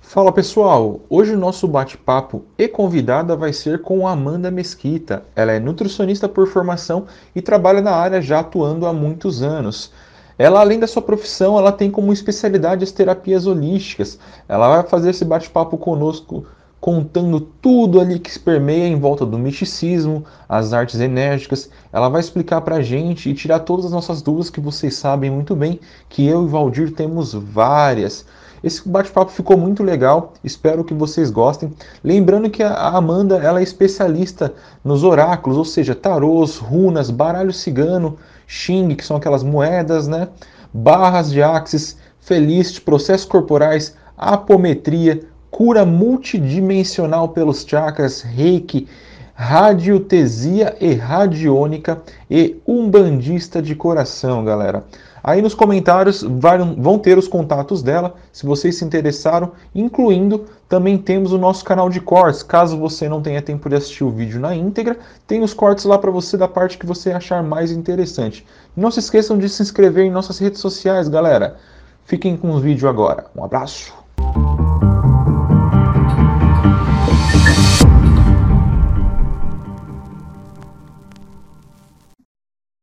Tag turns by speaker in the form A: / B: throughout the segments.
A: Fala pessoal, hoje o nosso bate-papo e convidada vai ser com Amanda Mesquita. Ela é nutricionista por formação e trabalha na área já atuando há muitos anos. Ela, além da sua profissão, ela tem como especialidade as terapias holísticas. Ela vai fazer esse bate-papo conosco contando tudo ali que se permeia em volta do misticismo, as artes enérgicas. Ela vai explicar para a gente e tirar todas as nossas dúvidas que vocês sabem muito bem, que eu e Valdir temos várias. Esse bate-papo ficou muito legal, espero que vocês gostem. Lembrando que a Amanda ela é especialista nos oráculos, ou seja, tarôs, runas, baralho cigano, xing, que são aquelas moedas, né? barras de axis, feliste, processos corporais, apometria, cura multidimensional pelos chakras, reiki, radiotesia e radiônica e umbandista de coração, galera. Aí nos comentários um, vão ter os contatos dela, se vocês se interessaram, incluindo também temos o nosso canal de cortes. Caso você não tenha tempo de assistir o vídeo na íntegra, tem os cortes lá para você da parte que você achar mais interessante. Não se esqueçam de se inscrever em nossas redes sociais, galera. Fiquem com o vídeo agora. Um abraço.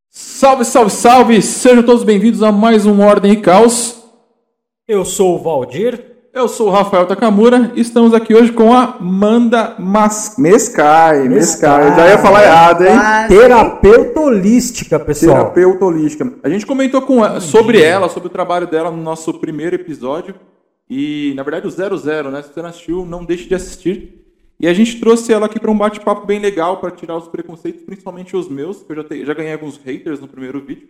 B: Salve, salve, salve! Sejam todos bem-vindos a mais um Ordem e Caos.
C: Eu sou o Valdir.
B: Eu sou o Rafael Takamura e estamos aqui hoje com a Amanda Mas...
D: Mescai, Mescai. Já ia falar errado,
E: Ah,
D: hein?
C: Terapeuta holística, pessoal.
D: Terapeuta holística.
B: A gente comentou com ela- sobre ela, sobre o trabalho dela no nosso primeiro episódio. E, na verdade, o 00, né? Se você não assistiu, não deixe de assistir. E a gente trouxe ela aqui para um bate-papo bem legal, para tirar os preconceitos, principalmente os meus, que eu já, te- já ganhei alguns haters no primeiro vídeo.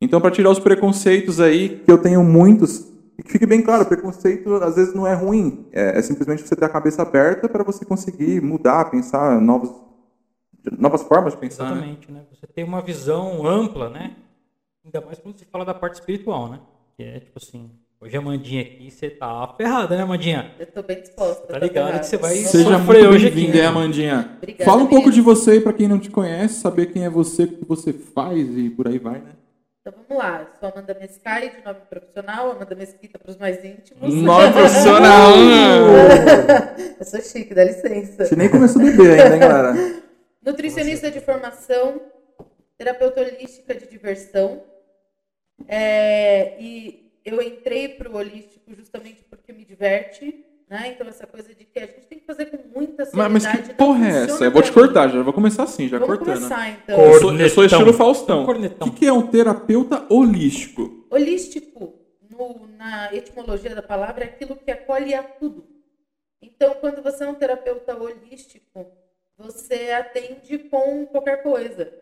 B: Então, para tirar os preconceitos aí, que eu tenho muitos, e que fique bem claro, preconceito às vezes não é ruim. É, é simplesmente você ter a cabeça aberta para você conseguir mudar, pensar novos, novas formas de pensar. né?
C: Exatamente, né? Você tem uma visão ampla, né? Ainda mais quando se fala da parte espiritual, né? Que é tipo assim, hoje a Mandinha aqui, você tá ferrada, né, Mandinha?
E: Eu tô bem disposta.
C: Tá
E: tô
C: ligado
E: ferrada.
C: que você vai-
E: Só-
B: Seja
C: Sofreu
B: muito
C: hoje aqui,
B: bem-vinda,
C: né?
B: hein, Amandinha.
E: Obrigada,
B: Fala um pouco
E: menino.
B: de você aí pra quem não te conhece, saber quem é você, o que você faz e por aí vai, né?
E: Então vamos lá. Eu sou Amanda Mescai, de nome profissional, Amanda Mesquita para os mais íntimos.
B: Nós profissional!
E: Eu sou chique, dá licença.
D: Você nem começou a beber ainda, hein, galera?
E: Nutricionista de formação, terapeuta holística de diversão. É, e eu entrei pro holístico justamente porque me diverte, né? Então essa coisa de que a gente tem que fazer com muita
B: mas,
E: seriedade.
B: mas que
E: não
B: porra é
E: funciona
B: essa? Eu vou te
E: pra mim.
B: cortar, já vou começar assim, já
E: Vamos
B: cortando.
E: começar então.
C: Cor-
B: Eu sou, eu sou estilo Faustão.
C: Cornetão.
B: O que, que é um terapeuta holístico?
E: Holístico, no- na etimologia da palavra, é aquilo que acolhe a tudo. Então, quando você é um terapeuta holístico, você atende com qualquer coisa.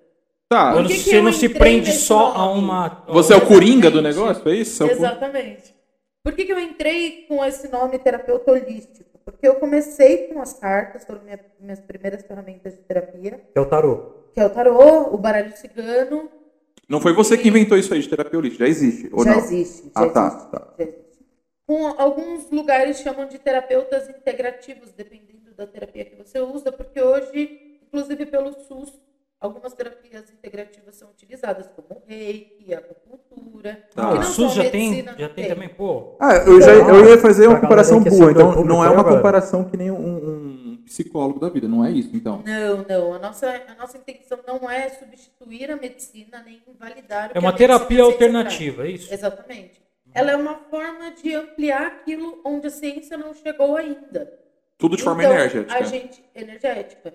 B: Tá,
E: Por
C: Quando
E: que que
C: você
E: eu
C: não se
E: entrei
C: prende
E: nesse
C: só a
E: nome?
C: uma.
B: você é o
E: Exatamente.
B: coringa do negócio, é isso? É o cu-
E: Exatamente. Por que, que eu entrei com esse nome terapeuta holístico? Porque eu comecei com as cartas, foram minha, minhas primeiras ferramentas de terapia,
C: É o tarô.
E: que é o tarô, o baralho cigano,
B: Não foi você que inventou isso aí de terapeuta holístico, já existe, ou
E: já
B: não?
E: existe. Já
D: Ah, tá,
E: existe,
D: tá.
E: já existe. Com alguns lugares chamam de terapeutas integrativos, dependendo da terapia que você usa, porque hoje, inclusive pelo SUS, algumas terapias integrativas são utilizadas, como o reiki, a acupuntura.
B: Tá.
C: Ah,
B: Que
C: o
E: não
C: SUS
E: são
C: já tem,
E: medicina-
C: já tem também, pô. é
D: Ah, eu, já, eu ia fazer uma
C: Pra
D: comparação
C: galera que é
D: boa, então
C: público,
D: não é uma
C: agora.
D: comparação que nem um...
B: Um psicólogo da vida, não é isso, então.
E: Não, não. A nossa, a nossa intenção não é substituir a medicina nem invalidar o que
C: É
E: a
C: uma
E: medicina
C: terapia
E: científica
C: alternativa, é
E: traz.
C: isso?
E: Exatamente. Ela é uma forma de ampliar aquilo onde a ciência não chegou ainda.
B: Tudo de forma
E: Então,
B: energética.
E: A gente, energética.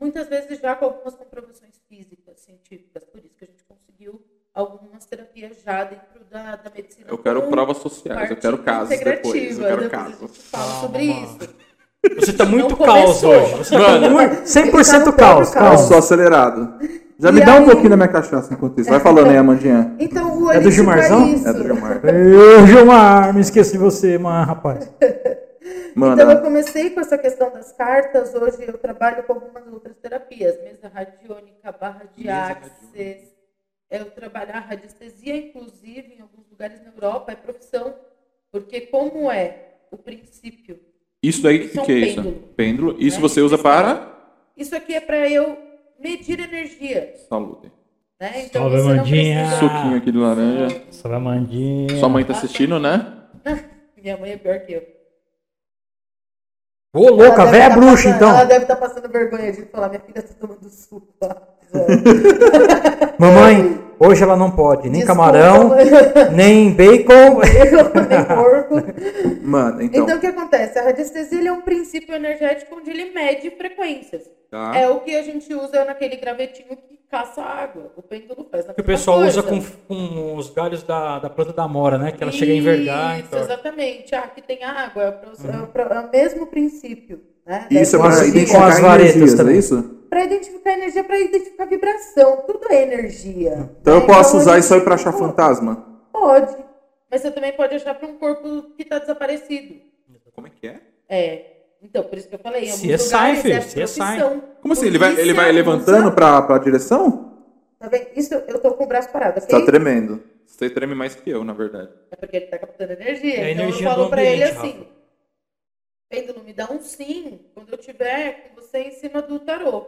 E: Muitas vezes já com algumas comprovações físicas, científicas, por isso que a gente conseguiu algumas terapias já dentro da, da medicina.
B: Eu quero
E: com
B: provas sociais, eu
E: parte
B: quero casos depois, eu
E: integrativa. Depois
B: quero
E: a gente
B: casos.
E: fala
C: Calma,
E: sobre
C: mano.
E: isso.
C: Você tá muito
E: Não
C: caos
E: começou.
C: hoje. Você tá
B: Mano.
C: muito-
E: Ele tá
C: 100%
E: no
C: caos,
E: próprio
D: Eu
C: caos.
D: sou acelerado. Já me
E: E
D: dá um
E: aí?
D: pouquinho da minha cachaça enquanto isso. Vai falando aí, Amandinha.
E: Então, o
C: É do
E: holístico
C: Gilmarzão?
E: isso.
D: É do Gilmar.
C: Eu, Gilmar, me esqueci de você, mas, rapaz.
E: Então eu
D: Manda.
E: comecei com essa questão das cartas, hoje eu trabalho com algumas outras terapias, mesa radiônica, barra de
B: Mesa
E: axis, eu trabalho a radiestesia, inclusive, em alguns lugares na Europa, é profissão, porque como é o princípio,
B: Isso daí, o
E: Isso é um
B: que é isso?
E: pêndulo.
B: Pêndulo. Isso
E: Né?
B: você usa para?
E: isso aqui é para eu medir energia,
B: Saúde.
E: né? Então
C: Salve,
E: você não
C: Amandinha!
E: precisa...
B: Suquinho aqui de laranja.
C: Só vai mandinha.
E: Ah.
B: Sua mãe tá assistindo, né?
E: Minha mãe é pior que eu.
C: Ô, louca,
E: Ela deve
C: véia
E: tá
C: bruxa,
E: passando-
C: então.
E: Ela deve estar passando vergonha de falar, minha filha tá tomando suco lá.
C: Mamãe, hoje ela não pode. Nem
E: Desculpa,
C: camarão,
E: mas eu
C: nem bacon.
E: nem porco.
F: Mano, então.
E: Então, o que acontece? A radiestesia ele é um princípio energético onde ele mede frequências.
C: Ah.
B: Tá?
E: É o que a gente usa naquele gravetinho que caça a água. O pêndulo faz na
C: Que o
E: mesma
C: pessoal
E: coisa.
C: usa com, com os galhos da, da planta da mora, né? Que ela chega a envergar.
E: Isso,
C: Então. Uhum.
E: exatamente. Ah, aqui tem água. É o, pro- é o pro- é o mesmo princípio. Né?
F: E Isso é
E: Deve
F: pra
E: ser-
F: identificar
C: as varetas
F: energias,
C: também.
F: é isso?
E: Pra identificar energia, pra identificar vibração. Tudo é energia.
F: Então
B: É,
F: eu
E: né?
F: posso
E: a
F: usar
E: gente-
F: isso aí pra achar fantasma?
E: Pode. Mas você também pode achar pra um corpo que tá desaparecido.
B: Como é que é?
E: É. Então, por isso que eu falei, em alguns
C: CSI,
E: lugares
C: filho,
E: é
C: CSI.
E: profissão.
B: Como assim? Ele vai, ele vai
E: Polícia,
B: levantando?
F: Dando pra, pra direção?
E: Tá vendo? Isso, eu tô com o braço parado, ok?
F: Tá tremendo.
B: Você treme mais que eu, na verdade.
E: É porque ele tá captando energia.
C: É a
E: então
C: energia
E: eu
C: do
E: falo pra ele
C: ambiente,
E: assim: Pêndulo, me dá um sim quando eu tiver com você em cima do tarô.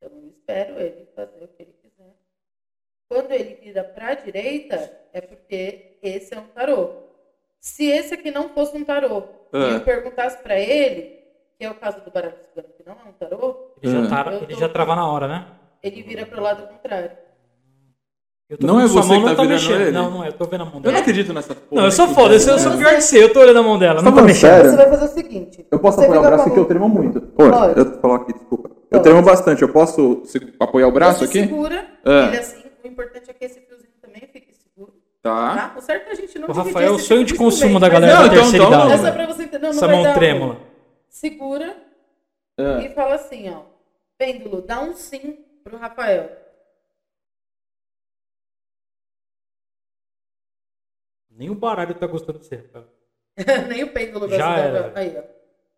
E: Eu não espero ele fazer o que ele quiser. Quando ele vira pra direita, é porque esse é um tarô. Se esse aqui não fosse um tarô, e
B: Ah.
E: eu perguntasse pra ele, que é o caso do baralho cigano, que não é um tarô,
C: Ele, já
B: É.
C: tá, ele já trava na hora, né?
E: ele vira pro lado contrário.
C: Eu tô
B: Não
C: vendo
B: é
C: sua
B: você
C: mão,
B: que
C: não
B: tá virando ele?
C: Não, não é. Eu tô vendo a mão
B: Eu
C: dela.
B: não acredito tá nessa porra. né,
C: Não, eu sou
B: aqui,
C: foda. é Eu
B: cara.
C: sou- eu sou pior que você. Eu tô olhando a mão dela. Não
F: Tá
C: tá
F: falando
C: mexendo.
F: sério?
E: Você vai fazer o seguinte:
F: Eu posso
E: você
F: apoiar o
E: fica com a
F: braço aqui,
E: mão-
F: eu tremo muito. Olha,
E: Pode.
F: eu falar aqui, desculpa. Eu tremo bastante, eu posso
B: Se- Apoiar o braço
E: você
B: aqui?
E: segura,
B: Ah.
E: ele assim. O importante é que esse fiozinho também fique seguro.
B: Tá.
E: Tá? O certo é a gente não
C: O
E: dividir
C: Ah. Rafael é o
E: esse
C: sonho
E: tipo
C: de consumo
E: instrumento,
C: da
E: mas
C: galera
B: Não,
C: da
B: então-
C: terceira
B: então-
E: É
C: idade.
E: só pra você entender. Não, não
C: Essa
E: vai
C: mão
E: dar um
C: trêmula.
E: Segura
B: Ah.
E: e fala assim, ó. Pêndulo, dá um sim pro Rafael.
C: Nem o baralho tá gostando de você, cara.
E: Nem o pêndulo
C: Já
E: gosta
C: era.
E: da- Aí, ó.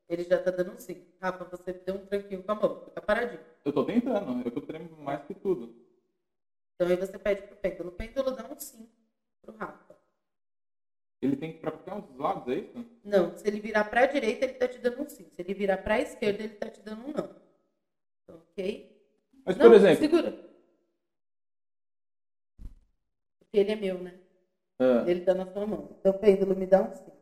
E: Ele já tá dando um sim. Rafa, você deu um tranquinho com a mão. Fica paradinho.
B: Eu tô tentando. Eu tô tremendo mais que tudo.
E: Então aí você pede pro pêndulo. Pêndulo, dá um sim pro Rafa.
B: Ele tem que pra qualquer um dos lados, é isso?
E: Não, se ele virar pra direita, ele tá te dando um sim. Se ele virar pra esquerda, ele tá te dando um não. Então, ok?
B: Mas,
E: Não,
B: por exemplo,
E: segura. Porque ele é meu, né?
B: ah,
E: Ele tá na sua mão. Então, pêndulo, me dá um sim.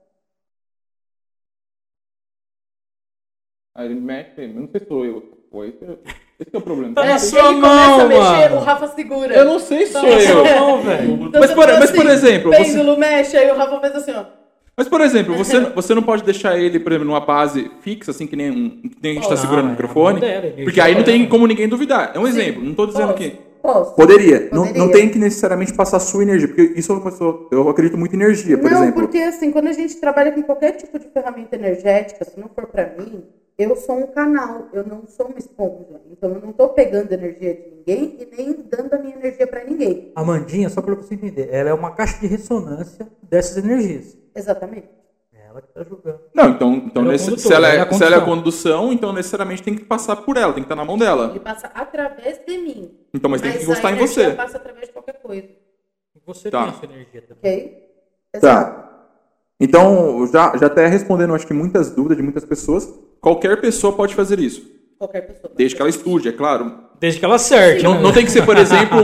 B: aí ele mexe, eu não sei se sou eu. Pô, esse, é- esse que é o problema.
C: Tá
E: É,
C: na sua
E: ele começa
C: mão,
E: a mexer,
C: mano.
E: o Rafa segura.
B: Eu não sei se sou
E: Tá na
B: eu.
E: sua
C: mão, velho.
E: Então,
B: mas
E: você
B: por-
E: fala
B: mas por exemplo, você-
E: Pêndulo, mexe, aí o Rafa faz assim, ó.
B: Mas, por exemplo, você, você não pode deixar ele, por exemplo, numa base fixa, assim, que nem, um, que nem a gente tá
C: Não,
B: segurando
C: é
B: o
C: a mão
B: microfone.
C: dela, é meio
B: porque aí não
C: jogada.
B: tem como ninguém duvidar. É um
E: Sim.
B: exemplo. Não tô dizendo
E: Posso?
B: que.
E: Posso?
F: Poderia. Não,
E: Poderia.
F: não tem que necessariamente passar sua energia, porque isso é uma pessoa- eu acredito muito em energia, por
E: não,
F: exemplo.
E: porque assim, quando a gente trabalha com qualquer tipo de ferramenta energética, se não for pra mim, eu sou um canal, eu não sou uma esponja. Então, eu não tô pegando energia de ninguém e nem dando a minha energia pra ninguém.
C: A Mandinha, só pra você entender, ela é uma caixa de ressonância dessas energias.
E: Exatamente.
C: É Ela que tá julgando.
B: Não, então, então
C: Ela é o
B: nesse-
C: condutor,
B: se, ela
C: ela é
B: é,
C: a
B: se ela é a
C: condução.
B: condução, então necessariamente tem que passar por ela, tem que estar na mão dela.
E: Ele passa através de mim.
B: Então, mas, tem que
E: a
B: gostar em
E: energia
B: você.
E: passa através de qualquer coisa,
C: E Você
B: Tá.
C: tem a sua energia também.
E: ok?
F: Tá. Então, já, já até respondendo, acho que muitas dúvidas de muitas pessoas.
B: Qualquer pessoa pode fazer isso.
E: Qualquer pessoa.
B: Desde que ela estude, é claro.
C: Desde que ela acerte.
B: Não,
C: né?
B: não tem que ser, por exemplo,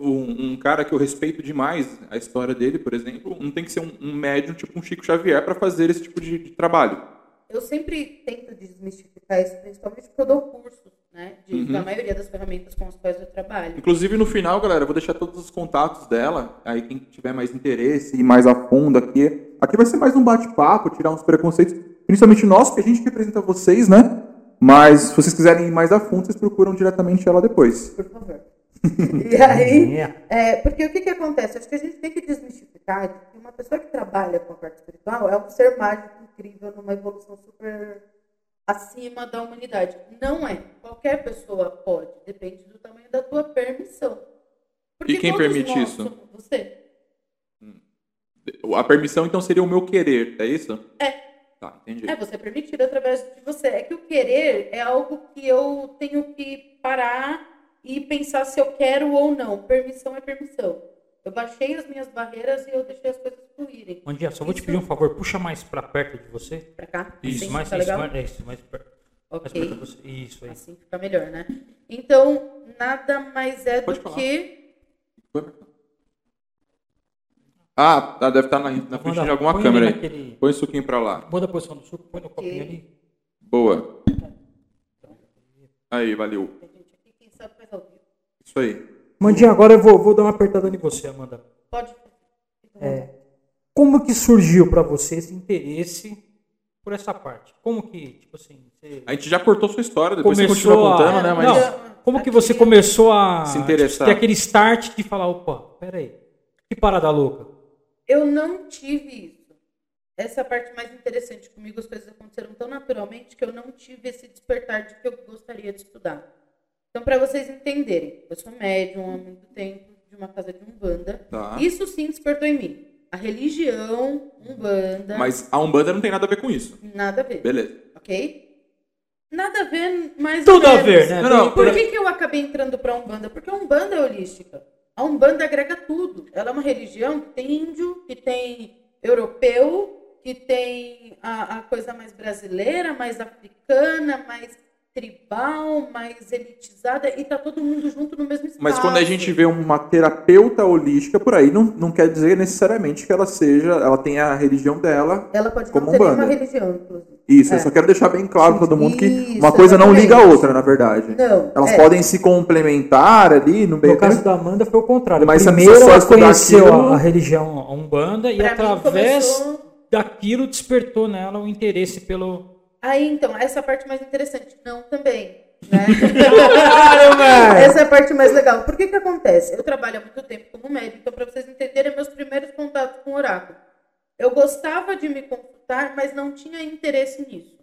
B: um, um cara que eu respeito demais, a história dele, por exemplo, não tem que ser um, um médium tipo um Chico Xavier para fazer esse tipo de, de trabalho.
E: Eu sempre tento desmistificar isso, principalmente porque eu dou curso, né? De,
B: Uhum.
E: Da maioria das ferramentas com as quais eu trabalho.
B: Inclusive, no final, galera, eu vou deixar todos os contatos dela. Aí, quem tiver mais interesse,
F: Esse ir mais a fundo aqui. Aqui vai ser mais um bate-papo, tirar uns preconceitos, principalmente nós, que a gente representa vocês, né? Mas se vocês quiserem ir mais a fundo, vocês procuram diretamente ela depois.
E: Por favor. e aí,
C: É.
E: é, porque o que, que acontece? Acho que a gente tem que desmistificar de que uma pessoa que trabalha com a parte espiritual é um ser mágico incrível, numa evolução super acima da humanidade. Não é. Qualquer pessoa pode, depende do tamanho da tua permissão.
B: E quem
E: todos
B: permite
E: nós
B: isso?
E: somos- Você.
B: a permissão então seria o meu querer, é isso?
E: É.
B: Tá, entendi.
E: É, você é permitido através de você. É que o querer é algo que eu tenho que parar e pensar se eu quero ou não. Permissão é permissão. Eu baixei as minhas barreiras e eu deixei as coisas fluírem.
C: Mandinha, só vou te
E: Isso.
C: pedir um favor, puxa mais pra perto de você.
E: Pra cá?
C: Isso,
E: assim,
C: mais,
E: tá
C: isso,
E: legal?
C: mais, é isso, mais perto. Mais
E: Ok.
C: perto de você. Isso, é
G: Tá
C: isso.
E: Assim fica melhor, né? Então, nada mais é
B: Pode
E: do
B: falar.
E: que
G: Ah, tá, deve estar na, na frente
H: Manda-
G: de alguma
H: põe
G: câmera
H: ali
G: aí.
H: naquele-
G: Põe o suquinho pra lá.
H: Muda a posição do suco, põe no copinho ali.
G: Boa. Aí, valeu.
E: Tem gente aqui, quem sabe faz ao vivo.
G: Isso aí.
H: Mandinha, agora eu vou, vou dar uma apertada em você, Amanda.
E: Pode.
H: Como que surgiu pra você esse interesse por essa parte? Como que, tipo assim, você
G: A gente já cortou sua história, depois você
H: começou
G: continua
H: a...
G: contando, né? Mas
H: Não, como que você começou a
G: Se interessar.
H: ter aquele start de falar, opa, peraí, que parada louca.
E: Eu não tive isso. Essa é a parte mais interessante comigo, as coisas aconteceram tão naturalmente que eu não tive esse despertar de que eu gostaria de estudar. Então, para vocês entenderem, eu sou médium há muito tempo, de uma casa de Umbanda.
G: Tá.
E: Isso sim despertou em mim. A religião, Umbanda,
G: mas a Umbanda não tem nada a ver com isso.
E: nada a ver,
G: Beleza.
E: ok? Nada a ver, mas...
H: Tudo a ver, né?
G: Não, não,
E: Por que, que eu acabei entrando pra Umbanda? Porque a Umbanda é holística. A Umbanda agrega tudo. Ela é uma religião que tem índio, que tem europeu, que tem a, a coisa mais brasileira, mais africana, mais tribal, mais elitizada, e tá todo mundo junto no mesmo espaço.
G: Mas quando a gente vê um.
B: uma terapeuta holística por aí não, não quer dizer necessariamente que ela seja, ela tenha a religião dela.
E: Ela pode
B: Como
E: não ter nenhuma
B: Umbanda.
E: religião, inclusive.
B: Isso,
E: É.
B: eu só quero deixar bem claro pra todo mundo que uma
E: Isso,
B: coisa não
E: exatamente.
B: liga a outra, na verdade.
E: Não.
B: Elas
E: é.
B: podem se complementar ali no meio
H: No caso da Amanda foi o contrário.
B: Mas se a
H: Primeiro
B: pessoa
H: ela
B: estudar
H: conheceu
B: aquilo-
H: a, a religião a Umbanda e
E: Pra mim,
H: através
E: começou-
H: daquilo despertou nela o interesse pelo.
E: Aí, então, essa é a parte mais interessante. Não também. Né?
H: velho!
E: essa é a parte mais legal. Por que que acontece? Eu trabalho há muito tempo como médico, então para vocês entenderem, meus primeiros contatos com o oráculo. Eu gostava de me consultar, mas não tinha interesse nisso.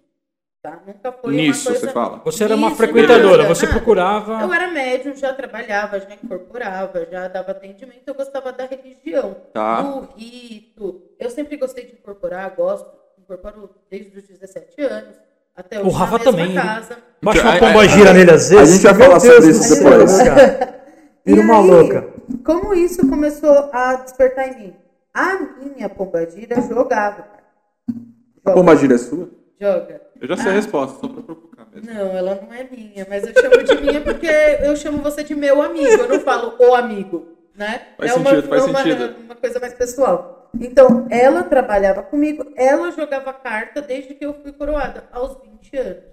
E: Tá? Nunca foi
G: Nisso,
E: uma coisa...
G: você fala.
H: Você era uma
E: Isso,
H: frequentadora,
E: nada,
H: você
E: nada.
H: procurava.
E: Eu era médium, já trabalhava, já incorporava, já dava atendimento. Eu gostava da religião,
G: Tá.
E: do rito. Eu sempre gostei de incorporar, gosto. Incorporo desde os 17 anos. Até
H: O
E: hoje na
H: Rafa
E: mesma
H: também, né?
E: casa.
H: Baixa
G: Então,
H: uma
G: A-
H: pomba
G: a-
H: gira nele às vezes.
B: a gente vai
H: Meu
B: falar
H: Deus
B: sobre
H: do
B: isso
H: céu,
B: depois.
H: cara.
E: E
H: Vira uma
E: aí,
H: louca.
E: Como isso começou a despertar em mim? A minha pombagira jogava. cara. Joga.
B: Como a gíria é sua?
E: Joga.
G: Eu já sei a resposta, só pra provocar mesmo.
E: Não, ela não é minha, mas eu chamo de minha porque eu chamo você de meu amigo, eu não falo o amigo, né?
G: Faz
E: é uma,
G: sentido, faz
E: é uma,
G: sentido.
E: uma coisa mais pessoal. Então, ela trabalhava comigo, ela jogava carta desde que eu fui coroada, aos 20 anos.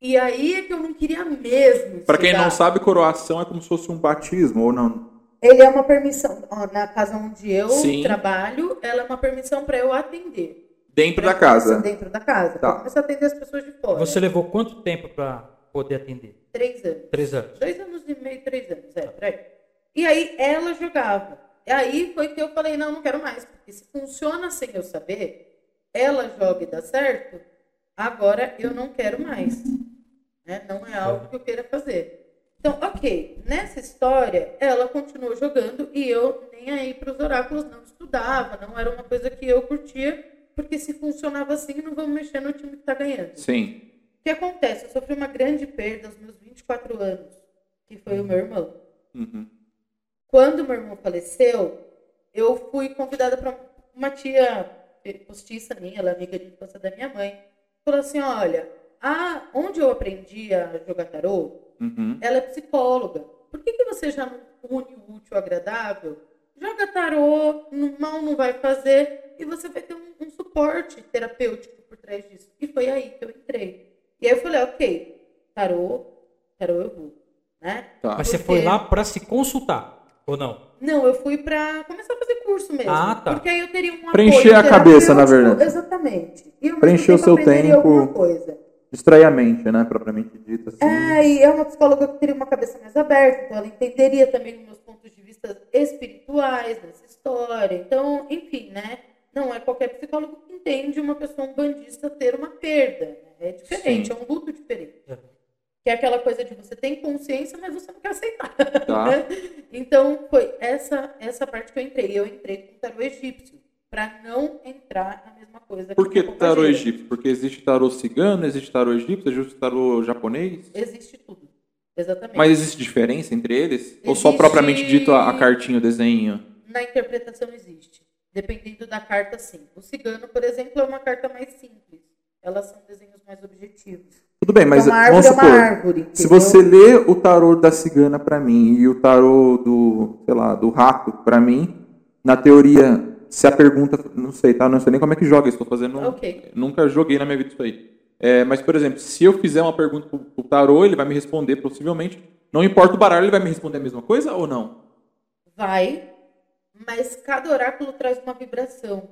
E: E aí é que eu não queria mesmo.
G: Pra quem
E: estudar.
G: não sabe, coroação é como
B: Como se fosse um batismo ou não.
E: Ele é uma permissão. ó, na casa onde eu
G: Sim.
E: trabalho, ela é uma permissão para eu atender.
G: dentro da
E: Pra
G: casa.
E: Dentro da casa.
B: Tá.
E: Eu começo a atender as pessoas de fora.
H: Você levou quanto tempo pra poder atender?
E: Três anos.
H: Três anos.
E: Dois anos e meio, três anos, é, por aí. E aí ela jogava. E aí foi que eu falei, não, não quero mais. Porque se funciona sem eu saber, ela joga e dá certo, agora eu não quero mais. Né? Não é algo que eu queira fazer. Então, ok, nessa história, ela continuou jogando e eu nem aí para os oráculos não estudava, não era uma coisa que eu curtia, porque se funcionava assim, não vamos mexer no time que está ganhando.
G: Sim.
E: O que acontece? Eu sofri uma grande perda aos meus 24 anos, que foi o meu irmão.
G: Uhum.
E: Quando meu irmão faleceu, eu fui convidada para uma tia eh, postiça minha, ela é amiga de infância da minha mãe, falou assim: olha, a, onde eu aprendi a jogar tarô,
G: Uhum.
E: ela é psicóloga. Por que, que você já não une o útil ao agradável? Joga tarô, no mal não vai fazer, e você vai ter um, um suporte terapêutico por trás disso. E foi aí que eu entrei. E aí eu falei, ok, tarô, tarô eu vou, né?
G: Tá.
H: Mas você
E: Porque-
H: foi lá pra se consultar, ou não?
E: Não, eu fui pra começar a fazer curso mesmo.
H: Ah, tá.
E: Porque aí eu teria um
B: Preencher
E: apoio
B: a cabeça, na
E: terapêutico,
B: verdade.
E: Exatamente. E ao mesmo
B: Preencher o
E: tempo
B: seu
E: aprenderia
B: tempo.
E: alguma coisa.
B: Distrair a mente, né? Propriamente dito. Assim.
E: É, e é uma psicóloga que teria uma cabeça mais aberta, então ela entenderia também os meus pontos de vista espirituais nessa história. Então, enfim, né? Não é qualquer psicólogo que entende uma pessoa umbandista ter uma perda. né? É diferente,
G: Sim.
E: é um luto diferente.
H: É.
E: Que é aquela coisa de você tem consciência, mas você não quer aceitar. né?
G: Tá.
E: Então, foi essa essa parte que eu entrei. Eu entrei com tarô egípcio, para não entrar na mesma coisa
G: Por que
E: com a
G: tarô
E: pombagira.
G: egípcio? Porque existe tarô cigano, existe tarô egípcio, existe tarô japonês.
E: Existe tudo. Exatamente.
G: Mas existe diferença entre eles? Ou só
E: Existe-
G: propriamente dito a, a cartinha, o desenho?
E: na interpretação existe. Dependendo da carta, sim. O cigano, por exemplo, é uma carta mais simples. Elas são desenhos mais objetivos.
B: Tudo bem, mas
E: Então, uma árvore
B: vamos
E: é uma
B: supor.
E: árvore.
B: Se
E: entendeu?
B: você lê o tarô da cigana pra mim e o tarô do, sei lá, do rato pra mim,
I: na teoria, se a pergunta. Não sei, tá? Não sei nem como é que joga isso. Estou fazendo. um-
E: Ok.
B: Nunca joguei na minha vida isso aí. É, mas, por exemplo, se eu fizer uma pergunta pro, pro tarô, ele vai me responder possivelmente. Não importa o baralho, ele vai me responder a mesma coisa ou não?
E: Vai, mas cada oráculo traz uma vibração.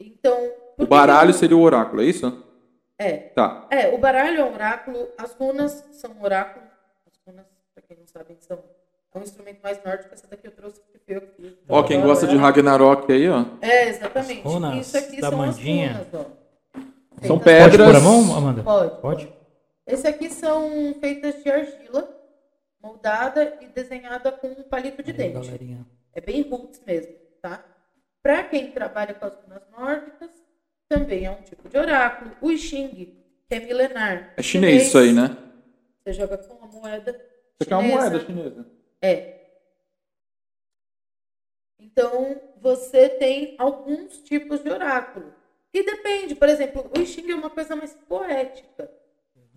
E: Então. por
B: O
E: que
B: baralho seria o oráculo, é isso?
E: que- É.
B: Tá.
E: É, o baralho é um oráculo, as runas são um oráculo. As runas, pra quem não sabe, são. É um instrumento mais nórdico, essa daqui eu trouxe porque foi eu que fiz.
B: Ó, quem gosta de Ragnarok aí, ó.
E: É, exatamente.
C: As runas
E: Isso aqui
C: da
E: são
C: Mandinha.
E: as runas, ó.
B: São
E: Feitas-
C: Pode
B: pedras.
C: pôr a mão, Amanda?
E: Pode.
C: Pode?
E: Esse aqui são feitas de argila, moldada e desenhada com um palito de
C: Aí,
E: dente.
C: galerinha.
E: É bem roots mesmo, tá? Para quem trabalha com as runas nórdicas, também é um tipo de oráculo. O I Ching, que é milenar.
B: É chinês isso aí, né?
E: Você joga com uma moeda.
B: Isso aqui é uma
E: chinesa.
B: moeda chinesa.
E: É. Então, você tem alguns tipos de oráculo. E depende, por exemplo, o I Ching é uma coisa mais poética.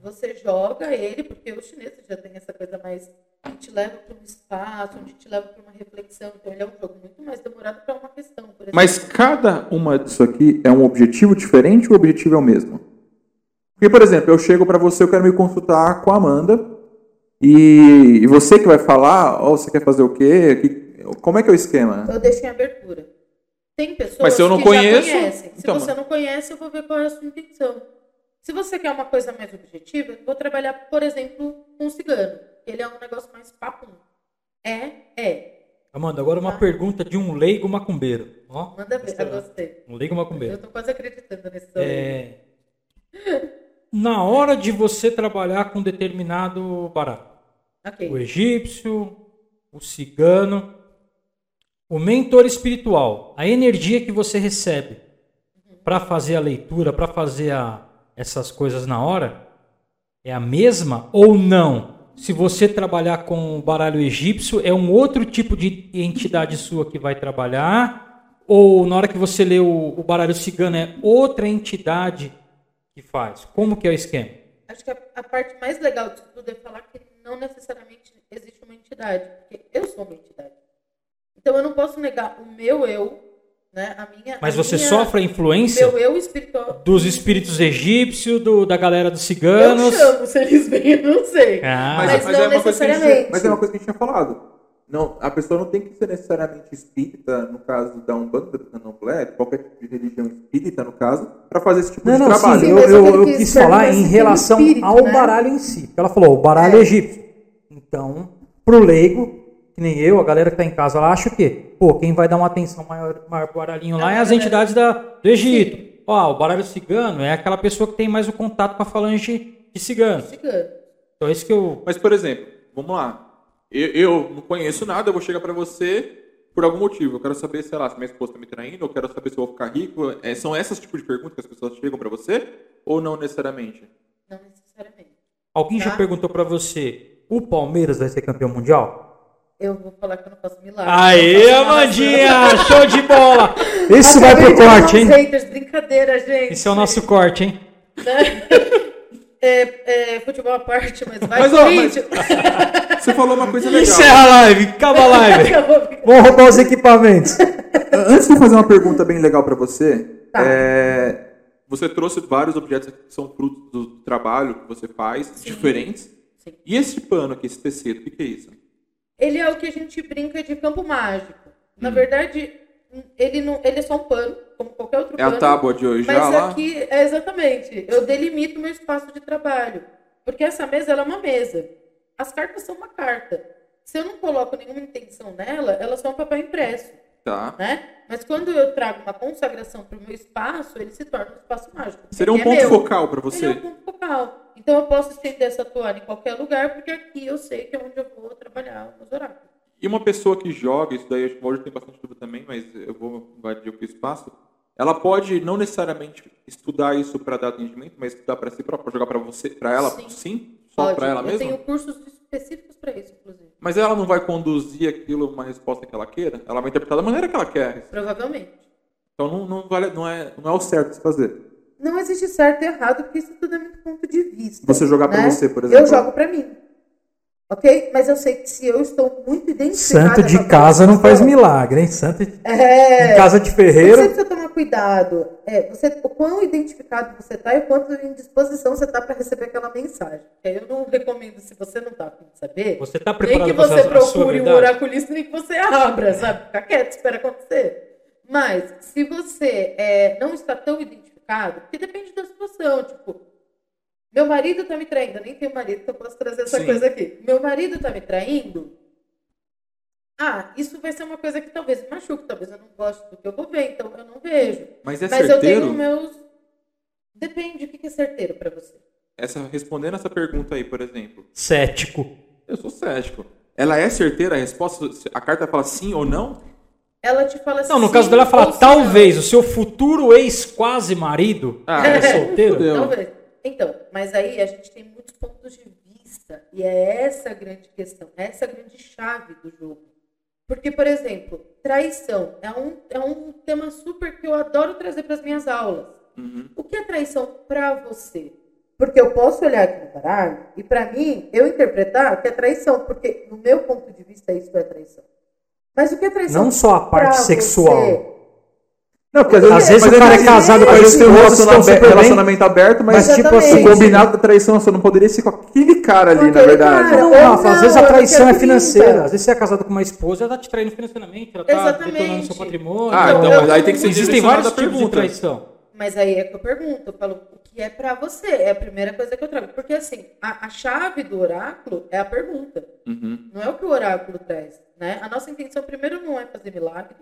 E: Você joga ele, porque os chineses já tem essa coisa mais que te leva para um espaço, onde te leva para uma reflexão. Então, ele é um jogo muito mais demorado para uma questão, por exemplo.
B: Mas cada uma.
I: Isso aqui é um objetivo diferente ou o objetivo é o mesmo? Porque, por exemplo, eu chego para você, eu quero me consultar com a Amanda e, e você que vai falar, ó, você quer fazer o quê? Que- como é que é o esquema?
E: Eu deixo em abertura. Tem pessoas
B: Mas se eu não
E: que
B: conheço,
E: já conhecem. Se
B: então,
E: você não conhece, eu vou ver qual é a sua intenção. Se você quer uma coisa mais objetiva, eu vou trabalhar, por exemplo, com o cigano. Ele é um negócio mais papum. É, é.
C: Amanda, agora uma pergunta de um leigo macumbeiro. Ó,
E: Manda ver.
C: gostei
E: Eu
C: lá.
E: gostei.
C: Um leigo
E: Eu
C: macumbeiro.
E: tô quase acreditando nesse é...
C: É... Na hora de você trabalhar com determinado baralho,
E: Ok.
C: o egípcio, o cigano, o mentor espiritual, a energia que você recebe para fazer a leitura, para fazer a- essas coisas na hora, é a mesma ou não? Se você trabalhar com o baralho egípcio, é um outro tipo de entidade sua que vai trabalhar? Ou na hora que você lê o, o baralho cigano, é outra entidade que faz? Como que é o esquema?
E: Acho que a, a parte mais legal disso tudo é falar que não necessariamente existe uma entidade, porque eu sou uma entidade. Então eu não posso negar o meu eu, né? A minha.
C: Mas
E: a
C: você
E: minha-
C: sofre a
E: o
C: influência?
E: meu eu espiritual.
C: dos espíritos egípcios, do- da galera dos
E: Eu
C: ciganos.
E: chamo, se eles vêm, eu não sei.
C: Ah,
E: Mas,
B: Mas- mas
E: não
B: é uma coisa que a gente-
E: necessariamente.
I: Mas é uma coisa que a gente tinha falado. Não, a pessoa não tem que ser necessariamente espírita, no caso da Umbanda, do Candomblé, qualquer tipo de religião espírita, no caso, para fazer esse tipo
A: Não,
I: de
A: não,
I: trabalho.
A: sim,
E: Sim,
A: eu,
E: mas é
A: eu,
E: aquele
A: eu
E: que
A: quis
E: serve
A: falar
E: mais
A: em
E: sentido
A: relação
E: espírito,
A: ao
E: né?
A: baralho em si. Ela falou, o baralho
E: É.
A: egípcio. Então, pro leigo, que nem eu, a galera que tá em casa lá, acha o quê? Pô, quem vai dar uma atenção maior, maior pro baralhinho lá é as entidades da, do Egito. Ó, o baralho cigano é aquela pessoa que tem mais o contato com a falange de ciganos.
E: Cigano.
C: Então é isso que eu...
B: Mas, por exemplo, vamos lá. Eu, eu não conheço nada, eu vou chegar pra você por algum motivo. Eu quero saber, sei lá, se minha esposa tá me traindo, eu quero saber se eu vou ficar rico. É, são essas tipos de perguntas que as pessoas chegam pra você? Ou não necessariamente?
E: Não necessariamente.
C: Alguém já
E: Tá.
C: perguntou pra você, o Palmeiras vai ser campeão mundial?
E: Eu vou falar que eu não faço milagre.
C: Aê,
E: Eu não faço nada.
C: Amandinha! Show de bola!
A: Isso vai
E: Acabei
A: pro
E: de arrumar
A: corte,
E: uns
A: hein?
E: haters, brincadeira, gente.
C: Esse é o nosso corte, hein?
E: É, é, futebol à parte, mas vai
B: Mas, ó, mas-
E: Corinthians.
B: Você falou uma
E: é
B: coisa legal.
A: Encerra a live, acaba a live.
C: É.
E: Acabou.
A: Vamos roubar os equipamentos.
I: Antes de eu fazer uma pergunta bem legal para você,
E: Tá.
I: é,
B: Você trouxe vários objetos que são frutos do trabalho que você faz, diferentes.
E: Sim.
B: E esse pano aqui, esse tecido, o que, que é isso?
E: Ele é o que a gente brinca de campo mágico. Na verdade, ele, não, ele é só um pano, como qualquer outro
B: É
E: pano.
B: a tábua de hoje
E: Mas
B: já lá?
E: aqui, é exatamente, eu delimito meu espaço de trabalho. Porque essa mesa, ela é uma mesa. As cartas são uma carta. Se eu não coloco nenhuma intenção nela, elas são um papel impresso,
B: Tá.
E: né? Mas quando eu trago uma consagração para o meu espaço, ele se torna um espaço mágico. porque
B: Seria um
E: é
B: ponto
E: meu.
B: focal pra
E: Ele é um
B: você.
E: ponto focal. Então eu posso estender essa toalha em qualquer lugar, porque aqui eu sei que é onde eu vou trabalhar os meus horários.
B: E uma pessoa que joga, isso daí acho que hoje tem bastante dúvida também, mas eu vou invadir o espaço. Ela pode não necessariamente estudar isso pra dar atendimento, mas estudar pra si própria, pra jogar pra você, para ela, sim,
E: Sim.
B: só
E: Pode.
B: pra ela
E: eu
B: mesma.
E: tenho cursos específicos para isso, inclusive.
B: Mas ela não vai conduzir aquilo uma resposta que ela queira. Ela vai interpretar da maneira que ela quer.
E: Provavelmente.
B: Então não, não vale, não é, não é o
I: o certo de se fazer.
E: Não existe certo e errado, porque isso tudo é muito ponto de vista.
I: Você jogar pra
E: né?
I: você, por exemplo.
E: Eu jogo pra mim. Ok? Mas eu sei que se eu estou muito identificada.
C: Santo
E: com
C: de
E: aquela
C: casa não faz
E: questão,
C: milagre, hein? Santo de
E: É.
C: de casa de
E: Você
C: ferreiro.
E: precisa tomar cuidado. É, você, o quão identificado você está e o quanto em disposição você está para receber aquela mensagem. Porque aí Eu não recomendo, se você não está afim de saber,
C: Você tá
E: nem
C: preparado
E: que
C: pra
E: você
C: fazer a sua
E: procure um
C: verdade?
E: oraculista, nem que você abra, sabe? Fica quieto, espera acontecer. Mas, se você é, não está tão identificado, porque depende da situação, tipo, meu marido está me traindo, eu nem tenho marido, então eu posso trazer essa
C: Sim.
E: coisa aqui. Meu marido está me traindo, ah, isso vai ser uma coisa que talvez me machuque, talvez eu não goste do que eu vou ver, então eu não vejo.
G: Mas é
E: Mas eu
G: certeiro?
E: tenho meus. Depende, o que que é certeiro pra você?
G: Essa, respondendo essa pergunta aí, por exemplo,
C: Cético.
G: eu sou cético. Ela é certeira a resposta? A carta fala sim ou não?
E: Ela te fala assim.
C: Não, no caso dela,
E: ou
C: fala
E: se
C: talvez o seu futuro ex-quase-marido.
G: Ah,
C: ela é solteiro.
E: não.
G: Entendeu?
E: Talvez. Então, mas aí a gente tem muitos pontos de vista. E é essa a grande questão, essa é a grande chave do jogo. Porque, por exemplo, traição é um, é um tema super que eu adoro trazer para as minhas aulas.
G: Uhum.
E: O que é traição pra você? Porque eu posso olhar aqui no baralho e pra mim eu interpretar que é traição, porque no meu ponto de vista isso é traição. Mas o que é traição?
C: Não só a parte
E: pra
C: sexual.
E: você?
B: Não, porque
C: Às vezes o cara é casado com a
B: Às vezes tem um
C: esposa, estão
B: relacionamento,
C: super bem.
B: relacionamento aberto, mas,
C: Mas tipo assim,
E: Exatamente.
B: o combinado da traição, você não poderia ser com aquele cara ali,
E: Com
B: na
E: aquele
B: verdade.
E: cara.
C: Não,
E: Ou
C: Rafa, às
E: não,
C: vezes a
E: ela quer
C: traição é
E: 30.
C: financeira. Às vezes você é casado com uma esposa, ela tá te traindo financeiramente, ela tá
E: Exatamente.
C: detonando seu patrimônio.
G: Ah,
E: Então,
G: então,
E: eu-
G: mas aí tem que ser
C: existem
G: direcionada
C: vários
G: a
C: tipos de traição.
E: Mas aí é que eu pergunto, eu falo, o que é pra você? É a primeira coisa que eu trago. Porque assim, a, a chave do oráculo é a pergunta.
G: Uhum.
E: Não é o que o oráculo traz, né? A nossa intenção primeiro não é fazer milagre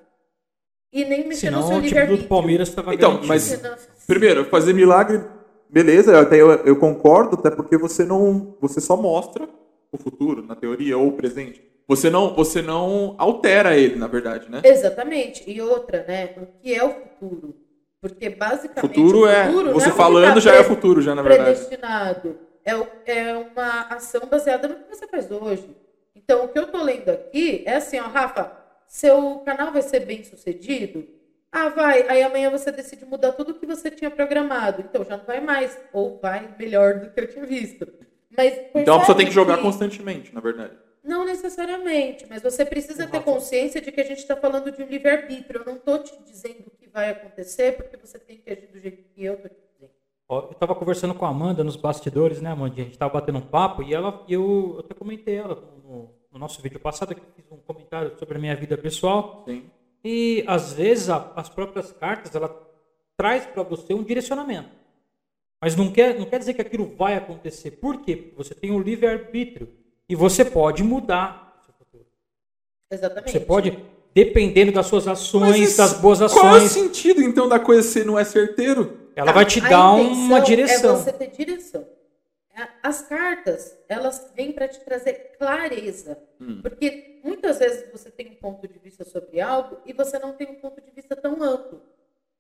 E: e nem mexer no
C: Senão é o
E: seu
C: time do
E: livre-arbítrio.
C: Palmeiras tava
G: Então,
C: garantido.
G: mas-
E: Senão-
G: Primeiro, fazer
B: Fazer milagre, beleza, eu até eu, eu concordo, até porque você não. Você só mostra
G: o futuro, na teoria, ou o presente. Você não, você não altera ele, na verdade, né?
E: Exatamente. E outra, né? O que é o futuro? Porque basicamente
G: Futuro
E: o
G: é.
E: futuro não
G: Você
E: é o que
G: falando
E: tá
G: já é o
E: pre-
G: futuro, já, na verdade.
E: predestinado. É, o- é uma ação baseada no que você faz hoje. Então, o que eu tô lendo aqui é assim, ó, Rafa, seu canal vai ser bem sucedido? Ah, vai. Aí amanhã você decide mudar tudo que você tinha programado. Então, já não vai mais. Ou vai melhor do que eu tinha visto. Mas
G: Então a
E: é
G: pessoa tem que jogar
E: com
G: constantemente, na verdade.
E: não necessariamente, mas você precisa ter consciência de que a gente está falando de um livre-arbítrio. Eu não estou te dizendo o que vai acontecer, porque você tem que agir do jeito que eu estou te dizendo.
C: Ó, Eu tava conversando com a Amanda nos bastidores, né, Amandinha? A gente tava batendo um papo e ela, e eu, eu até comentei ela no, no- no nosso vídeo passado, que eu fiz um comentário sobre a minha vida pessoal.
G: Sim.
C: E às vezes a- as próprias cartas, ela traz para você um direcionamento. Mas não quer, não quer dizer que aquilo vai acontecer. Por quê? Porque você tem o livre-arbítrio e você pode mudar o seu futuro.
E: Exatamente.
C: Você pode, dependendo das suas ações,
G: Mas isso-
C: das boas
G: Qual é o
C: ações,
G: sentido, então, da coisa ser não é certeiro?
C: ela vai te
E: A
C: dar
E: intenção
C: uma direção.
E: É você ter direção. A- As cartas, elas vêm para te trazer clareza.
G: Hum.
E: Porque muitas vezes você tem um ponto de vista sobre algo e você não tem um ponto de vista tão amplo.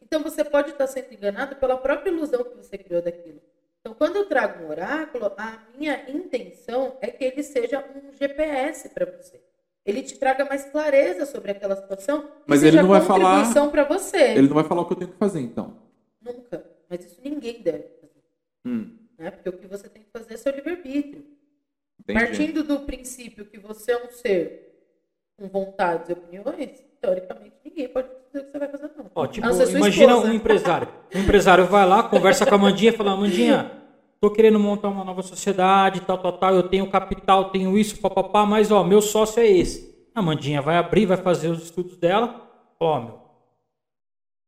E: Então você pode estar sendo enganado pela própria ilusão que você criou daquilo. Então, quando eu trago um oráculo, a minha intenção é que ele seja um GPS para você. Ele te traga mais clareza sobre aquela situação. e
G: Mas ele
E: seja
G: não vai falar-
E: contribuição para você.
G: Ele não vai falar o que eu tenho que fazer, então.
E: Nunca. Mas isso ninguém deve fazer
G: Hum,
E: né? Porque o que você tem que fazer é seu livre-arbítrio.
G: entendi.
E: Partindo do princípio que você é um ser com vontades e opiniões, teoricamente ninguém pode dizer o que você vai fazer, não.
C: Ó, tipo,
E: A não ser é sua
C: imagina
E: esposa.
C: um empresário. Um empresário vai lá, conversa com a Mandinha, fala, Mandinha, tô querendo montar uma nova sociedade, tal, tal, tal, eu tenho capital, tenho isso, papapá, mas ó, meu sócio é esse. A Mandinha vai abrir, vai fazer os estudos dela, ó, meu.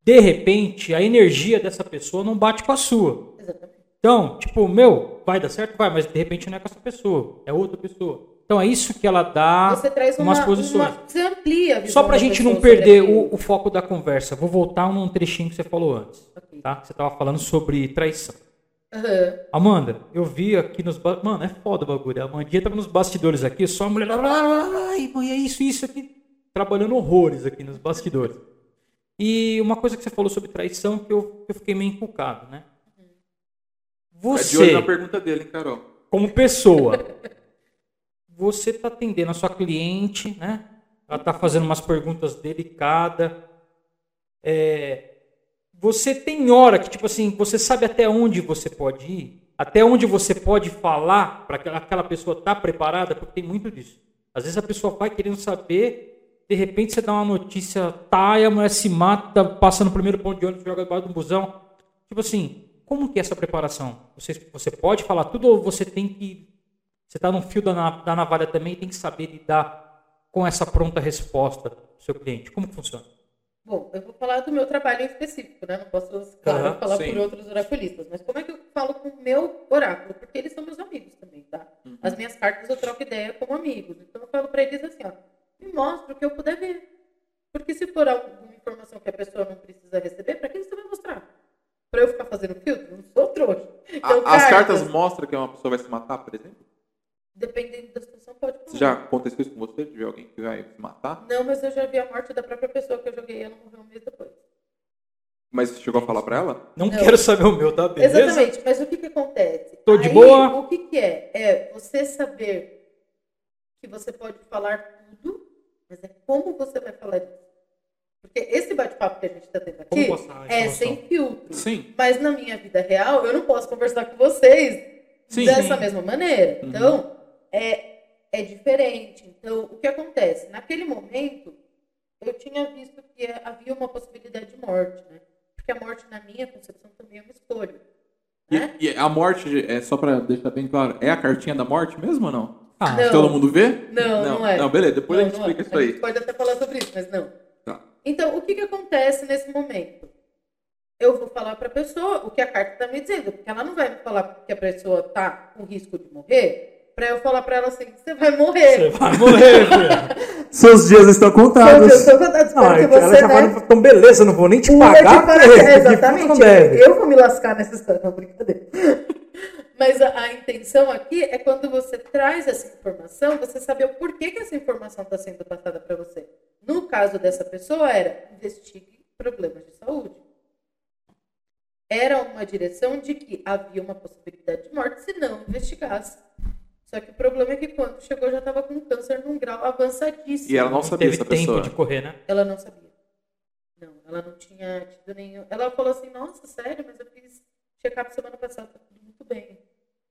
C: De repente, a energia dessa pessoa não bate com a sua.
E: Exatamente.
C: Então, tipo, meu, vai dar certo? Vai, mas de repente não é com essa pessoa, é outra pessoa. Então é isso que ela dá.
E: você traz uma,
C: umas posições.
E: uma- você amplia a visão
C: Só pra
E: da
C: gente
E: pessoa
C: não perder
E: sobre
C: o,
E: aquilo.
C: o foco da conversa, vou voltar num trechinho que você falou antes,
E: Ok.
C: tá? Você tava falando sobre traição.
E: Aham.
C: Amanda, eu vi aqui nos... ba- Mano, é foda o bagulho. A Amandinha tava nos bastidores aqui, só a mulher... lá, lá, lá, lá, Ai, mãe, é isso, isso aqui. Trabalhando horrores aqui nos bastidores. E uma coisa que você falou sobre traição que eu, que eu fiquei meio encucado, né?
B: É
G: Fica de olho
C: Você,
G: na pergunta dele, hein, Carol?
C: como pessoa, você tá atendendo a sua cliente, né? Ela tá fazendo umas perguntas delicadas. É, você tem hora que, tipo assim, você sabe até onde você pode ir? até onde você pode falar para aquela, aquela pessoa estar preparada, porque tem muito disso. Às vezes a pessoa vai querendo saber, de repente você dá uma notícia, taia, a mulher se mata, passa no primeiro ponto de ônibus, joga debaixo do busão. Tipo assim, como que é essa preparação? Você, você pode falar tudo ou você tem que. Você está no fio da, na- da navalha também e tem que saber lidar com essa pronta resposta do seu cliente. Como que funciona?
E: Bom, eu vou falar do meu trabalho em específico, né? Não posso, claro,
C: Aham,
E: falar
B: sim.
E: por outros oraculistas, mas como é que eu falo com o meu oráculo? Porque eles são meus amigos também, tá?
B: Uhum.
E: As minhas cartas eu troco ideia como amigos. Então eu falo pra eles assim, ó, me mostra o que eu puder ver. Porque se for alguma informação que a pessoa não precisa receber, pra que você vai mostrar? Pra eu ficar fazendo filtro? Não sou trouxa.
B: A-
E: Então,
B: as cartas mostram que uma pessoa vai se matar, por exemplo?
E: dependendo da situação, pode
B: Isso Já aconteceu isso com você? De ver alguém que vai se matar?
E: Não, mas eu já vi a morte da própria pessoa que eu joguei e ela morreu um mês depois.
B: Mas você chegou a falar pra ela?
C: Não,
E: Não.
C: quero saber o meu, tá? Beleza?
E: Exatamente, mas o que que acontece?
C: Tô de
E: Aí,
C: boa.
E: O que que é? É você saber que você pode falar tudo, mas é como você vai falar isso. Porque esse bate-papo que a gente está tendo
C: Como
E: aqui
C: passar a
E: é
C: informação?
E: sem filtro.
B: Sim.
E: Mas na minha vida real, eu não posso conversar com vocês
B: Sim.
E: dessa
C: Sim. Uhum.
E: mesma maneira. Então, é, é diferente. Então, o que acontece? Naquele momento, eu tinha visto que havia uma possibilidade de morte, né? Porque a morte, na minha concepção, também é uma escolha. né?
B: E, e a morte, é só pra deixar bem claro, é a cartinha da morte mesmo ou não?
C: Ah,
E: Não.
B: Todo mundo vê?
E: Não, não é.
B: Não, beleza, depois a
E: Não,
B: gente
E: não é.
B: explica isso
E: A gente
B: aí.
E: pode até falar sobre isso, mas não.
B: Tá.
E: Então, o que, que acontece nesse momento? Eu vou falar para a pessoa o que a carta está me dizendo, porque ela não vai me falar que a pessoa está com risco de morrer, para eu falar para ela assim: você vai
C: Você
E: morrer.
C: vai morrer, filho.
J: Seus dias estão
E: Então,
J: contados.
E: eu tô contando, espero
C: Ah,
E: que
C: então ela
E: você
C: já
E: né,
C: fala, então beleza, eu não vou nem te
E: pula de
C: pagar,
E: paraquedas,
C: porque de puta não
E: É, Exatamente.
C: deve.
E: Eu vou me lascar nessa história, não, brincadeira. Mas a, a intenção aqui é quando você traz essa informação, você saber o porquê que essa informação está sendo passada para você. No caso dessa pessoa, era investigue problemas de saúde. Era uma direção de que havia uma possibilidade de morte se não investigasse. Só que o problema é que quando chegou já estava com câncer num grau avançadíssimo.
B: E ela não sabia
C: teve
B: essa
C: tempo
B: pessoa.
C: de correr, né?
E: Ela não sabia. Não, ela não tinha tido nenhum. Ela falou assim: Nossa, sério, mas eu fiz check-up semana passada, tá tudo muito bem.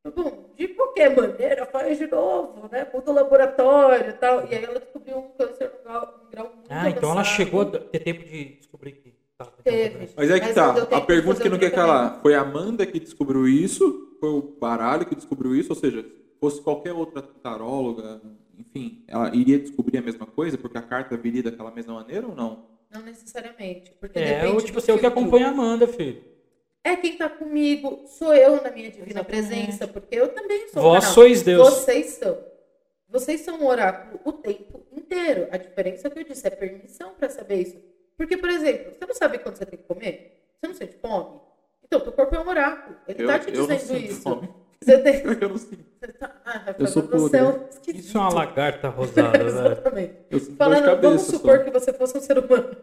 E: Eu, Bom, de qualquer maneira, faz de novo, né? Muda o laboratório e tal. E aí ela descobriu um câncer num grau, um grau muito
C: Ah, então ela
E: avançado.
C: chegou a ter tempo de descobrir que tava com
E: Teve.
C: doença.
B: Mas é que
E: Mas não
B: tá,
E: deu tempo
B: a
E: de
B: pergunta
E: fazer
B: que
E: o
B: não quer
E: tratamento.
B: calar. Foi a Amanda que descobriu isso? Foi o baralho que descobriu isso? Ou seja, se fosse qualquer outra taróloga, enfim, ela iria descobrir a mesma coisa? Porque a carta viria daquela mesma maneira ou não?
E: Não necessariamente. Porque
C: É,
E: depende
C: ou tipo
E: do
C: assim, é o que
E: filtro.
C: acompanha a Amanda, filho.
E: É quem tá comigo, sou eu na minha divina
C: Exatamente.
E: presença, porque eu também sou um
C: Vós
E: canal.
C: sois Deus.
E: Vocês são. Vocês são um oráculo o tempo inteiro. A diferença que eu disse é permissão para saber isso. Porque, por exemplo, você não sabe quando você tem que comer? Você não sente fome? Então, teu corpo é um oráculo. Ele
B: Eu,
E: tá te
B: eu não
E: dizendo
B: sinto
E: isso.
B: fome.
E: Você tem.
B: Eu não sinto.
E: Você tá... Ah,
B: Eu
E: Rafael,
B: sou
E: você é um esquisito.
C: Isso é uma né? lagarta rosada, velho.
E: Exatamente.
B: Eu sinto dor de
E: Falando,
B: cabeça.
E: vamos
B: só.
E: supor que você fosse um ser humano.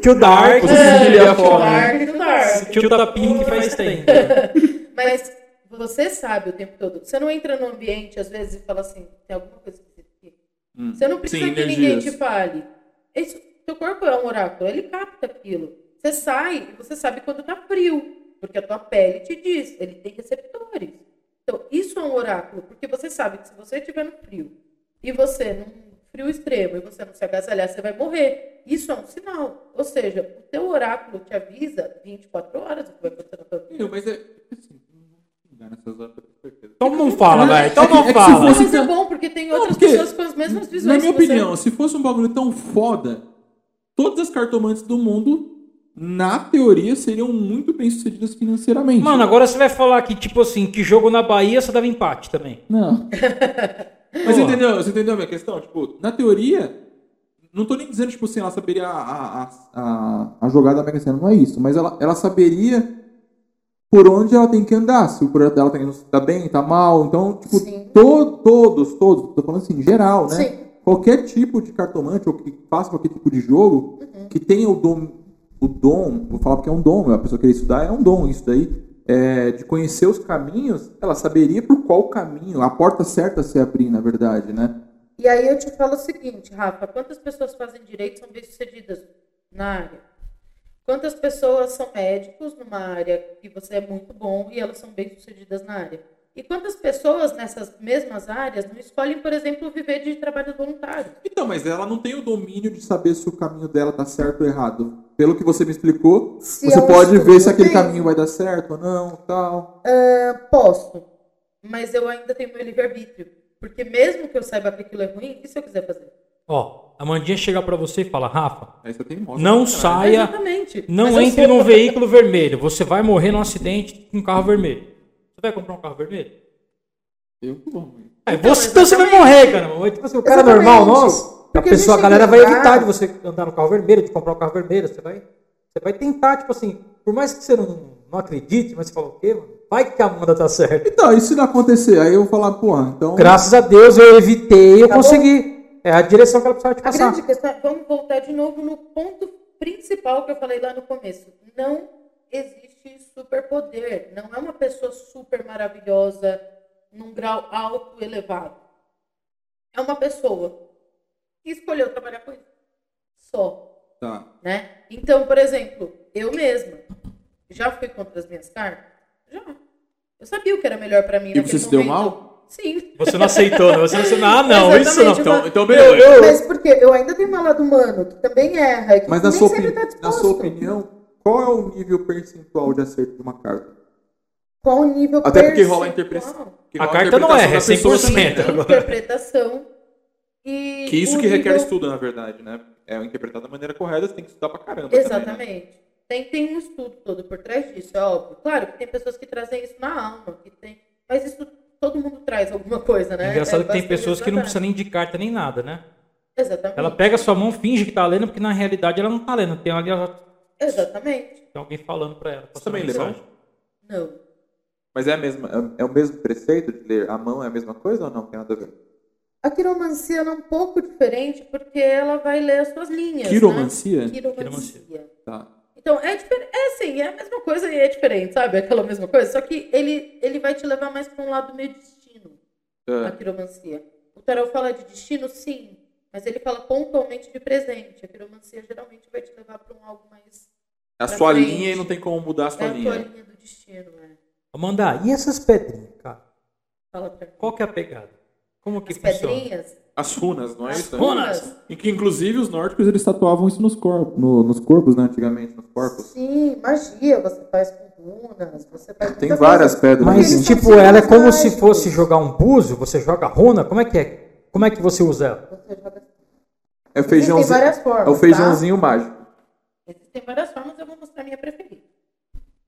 C: Tio Dark.
B: Você sentiria
C: É,
E: um
B: fome.
E: Dark, Dark.
C: Tio tá Tapinha que faz tempo.
E: Mas você sabe o tempo todo. Você não entra no ambiente, às vezes, e fala assim, tem alguma coisa que aqui.
B: Hum.
E: Você não precisa
B: Sim,
E: que ninguém
B: energias.
E: te fale. Isso, teu corpo é um oráculo, ele capta aquilo. Você sai e você sabe quando tá frio, porque a tua pele te diz, ele tem receptores. Então, isso é um oráculo, porque você sabe que se você estiver no frio e você num frio extremo e você não se agasalhar, você vai morrer. Isso é um sinal. Ou seja, o teu oráculo te avisa 24 horas o que vai acontecer na tua vida.
B: Meu, mas é. Assim, não vou enganar nessas horas, com certeza.
C: Então não fala,
E: Ah,
C: velho. Então
B: é que- é
C: não
B: que se
C: fala.
B: fosse-
E: Mas é bom, porque tem outras
B: porque,
E: pessoas com as mesmas visões.
B: Na minha
E: que você.
B: opinião, se fosse um bagulho tão foda, todas as cartomantes do mundo, na teoria, seriam muito bem sucedidas financeiramente.
C: Mano, agora você vai falar que, tipo assim, que jogo na Bahia só dava empate também.
B: Não. Mas
C: Porra.
B: você entendeu, você entendeu a minha questão? Tipo, na teoria, não tô nem dizendo, tipo assim, ela saberia a, a, a, a jogada da Mega Sena, não é isso. Mas ela, ela saberia por onde ela tem que andar, se o projeto dela tá, indo, tá bem, tá mal. Então, tipo,
E: Sim.
B: to- todos, todos, tô falando assim, em geral, né?
E: Sim.
B: Qualquer tipo de cartomante ou que faça qualquer tipo de jogo,
K: Uhum.
B: que tenha o dom, o dom, vou falar porque é um dom, a pessoa querer estudar é um dom isso daí, é, de conhecer os caminhos, ela saberia por qual caminho, a porta certa a se abrir, na verdade, né?
E: E aí eu te falo o seguinte, Rafa, quantas pessoas fazem direito são bem-sucedidas na área? Quantas pessoas são médicos numa área que você é muito bom e elas são bem-sucedidas na área? E quantas pessoas nessas mesmas áreas não escolhem, por exemplo, viver de trabalho voluntário?
B: Então, mas ela não tem o domínio de saber se o caminho dela tá certo ou errado. Pelo que você me explicou,
K: Se
B: você
K: eu
B: pode ver se
K: estudo
B: aquele
K: bem,
B: caminho vai dar certo ou não, tal.
E: Eu É, posso, mas eu ainda tenho meu livre-arbítrio. Porque mesmo que eu saiba que aquilo é ruim, e se eu quiser fazer?
C: Ó, a Mandinha chega pra você e fala, Rafa,
B: Aí você tem moto.
C: não saia,
E: Exatamente.
C: não
E: Mas eu
C: entre
E: sou-
C: num veículo vermelho. Você vai morrer num acidente com um carro vermelho. Você vai comprar um carro vermelho?
B: Eu vou. hein?
C: Aí você, então você vai morrer, cara. Tipo assim, o cara
K: Exatamente.
C: normal nosso, a
K: Porque a
C: pessoa, a
K: gente
C: galera
K: tem
C: vai
K: que
C: evitar
K: andar.
C: de você andar no carro vermelho, de comprar um carro vermelho. Você vai, você vai tentar, tipo assim, por mais que você não, não acredite, mas você fala, o quê, mano? Vai que a Amanda tá certa.
B: Então, e se não acontecer? Aí eu vou falar, pô, então.
C: Graças a Deus eu evitei, eu
K: Tá bom.
C: consegui. É a direção que ela precisava te
B: Tá
E: A
C: passar.
E: grande questão é, vamos voltar de novo no ponto principal que eu falei lá no começo. Não existe superpoder. Não é uma pessoa super maravilhosa, num grau alto, elevado. É uma pessoa que escolheu trabalhar com isso. Só.
B: Tá.
E: né? Então, por exemplo, eu mesma já fui contra as minhas cartas? Já. Eu sabia o que era melhor pra mim.
B: E
E: naquele
B: você se deu
E: momento.
B: mal?
E: Sim.
C: Você não aceitou, né? Você não aceitou. Ah, não, isso não.
E: Exatamente.
B: Então, então beleza.
E: Mas porque eu ainda tenho uma lado humano, que também erra, e que
B: Mas na
E: nem
B: sua,
E: sempre
B: opini-
E: tá
B: na
E: disposto.
B: sua opinião, qual é o nível percentual de acerto de uma carta?
E: Qual o nível
B: Até porque rola a
E: percentual?
B: interpretação. que
C: A
B: rola
C: carta não é,
B: interpretação
C: é
B: da pessoa
C: 100%.
B: também, né?
C: agora.
E: interpretação. E
G: Que isso
E: o
G: que requer
E: nível-
G: estudo, na verdade, né? É interpretar da maneira correta, você tem que estudar pra caramba. Também, né?
E: Exatamente. Tem, tem um estudo todo por trás disso, é óbvio. Claro que tem pessoas que trazem isso na alma, que tem... mas isso todo mundo traz alguma coisa, né?
C: Engraçado
E: É
C: que tem
E: bastante
C: pessoas que não
E: desvantagem.
C: precisam nem de carta nem nada, né?
E: Exatamente.
C: Ela pega sua mão, finge que tá lendo, porque na realidade ela não tá lendo. Tem ali ela-
E: Exatamente.
C: tem alguém falando pra ela.
G: Você também lê,
C: passando
G: mão?
C: mensagem.
E: Não.
B: Mas é a mesma, é, é o mesmo preceito de ler a mão é a mesma coisa ou não tem nada a ver?
E: A quiromancia ela é um pouco diferente porque ela vai ler as suas linhas.
B: Quiromancia?
E: Né? Quiromancia.
B: Tá.
E: Então, é, difer- é assim, é a mesma coisa e é diferente, sabe? É Aquela mesma coisa. Só que ele, ele vai te levar mais para um lado meio destino,
B: É.
E: a quiromancia. O tarot fala de destino, sim, mas ele fala pontualmente de presente. A quiromancia geralmente vai te levar para um algo mais.
G: É a
E: Pra
G: sua
E: frente.
G: linha e não tem como mudar a
E: É
G: sua
E: a
G: linha.
E: tua linha do destino, né?
C: Amanda, e essas pedrinhas, cara?
E: Fala pra mim.
C: Qual que é a pegada? Como que
E: As
C: funciona?
E: pedrinhas?
G: As runas, não é
E: as
G: isso?
C: runas.
E: runas.
G: E que inclusive os nórdicos eles tatuam.
B: Tatuavam isso nos corpos, no- nos corpos, né? Antigamente, nos corpos.
E: Sim, magia, você faz com runas, você faz
B: Tem
E: muita
B: várias
E: coisa.
B: pedras.
C: Mas
E: Eles
C: tipo,
E: fazem
C: ela é
E: mais
C: como
E: mágicos.
C: se fosse jogar um buzo, você joga runa, como é que é? Como é que você usa ela?
E: Você joga-
B: É o feijãozinho.
E: Existem várias formas,
B: é o feijãozinho mágico.
E: Existem várias formas, eu vou mostrar a minha preferida.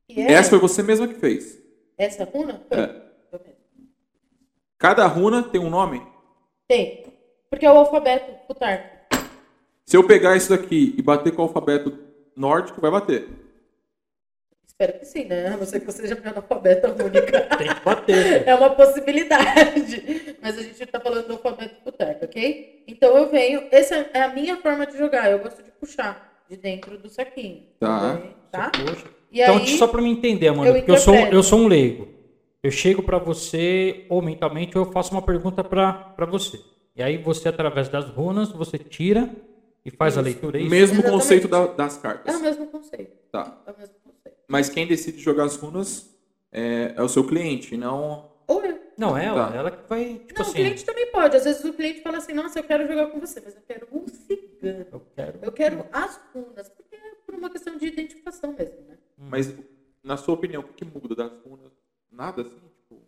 E: E é
G: Essa foi você mesma que fez.
E: essa runa? Foi. Eu mesmo.
G: Cada runa tem um nome.
E: Tem. Porque é o alfabeto Plutarco.
G: Se eu pegar isso daqui e bater com o alfabeto nórdico, vai bater.
E: Espero que sim, né? A não ser que eu seja minha analfabeta única.
C: Tem que bater.
E: é uma possibilidade. Mas a gente tá falando do alfabeto Plutarco, ok? Então eu venho. Essa é a minha forma de jogar. Eu gosto de puxar de dentro do saquinho.
B: Tá.
E: Tá?
C: Poxa.
E: E
C: então,
E: aí,
C: só pra me entender, Amanda,
E: eu
C: porque eu sou,
E: interpreto.
C: eu sou um leigo. Eu chego pra você, ou mentalmente, ou eu faço uma pergunta pra pra você. E aí você, através das runas, você tira e faz a leitura. é Isso.
G: Mesmo
E: Exatamente.
G: conceito da- das
E: é o
G: cartas.
E: mesmo conceito.
G: Tá.
E: É o mesmo conceito.
G: Mas quem decide jogar as runas é, é o seu cliente, não.
E: Ou eu.
C: Não, é ela,
G: Tá.
C: ela que vai, tipo
E: Não, o
C: assim,
E: cliente também pode. Às vezes o cliente fala assim, nossa, eu quero jogar com você, mas eu quero um cigano.
C: eu quero...
E: Eu quero as runas, porque é por uma questão de identificação mesmo, né?
G: Mas na sua opinião, o que muda das runas? Nada assim? Tipo,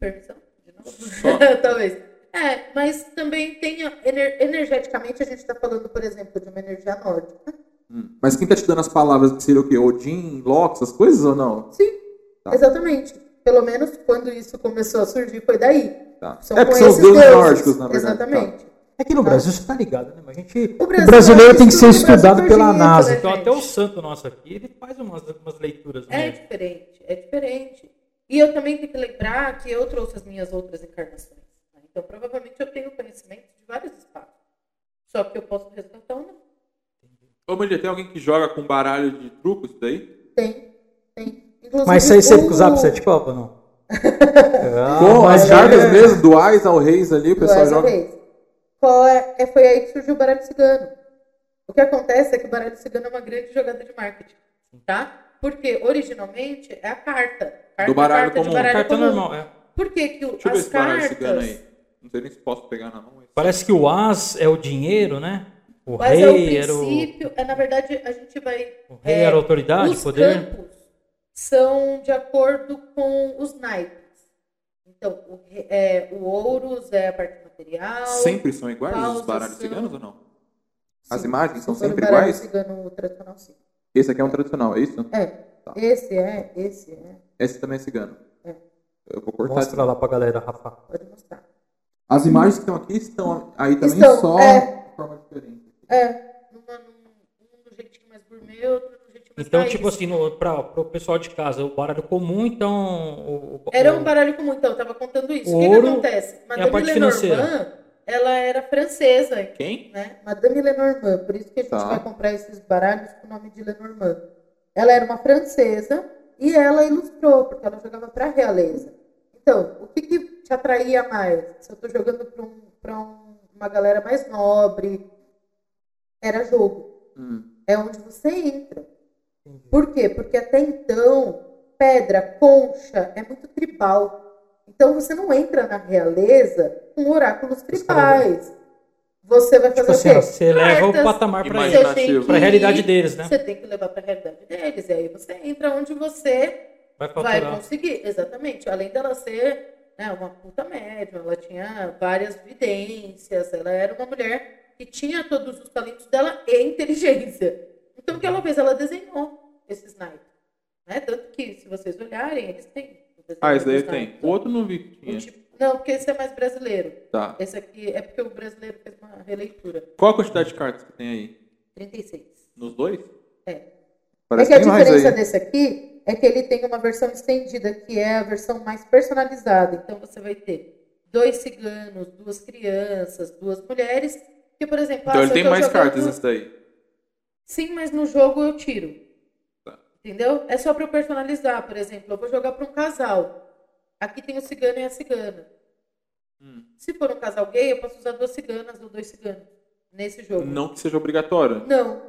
E: Permissão? De novo? Talvez. É, mas também tem, a- ener- energeticamente, a gente está falando, por exemplo, de uma energia nórdica.
B: Mas quem tá te dando as palavras que seria o quê? Odin, Loki, essas coisas ou não?
E: Sim,
B: Tá.
E: exatamente. Pelo menos quando isso começou a surgir, foi daí.
B: Tá.
E: São
B: é
E: com
B: porque são os
E: esses
B: deuses
E: deuses.
B: nórdicos, na verdade. tá.
E: Exatamente.
C: É que no Brasil você tá ligado, né? Mas a gente...
E: O,
C: O brasileiro tem que ser
E: estuda, o
C: estudado
E: Brasil
C: pela
E: tem
C: NASA.
E: jeito,
C: Então
E: né,
C: até o
E: gente?
C: santo nosso aqui, ele faz umas, umas leituras
G: Né?
C: né?
E: É
C: mesmo.
E: diferente, é diferente. E eu também tenho que lembrar que eu trouxe as minhas outras encarnações. né? Então, provavelmente, eu tenho conhecimento de vários espaços. Só que eu posso resgatar ou não.
G: Ô, Maria, tem alguém que joga com baralho de truco isso daí?
E: Tem, tem. Inclusive,
C: Mas isso aí você
E: o-
C: usar pro
G: é tipo
C: sete copa, não? Ah,
B: Com
C: mas
B: as cartas
C: é-
B: mesmo, do Ais ao Reis ali, o
E: do
B: pessoal
E: Asa
B: joga.
E: Reis. Qual é, é- foi aí que surgiu o baralho cigano. O que acontece é que o baralho cigano é uma grande jogada de marketing, tá? Porque originalmente é a carta. Carta,
G: Do baralho
E: carta de
G: comum.
E: baralho
C: Carta
E: comum.
C: normal, é.
E: Por que, que o-
G: Deixa eu ver
E: as
G: esse baralho cigano
E: cartas.
G: aí. Não sei nem se posso pegar na mão. mas-
C: Parece que o as é o dinheiro, né? O
E: Mas
C: rei
E: é o
C: era o,
E: princípio. É, na verdade, a gente vai
C: o rei
E: é,
C: era a autoridade,
E: os
C: poder.
E: campos são de acordo com os naipes. Então, o, re- é, o ouros é a parte material.
G: Sempre são iguais os
E: Pausas
G: baralhos
E: são-
G: ciganos ou não?
B: As
E: Sim.
B: imagens são
E: Se for
B: sempre
E: o baralho
B: iguais?
E: cigano tradicional, sim.
B: Esse aqui é um tradicional, é isso?
E: É.
B: Tá.
E: Esse é, esse é.
B: Esse também é cigano.
E: É.
B: Eu vou cortar.
C: Mostra lá pra galera, Rafa.
E: Pode mostrar.
B: As imagens que estão aqui estão aí também
E: Estão,
B: só
E: é.
B: de forma diferente.
E: É. Numa, num, um do jeitinho mais gourmet, outro do jeitinho mais
C: Então,
E: raiz.
C: tipo assim, no, pra, pro pessoal de casa, o baralho comum, então. O, o-
E: Era um
C: o-
E: baralho comum, então, eu tava contando isso.
C: O
E: O que, que
C: ouro
E: acontece?
C: a parte financeira.
E: ela era francesa,
G: Quem?
E: né? Madame Lenormand, por isso que a gente
B: Tá.
E: vai comprar esses baralhos com o nome de Lenormand. Ela era uma francesa e ela ilustrou, porque ela jogava para a realeza. Então, o que, que te atraía mais? Se eu estou jogando para um, uma galera mais nobre, era jogo
B: Hum.
E: é onde você entra. Por quê? Porque até então, pedra, concha, é muito tribal. Então você não entra na realeza com oráculos tribais. Você vai
C: tipo assim,
E: fazer o quê?
C: ó, você leva o
E: Cartas.
C: patamar pra
G: Imagina-
C: eles.
E: Você tem que
C: Pra
E: ir,
C: realidade deles, né?
E: Você tem que levar pra realidade deles. E aí você entra onde você
C: Vai
E: vai
C: faturar.
E: conseguir. Exatamente. Além dela ser né, uma puta médium, ela tinha várias vidências, ela era uma mulher que tinha todos os talentos dela e inteligência. Então o que ela fez? Ela desenhou esses naipes. Né? Tanto que, se vocês olharem, eles têm. o desenho
G: Ah, esse daí
E: dos
G: tem.
E: naipes,
G: O
E: ó.
G: outro não vi que
E: O
G: tinha.
E: tipo- Não, porque esse é mais brasileiro.
G: Tá.
E: Esse aqui é porque o brasileiro fez uma releitura.
G: Qual a quantidade de cartas que tem aí?
E: 36.
G: Nos dois?
B: Parece
E: é
B: que
E: que
B: tem
E: a
B: mais
E: diferença
B: aí.
E: desse aqui é que ele tem uma versão estendida, que é a versão mais personalizada. Então você vai ter dois ciganos, duas crianças, duas mulheres. Que, por exemplo, ah,
G: Então ele
E: se eu
G: tem
E: tô
G: mais
E: jogando-
G: cartas esse daí.
E: Sim, mas no jogo eu tiro.
G: Tá.
E: Entendeu? É só para eu personalizar, por exemplo, eu vou jogar para um casal. Aqui tem o cigano e a cigana.
G: Hum.
E: Se for um casal gay, eu posso usar duas ciganas ou dois ciganos nesse jogo.
G: Não que seja obrigatório.
E: Não,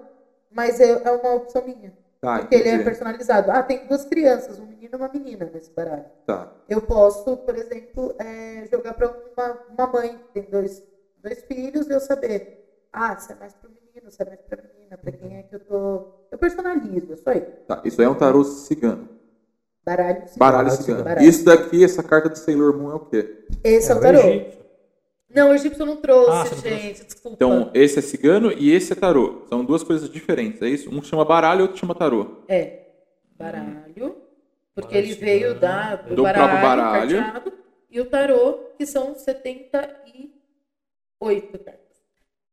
E: mas é- é uma opção minha.
B: Tá,
E: Porque ele é
B: entendi.
E: personalizado. Ah, tem duas crianças, um menino e uma menina nesse baralho.
B: Tá.
E: Eu posso, por exemplo, eh, jogar para uma, uma mãe que tem dois, dois filhos e eu saber. Ah, se é mais pro menino, se é mais pra menina, pra quem é que eu tô. Eu personalizo, é só isso aí.
B: tá. Isso aí é um tarô cigano.
E: Baralho. sim.
B: Baralho cigano.
E: Baralho.
B: Isso daqui, essa carta do Sailor Moon é o quê?
E: Esse é, o
C: o
E: tarô.
C: Egito.
E: Não, o egípcio eu não
C: Ah,
E: trouxe,
C: você não trouxe.
E: gente. Desculpa.
G: Então, esse é cigano e esse é tarô. São duas coisas diferentes, é isso? Um chama baralho, outro chama tarô.
E: É. Baralho.
C: Hum. Baralho
E: Porque ele veio
C: cigano.
E: da, do,
G: Do próprio
E: baralho,
G: baralho.
E: carteado, e o tarô, que são 78 cartas.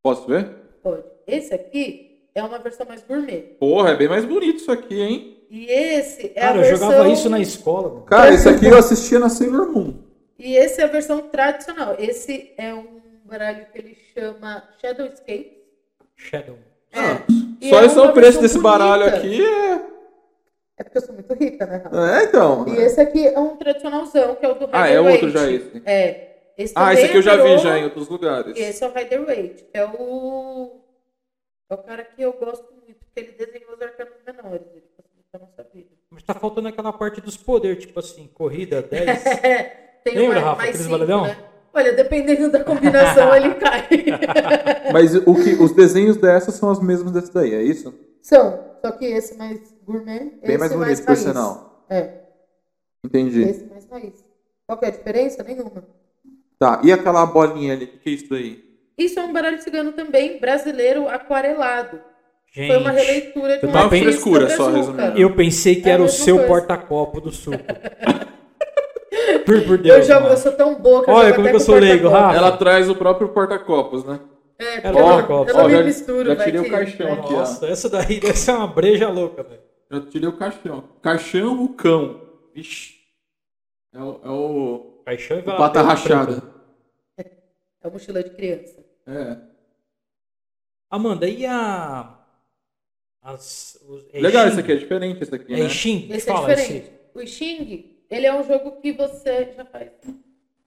G: Posso ver?
E: Pode. Esse aqui é uma versão mais gourmet.
G: Porra, é bem mais bonito isso aqui, hein?
E: E esse é
C: Cara,
E: a
C: eu
E: versão.
C: jogava isso na escola. mano.
E: É,
B: Cara, isso
E: então.
B: aqui eu assistia na Sailor Moon.
E: E esse é a versão tradicional. Esse é um baralho que ele chama Shadow Escape.
C: Shadow.
E: É. E
G: Só
E: é
G: esse é
E: uma
G: o preço
E: versão
G: desse
E: bonita.
G: baralho aqui. É,
E: É porque eu sou muito rica, né, Rafa?
B: É, então.
E: E esse aqui é um tradicionalzão, que é o do
G: ah, é
E: Rider
G: outro
E: Waite.
G: já esse.
E: É. Esse
G: Ah,
E: também
G: esse aqui
E: é
G: eu já vi
E: tarô,
G: já em outros lugares.
E: E esse é o Rider Waite, que é o. É o cara que eu gosto muito, porque ele desenhou os arcanos menores. Ele assim, então facilitou a nossa vida.
C: Mas tá faltando aquela parte dos poderes, tipo assim, corrida 10.
E: É, Tem
C: Lembra,
E: mais-
C: Rafa,
E: mais
C: aqueles
E: cinco,
C: baladão?
E: né? Olha, dependendo da combinação, ele cai.
B: Mas o que, os desenhos dessas são os mesmos desse daí, é isso?
E: São, só que esse mais gourmet,
B: Bem
E: esse é
B: mais bonito, por
E: raiz.
B: sinal.
E: É,
B: Entendi.
E: esse mais raiz. Qual que é a diferença? Nenhuma.
B: Tá, e aquela bolinha ali?
G: O que é isso daí?
E: Isso é um baralho cigano também, brasileiro, aquarelado.
C: Gente,
E: Foi uma releitura de
C: eu
E: um
C: tava
E: artista
G: frescura, só
E: brazuca.
G: resumindo.
C: eu pensei que
E: É a
C: era o
E: mesma
C: seu
E: coisa.
C: porta-copo do suco. por, por
E: Eu
C: Deus,
E: jogo,
C: mano.
E: eu sou tão boa que eu
C: Olha
E: jogo
C: como
E: até
C: que eu
E: com
C: sou leigo,
E: porta-copo.
C: Rafa.
G: Ela traz o próprio porta-copos, né?
E: É,
C: Era
E: porque eu não-
C: porta-copo.
E: eu não
G: Ó,
E: me
G: já-
E: misturo,
G: já
E: vai
G: tirei o
E: que-
G: caixão
E: né?
G: aqui.
C: Nossa, essa daí deve ser uma breja louca, velho.
G: Já tirei o caixão. Caixão, o cão. Vixe. É o, é o,
C: Caixão e
G: o
C: vai lá,
G: pata
C: pega o
G: rachada.
C: preto.
E: É mochila de criança.
G: É.
C: Amanda, e a. As, os, é
G: Legal,
C: Xing?
G: isso aqui é diferente, isso aqui, né?
C: É Xing?
E: Esse
C: Fala,
E: é diferente. O Xing, ele é um jogo que você já faz.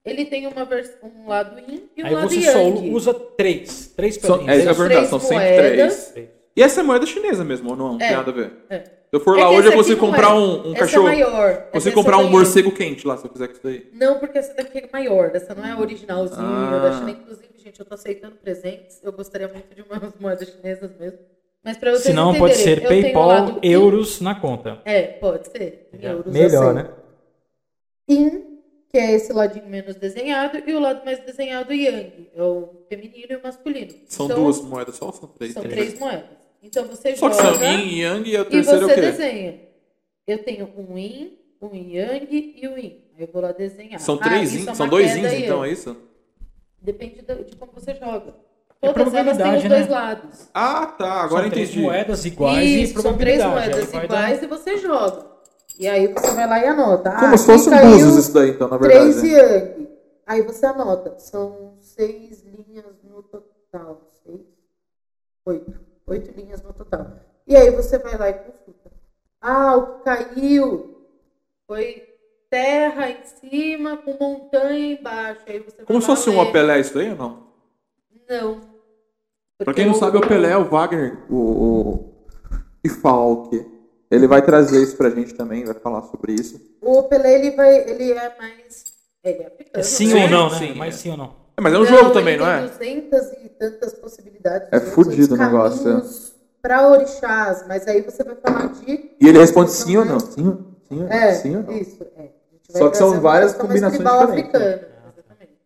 E: Ele tem uma vers- um lado yin e um
C: Aí
E: lado
C: você
E: yang.
C: só usa três. Três
B: São- é,
C: pedrinhas.
B: é
E: Três
B: verdade, são sempre
E: moedas.
B: três. E essa é moeda chinesa mesmo, ou não? Não tem
E: É.
B: nada a ver.
E: É.
B: Se eu for
E: É
B: lá
E: que
B: hoje, eu
E: essa
B: consigo
E: aqui não
B: comprar
E: é.
B: um, um
E: Essa
B: cachorro.
E: é maior.
B: Consigo
E: Essa
B: comprar
E: eu
B: um
E: ganhei.
B: morcego quente lá, se eu quiser com isso daí.
E: Não, porque essa daqui é maior. Essa não é a originalzinha
B: Ah.
E: da China. Inclusive, gente, eu tô aceitando presentes. Eu gostaria muito de umas moedas chinesas mesmo. Mas pra vocês
C: Se não, pode
E: entenderem,
C: ser
E: eu tenho o lado
C: PayPal,
E: yin-
C: euros na conta.
E: É, pode ser. Em euros, assim.
L: Melhor,
E: eu sei.
L: né?
E: Yin, que é esse ladinho menos desenhado, e o lado mais desenhado, yang. É o feminino e o masculino.
B: São
E: Então,
B: duas moedas só ou são três?
E: São três moedas. Então você
B: Só que
E: joga...
B: são yin, yang e a
E: E
B: terceira é
E: você
B: o quê?
E: desenha. Eu tenho um yin, um yang e um yin. Aí eu vou lá desenhar.
B: São
E: Ah,
B: três
E: isso
B: yin,
E: é uma
B: são dois
E: queda
B: ins,
E: yang.
B: então, é isso?
E: Depende do- de como você joga.
L: É
E: Todas elas têm os
L: probabilidade,
E: dois
L: né?
E: lados.
B: Ah, tá, agora
C: São três
B: entendi.
C: moedas iguais
E: Isso,
C: e
E: são três
C: probabilidade. é Aí
E: moedas
C: vai
E: iguais e você joga. E aí você vai lá e anota.
B: Como
E: ah,
B: se fosse
E: aqui
B: um
E: caiu
B: búzios isso daí, então, na verdade.
E: Três
B: né?
E: yang. Aí você anota. São seis linhas no total. Seis, oito. Oito linhas no total. E aí você vai lá e consulta. Ah, o que caiu foi terra em cima com montanha embaixo. Aí você vai
B: Como
E: lá
B: se fosse um
E: ver.
B: Opelé isso daí ou não?
E: Não.
B: Pra quem não sabe, o Pelé é o Wagner, o, o Ifalque. Ele vai trazer isso pra gente também, vai falar sobre isso.
E: O Opelé, ele, vai, ele é mais... Ele é africano.
C: É sim,
E: né?
C: ou não, né?
B: sim,
C: Mas
B: é.
C: sim ou não.
B: É, mas é um jogo
E: ele
B: também, não
E: tem
B: é?
E: 200 e tantas possibilidades.
B: É fudido o é.
E: Para orixás, mas aí você vai falar de.
B: E ele responde sim ou não? Sim, sim,
E: É,
B: sim ou não?
E: isso. É. A gente
B: Só que são
E: trazer uma
B: várias
E: questão mais
B: combinações
E: tribal
B: diferentes, né?
E: africana. Exatamente.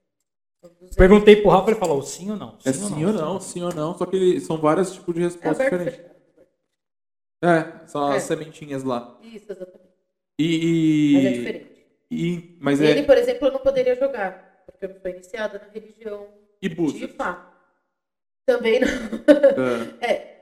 E: São 200.
C: Perguntei pro Rafa, ele falou sim ou não.
B: É sim ou não, sim ou não, só que ele- são vários tipos de
E: É
B: respostas
E: aberto e
B: diferentes.
E: fechado.
B: É, são as
E: É.
B: sementinhas lá.
E: Isso, exatamente.
B: E.
E: Mas é
B: e-
E: diferente.
B: e- mas
E: Ele,
B: é.
E: por exemplo, eu não poderia jogar, porque eu não sou iniciada na religião
B: E
E: de
B: búzios.
E: Fá. Também não.
B: É.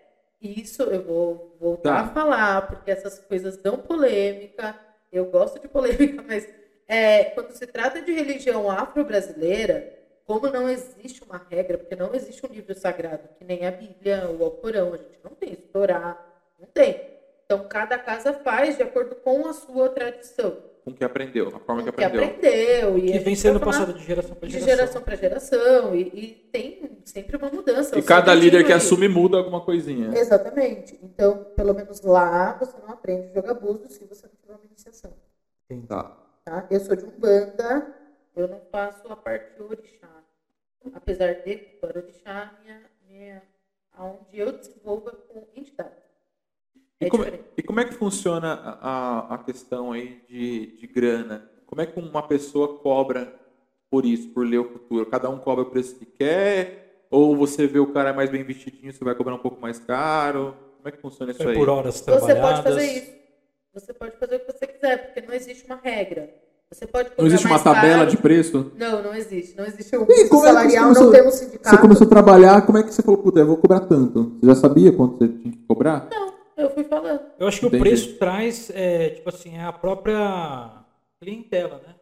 E: Isso eu vou voltar
B: Tá.
E: a falar, porque essas coisas dão polêmica. Eu gosto de polêmica, mas é, quando se trata de religião afro-brasileira, como não existe uma regra, porque não existe um livro sagrado, que nem a Bíblia, o Alcorão, a gente não tem isso, Torá, não tem. Então, cada casa faz de acordo com a sua tradição,
B: Com o que aprendeu, a forma
E: com
B: que
E: o que
B: aprendeu.
E: aprendeu. E a
C: Que
E: gente
C: vem sendo
E: vai falar
C: passado de geração para
E: Então, tá. de
C: geração.
E: geração
B: É
E: para geração, e, e tem sempre uma mudança.
B: E
E: Eu
B: cada
E: sempre
B: líder
E: digo
B: que
E: isso.
B: assume muda alguma coisinha.
E: Exatamente. Então, pelo menos lá, você não aprende a jogar búzio se você não tiver uma iniciação.
B: Tá.
E: Tá? Eu sou de Umbanda, eu não faço a parte orixá. Apesar de que para orixá, minha, minha, aonde eu desenvolvo é com entidade.
B: E
E: É
B: como,
E: diferente.
B: e como é que funciona a, a questão aí de, de grana? Como é que uma pessoa cobra por isso, por ler o futuro? Cada um cobra o preço que quer? Ou você vê o cara mais bem vestidinho, você vai cobrar um pouco mais caro? Como é que funciona isso
C: É
B: aí?
C: por horas
E: Então, Você
C: trabalhadas.
E: pode fazer isso. Você pode fazer o que você quiser, porque não existe uma regra. Você pode
B: Não existe uma
E: cobrar mais
B: tabela
E: caro.
B: de preço?
E: Não, não existe. Não existe um
B: E como é que
E: salarial,
B: você
E: não
B: começou-
E: temos sindicato.
B: a trabalhar, como é que você falou, puta, eu vou cobrar tanto? Você já sabia quanto você tinha que cobrar?
E: Eu fui falando.
C: Eu acho que
B: Entendi.
C: o preço traz, é, tipo assim, é a própria clientela, né?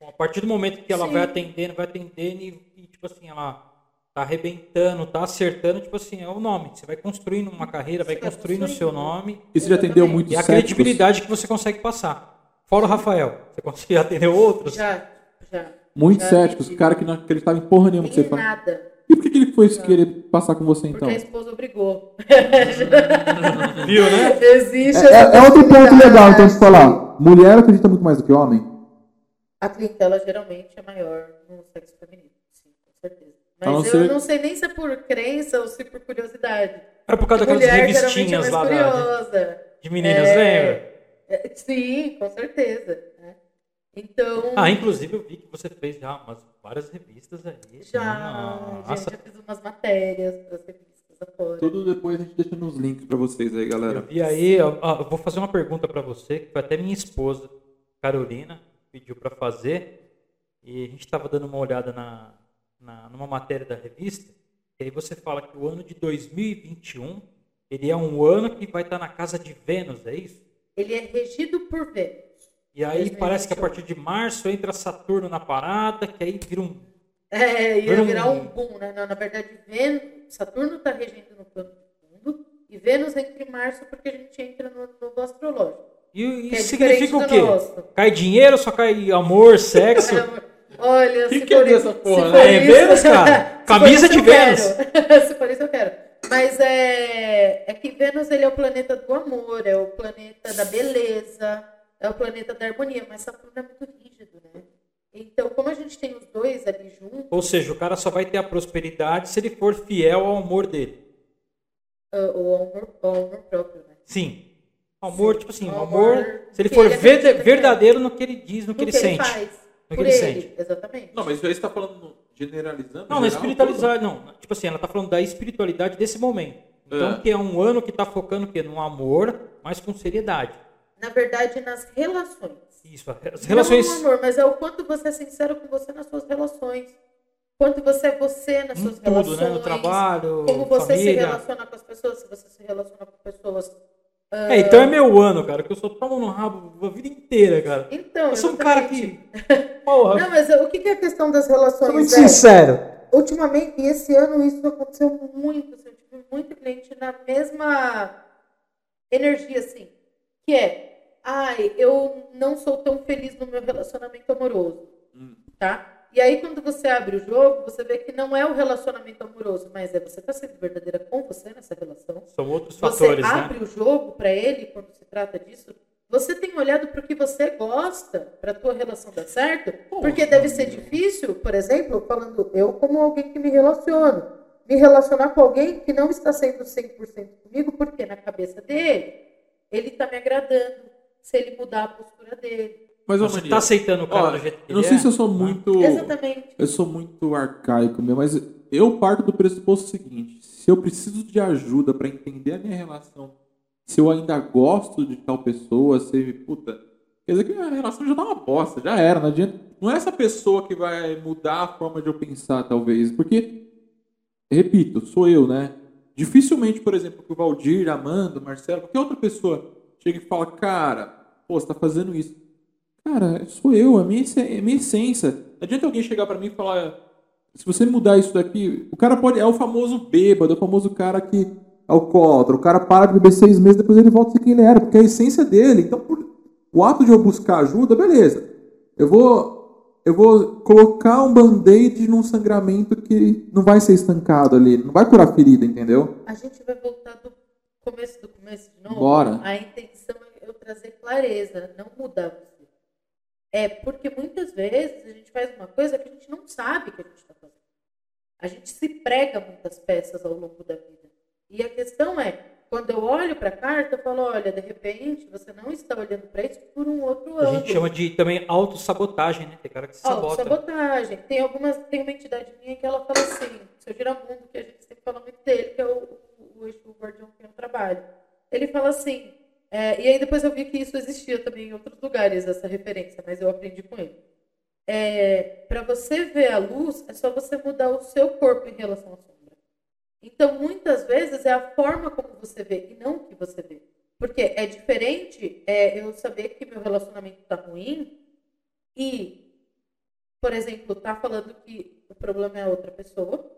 C: Bom, A partir do momento que ela
E: Sim.
C: vai atendendo, vai atendendo e, e, tipo assim, ela tá arrebentando, tá acertando, tipo assim, é o nome. Você vai construindo uma carreira, vai
E: Você vai
C: construindo o seu
E: construindo.
C: nome
B: E você já atendeu
E: Exatamente.
B: muitos
C: e a
B: céticos?
C: credibilidade que você consegue passar. Fora o Rafael, você consegue atender outros.
E: Já, já.
B: Muitos
E: Já
B: céticos,
E: atendi.
B: cara que não acreditava em porra nenhuma que você
E: Em
B: fala.
E: nada.
B: E por que, que ele foi querer passar com você
E: Porque
B: então?
E: a esposa obrigou.
C: Viu, né?
E: Existe.
B: É,
E: essa
B: é outro ponto
E: possibilidade.
B: legal, então, de se falar. Mulher acredita muito mais do que homem?
E: A clientela geralmente é maior no sexo feminino, sim, com certeza. Mas
B: A não
E: eu
B: ser-
E: não sei nem se é por crença ou se por curiosidade.
C: É por causa daquelas
E: Mulher geralmente é
C: revistinhas
E: mais
C: lá da,
E: curiosa.
C: de meninas,
E: É.
C: lembra?
E: É, Sim, com certeza. né? Então,
C: Ah, inclusive eu vi que você fez já umas, várias revistas aí.
E: já,
C: Ah, Nossa,
E: gente, eu fiz umas matérias para as revistas afora.
B: Tudo depois a gente deixa nos links pra vocês aí,
C: Eu
B: galera.
C: vi aí, ó, ó, eu vou fazer uma pergunta pra você, que foi até minha esposa, Carolina, pediu pra fazer. E a gente estava dando uma olhada na, na- numa matéria da revista, e aí você fala que o ano de 2021, ele é um ano que vai estar na casa de Vênus, é isso?
E: Ele é regido por Vênus.
C: E aí
E: 2021.
C: parece que a partir de março entra Saturno na parada, que aí vira um...
E: É, ia
C: Vrum.
E: virar um boom, né? Não, na verdade, Vênus, Saturno está regendo no plano do mundo e Vênus entra em março porque a gente entra no ano novo astrológico.
C: E
E: que é
C: isso significa o
E: diferente do
C: quê?
E: nosso.
C: Cai dinheiro, só cai amor, sexo?
E: É, Olha,
B: Que
E: se
B: que é
E: for isso-
B: dessa porra,
E: se
B: né?
E: for
M: É
E: isso-
M: Vênus, cara.
E: se for
M: Camisa
E: isso,
M: de
E: eu
M: Vênus.
E: quero. se for isso, eu quero. Mas é, é que Vênus ele é o planeta do amor, é o planeta da beleza, é o planeta da harmonia, mas Saturno é muito rígido, né? Então, como a gente tem os dois ali juntos,
C: Ou seja, o cara só vai ter a prosperidade se ele for fiel ao amor dele.
E: ah, o amor, o amor próprio, né?
C: Sim. Amor, tipo assim, o amor,
E: Amor
C: se ele
E: que
C: for
E: ele
C: verde-
E: acredita que é.
C: verdadeiro no que ele diz, no,
E: No
C: que ele, sente.
E: faz,
C: que
E: por
C: ele
E: ele,
C: sente.
E: exatamente.
B: Não, mas isso aí você tá falando generalizando?
C: Não, não
B: geral,
C: espiritualizar, não. Tipo assim, ela tá falando da espiritualidade desse momento. Então,
B: É.
C: que é um ano que tá focando o quê? No amor, mas com seriedade.
E: Na verdade, nas relações.
C: Isso, as relações.
E: Não, amor, mas é o quanto você é sincero com você nas suas relações. Quanto você é você nas
C: em
E: suas
C: tudo,
E: relações.
C: né? No trabalho,
E: como você se
C: família.
E: relaciona com as pessoas, se você se relaciona com pessoas.
C: É, então é meu ano, cara, que eu só tomo no rabo a vida inteira, cara.
E: Então,
C: Eu sou um cara
E: exatamente.
C: que. Porra,
E: Não, mas o que que é a questão das
C: sou muito
E: relações? É,
C: sincero.
E: ultimamente, e esse ano isso aconteceu muito, assim, eu tive muito cliente na mesma energia, assim, que é, ai, eu não sou tão feliz no meu relacionamento amoroso,
B: Hum.
E: tá? E aí, quando você abre o jogo, você vê que não é o relacionamento amoroso, mas é você tá sendo verdadeira com você nessa relação.
C: São outros
E: você
C: fatores, né?
E: abre o jogo para ele quando se trata disso. Você tem olhado para o que você gosta, para a tua relação dar certo? Porque deve ser difícil, por exemplo, falando eu como alguém que me relaciono, me relacionar com alguém que não está sendo 100% comigo, porque na cabeça dele, ele está me agradando, se ele mudar a postura dele.
B: Mas, ô,
C: Você
B: Mania,
C: tá aceitando o cara
B: Ó,
C: do jeito que
B: eu não
C: ele
B: sei
C: é?
B: se eu sou muito...
E: Exatamente.
B: Eu sou muito arcaico mesmo, mas eu parto do pressuposto seguinte: se eu preciso de ajuda para entender a minha relação, se eu ainda gosto de tal pessoa, se puta, quer dizer que minha relação já tá uma bosta, já era, não adianta. Não é essa pessoa que vai mudar a forma de eu pensar, talvez, porque repito, sou eu, né? Dificilmente, por exemplo, que o Valdir, a Amanda, o Marcelo, qualquer outra pessoa chega e fala: "Cara, pô, você tá fazendo isso". Cara, sou eu, é minha, essen- é minha essência. Não adianta alguém chegar pra mim e falar, se você mudar isso daqui, o cara pode, é o famoso bêbado, é o famoso cara que alcoólatra, o cara para de beber seis meses, depois ele volta a ser quem ele era, porque é a essência dele. Então, por- o ato de eu buscar ajuda, beleza. Eu vou, eu vou colocar um band-aid num sangramento que não vai ser estancado ali, não vai curar a ferida, entendeu?
E: A gente vai voltar do começo do começo de novo.
B: Bora.
E: A intenção é eu trazer clareza, não mudar você. É porque muitas vezes a gente faz uma coisa que a gente não sabe que a gente está fazendo. A gente se prega muitas peças ao longo da vida. E a questão é, quando eu olho para a carta, eu falo, olha, de repente você não está olhando para isso por um outro
C: A
E: ângulo.
C: gente chama de também autossabotagem, né? Tem cara que se
E: Ó,
C: sabota.
E: sabotagem. Tem algumas, tem uma entidade minha que ela fala assim, o seu Giramundo, que a gente sempre fala muito dele, que é o, o, o Exu Guardião que eu trabalho. Ele fala assim, é, e aí depois eu vi que isso existia também em outros lugares, essa referência, mas eu aprendi com ele. É, para você ver a luz, é só você mudar o seu corpo em relação à sombra. Então, muitas vezes é a forma como você vê e não o que você vê. Porque é diferente é, eu saber que meu relacionamento tá ruim e por exemplo, tá falando que o problema é a outra pessoa,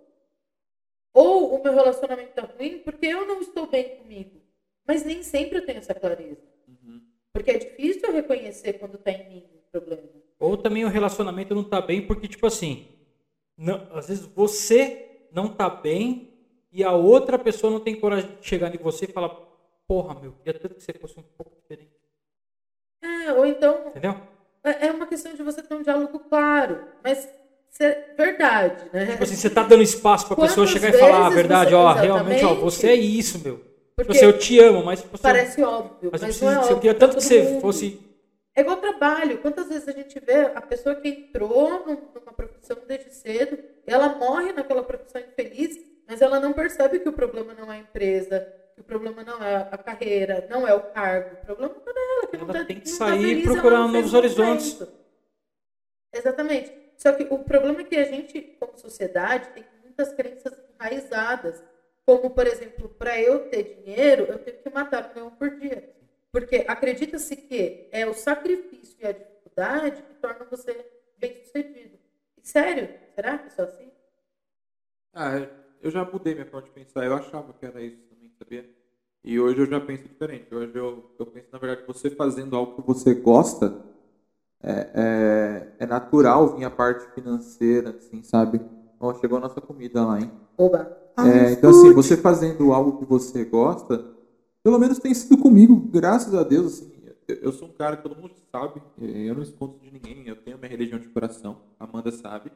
E: ou o meu relacionamento tá ruim porque eu não estou bem comigo. Mas nem sempre eu tenho essa clareza.
C: Uhum.
E: Porque é difícil eu reconhecer quando tá em mim o problema.
C: Ou também o relacionamento não tá bem porque, tipo assim, não- às vezes você não tá bem e a outra pessoa não tem coragem de chegar em você e falar, porra, meu, queria tanto que você fosse um pouco diferente,
E: É, ou então,
C: entendeu?
E: é é uma questão de você ter um diálogo claro, mas ser verdade, né?
C: Tipo assim, você tá dando espaço pra pessoa
E: Quantas
C: chegar e falar, ah, a
E: vezes
C: verdade,
E: você-
C: ó, realmente, ó,
E: Exatamente.
C: você é isso, meu. Tipo
E: Porque
C: assim, eu te amo, mas, tipo, você,
E: parece óbvio,
C: mas
E: mas,
C: eu,
E: não
C: preciso,
E: é óbvio.
C: eu queria
E: pra
C: tanto que
E: todo
C: você
E: mundo.
C: fosse
E: É igual trabalho. Quantas vezes a gente vê a pessoa que entrou num- numa profissão desde cedo, ela morre naquela profissão infeliz, mas ela não percebe que o problema não é a empresa, que o problema não é a carreira, não é o cargo. O problema tá nela, que não
C: Ela
E: tá,
C: tem que
E: não tá
C: sair e
E: feliz, ela
C: procurar
E: não fez
C: novos
E: nada pra
C: horizontes.
E: isso. Exatamente. Só que o problema é que a gente, como sociedade, tem muitas crenças enraizadas. Como, por exemplo, para eu ter dinheiro, eu tenho que matar o leão por dia. Porque acredita-se que é o sacrifício e a dificuldade que torna você bem-sucedido. E Sério? Será que é só assim?
B: Ah, eu já mudei minha forma de pensar. Eu achava que era isso também, sabia? E hoje eu já penso diferente. Hoje eu, eu penso, na verdade, você fazendo algo que você gosta é, é, é natural vir a parte financeira, assim, sabe? Ó, chegou a nossa comida lá, hein?
E: Oba.
B: É, então, assim, você fazendo algo que você gosta, pelo menos tem sido comigo, graças a Deus. Assim, eu, eu sou um cara que todo mundo sabe, eh, eu não escondo de ninguém, eu tenho minha religião de coração, Amanda sabe.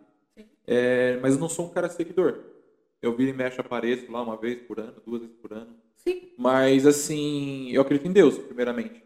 B: É, mas eu não sou um cara seguidor. Eu viro e mexo, apareço lá uma vez por ano, duas vezes por ano.
E: Sim.
B: Mas, assim, eu acredito em Deus, primeiramente.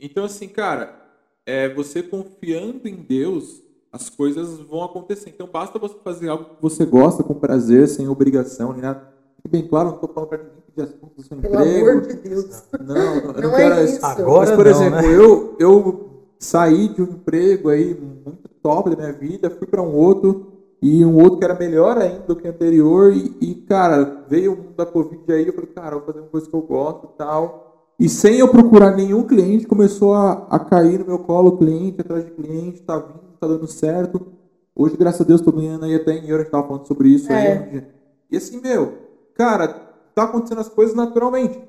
B: Então, assim, cara, é, você confiando em Deus, as coisas vão acontecer. Então, basta você fazer algo que você gosta, com prazer, sem obrigação, nem nada. Fique bem claro, não estou falando para ninguém pedir as contas do seu
E: Pelo
B: emprego.
E: amor de Deus.
B: Não, não, eu não
E: Não é
B: quero
E: isso.
B: Mas,
C: Agora
B: por
C: não,
B: exemplo,
C: né?
B: eu, eu saí de um emprego aí muito top da minha vida, fui para um outro, e um outro que era melhor ainda do que o anterior, e, e, cara, veio o mundo da Covid aí, eu falei, cara, eu vou fazer uma coisa que eu gosto e tal. E sem eu procurar nenhum cliente, começou a, a cair no meu colo cliente, atrás de cliente, tá vindo, tá dando certo. Hoje, graças a Deus, tô ganhando aí até em euro, a gente tava falando sobre isso
E: É.
B: aí. um dia. E assim, meu, cara, tá acontecendo as coisas naturalmente.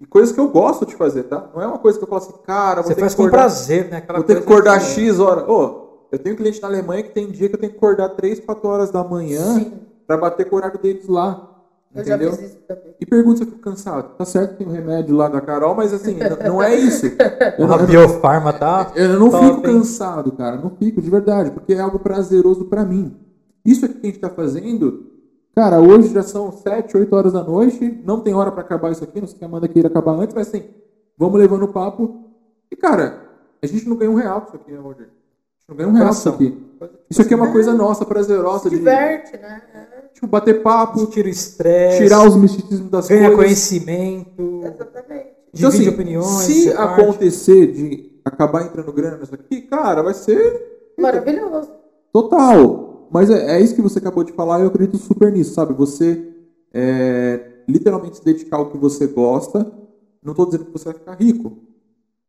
B: E coisas que eu gosto de fazer, tá? Não é uma coisa que eu falo assim, cara, eu vou
C: Você
B: ter
C: faz
B: que
C: com
B: acordar,
C: prazer, né? Aquela
B: vou ter que
C: coisa
B: acordar X hora. Ô, eu tenho cliente na Alemanha que tem dia que eu tenho que acordar 3, 4 horas da manhã
E: Sim.
B: pra bater com o horário deles lá.
E: Eu já
B: Entendeu?
E: fiz isso também.
B: E pergunta se eu fico cansado. Tá certo que tem o remédio lá da Carol, mas assim, n- não é isso. Eu não-
C: A biofarma tá.
B: eu não
C: Top,
B: fico
C: hein?
B: cansado, cara. Não fico, de verdade. Porque é algo prazeroso pra mim. Isso aqui que a gente tá fazendo... Cara, hoje já são 7, 8 horas da noite. Não tem hora pra acabar isso aqui. Não sei se a Amanda queira acabar antes, mas assim... Vamos levando o papo. E, cara, a gente não ganha um real com isso aqui, né, Roger? A gente não ganha um real com isso
C: Coração.
B: aqui. Isso aqui é uma coisa nossa, prazerosa.
E: Se
B: De,
E: diverte, né?
B: tipo, bater papo,
C: Tira o estresse.
B: tirar os misticismos das
C: Ganha
B: coisas.
E: É,
C: conhecimento.
E: Exatamente.
B: Então,
C: Divide
B: assim,
C: opiniões.
B: se
C: reparte.
B: acontecer de acabar entrando grana nisso aqui, cara, vai ser
E: Maravilhoso.
B: total. Mas é, é isso que você acabou de falar e eu acredito super nisso, sabe? Você é, literalmente se dedicar ao que você gosta. Não tô dizendo que você vai ficar rico.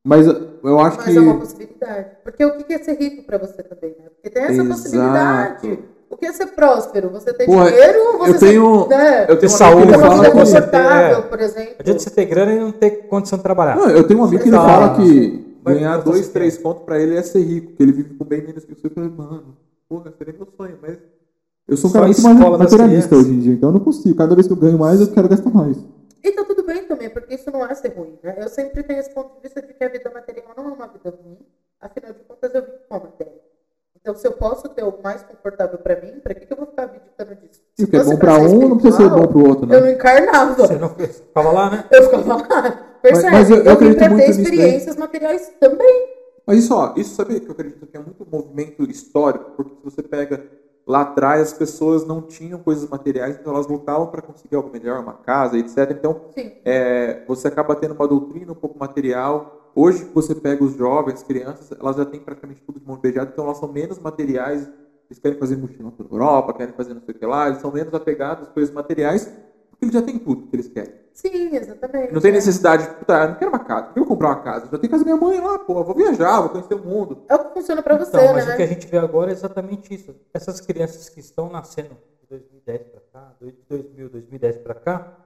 B: Mas eu acho
E: Mas
B: que.
E: é uma possibilidade. Porque o que que é ser rico pra você também, né? Porque tem essa
B: Exato.
E: possibilidade. O que é ser próspero? Você tem
B: Porra,
E: dinheiro ou você
B: eu tenho.
E: tem, né?
B: Eu tenho
C: Ter
B: uma
C: saúde,
B: amiga que
E: Ter uma
B: fala
E: vida
C: com
B: que-
C: certeza,
E: confortável,
C: é.
E: por exemplo.
C: Adianta você ter grana e não ter condição de trabalhar.
B: Não, eu tenho um amigo que ele
C: Tá.
B: fala que
C: Vai
B: ganhar
C: botar
B: dois,
C: esse
B: três pontos pra ele é ser rico, que ele vive com bem menos que você. Eu falei, mano, porra, seria meu sonho, mas. Eu sou um
C: Só
B: cara
C: a
B: muito mais
C: escola das
B: materialista
C: crianças.
B: hoje em dia, então eu não consigo. Cada vez que eu ganho mais, eu quero gastar mais.
E: E tá tudo bem também, porque isso não é ser ruim, né? Eu sempre tenho esse ponto de vista de que a vida material não é uma vida ruim. Afinal de contas, eu vim com a matéria. Então, se eu posso ter o mais confortável pra mim, pra que, que eu vou ficar abdicando disso? Então,
B: E o que é
E: Nossa,
B: bom pra
E: pra ser
B: um, não precisa ser
E: espiritual,
B: bom pro outro,
E: Eu
B: né?
E: não encarnava.
C: Você não ficava lá, né?
E: Eu ficava lá. Percebe?
B: mas eu- eu
E: vim
B: acredito
E: pra
B: muito
E: ter
B: nisso né? daí.
E: experiências materiais também.
B: Mas isso, ó, isso sabe que eu acredito que é muito movimento histórico, porque se você pega lá atrás, as pessoas não tinham coisas materiais, então elas lutavam pra conseguir algo melhor, uma casa, etc. Então,
E: Sim.
B: é, você acaba tendo uma doutrina um pouco material. Hoje você pega os jovens, crianças, elas já têm praticamente tudo de mão beijada, então elas são menos materiais. Eles querem fazer mochilão pela Europa, querem fazer não sei o que lá, eles são menos apegados às coisas materiais, porque eles já têm tudo que eles querem.
E: Sim, exatamente.
B: Não tem necessidade de, puta, eu não quero uma casa, eu vou comprar uma casa, já tem casa da minha mãe lá, pô, eu vou viajar, vou conhecer o mundo.
E: É o que funciona pra você,
C: Então, mas o que
E: né?
C: a gente vê agora é exatamente isso. Essas crianças que estão nascendo de 2010 para cá, de 2000, 2010 para cá,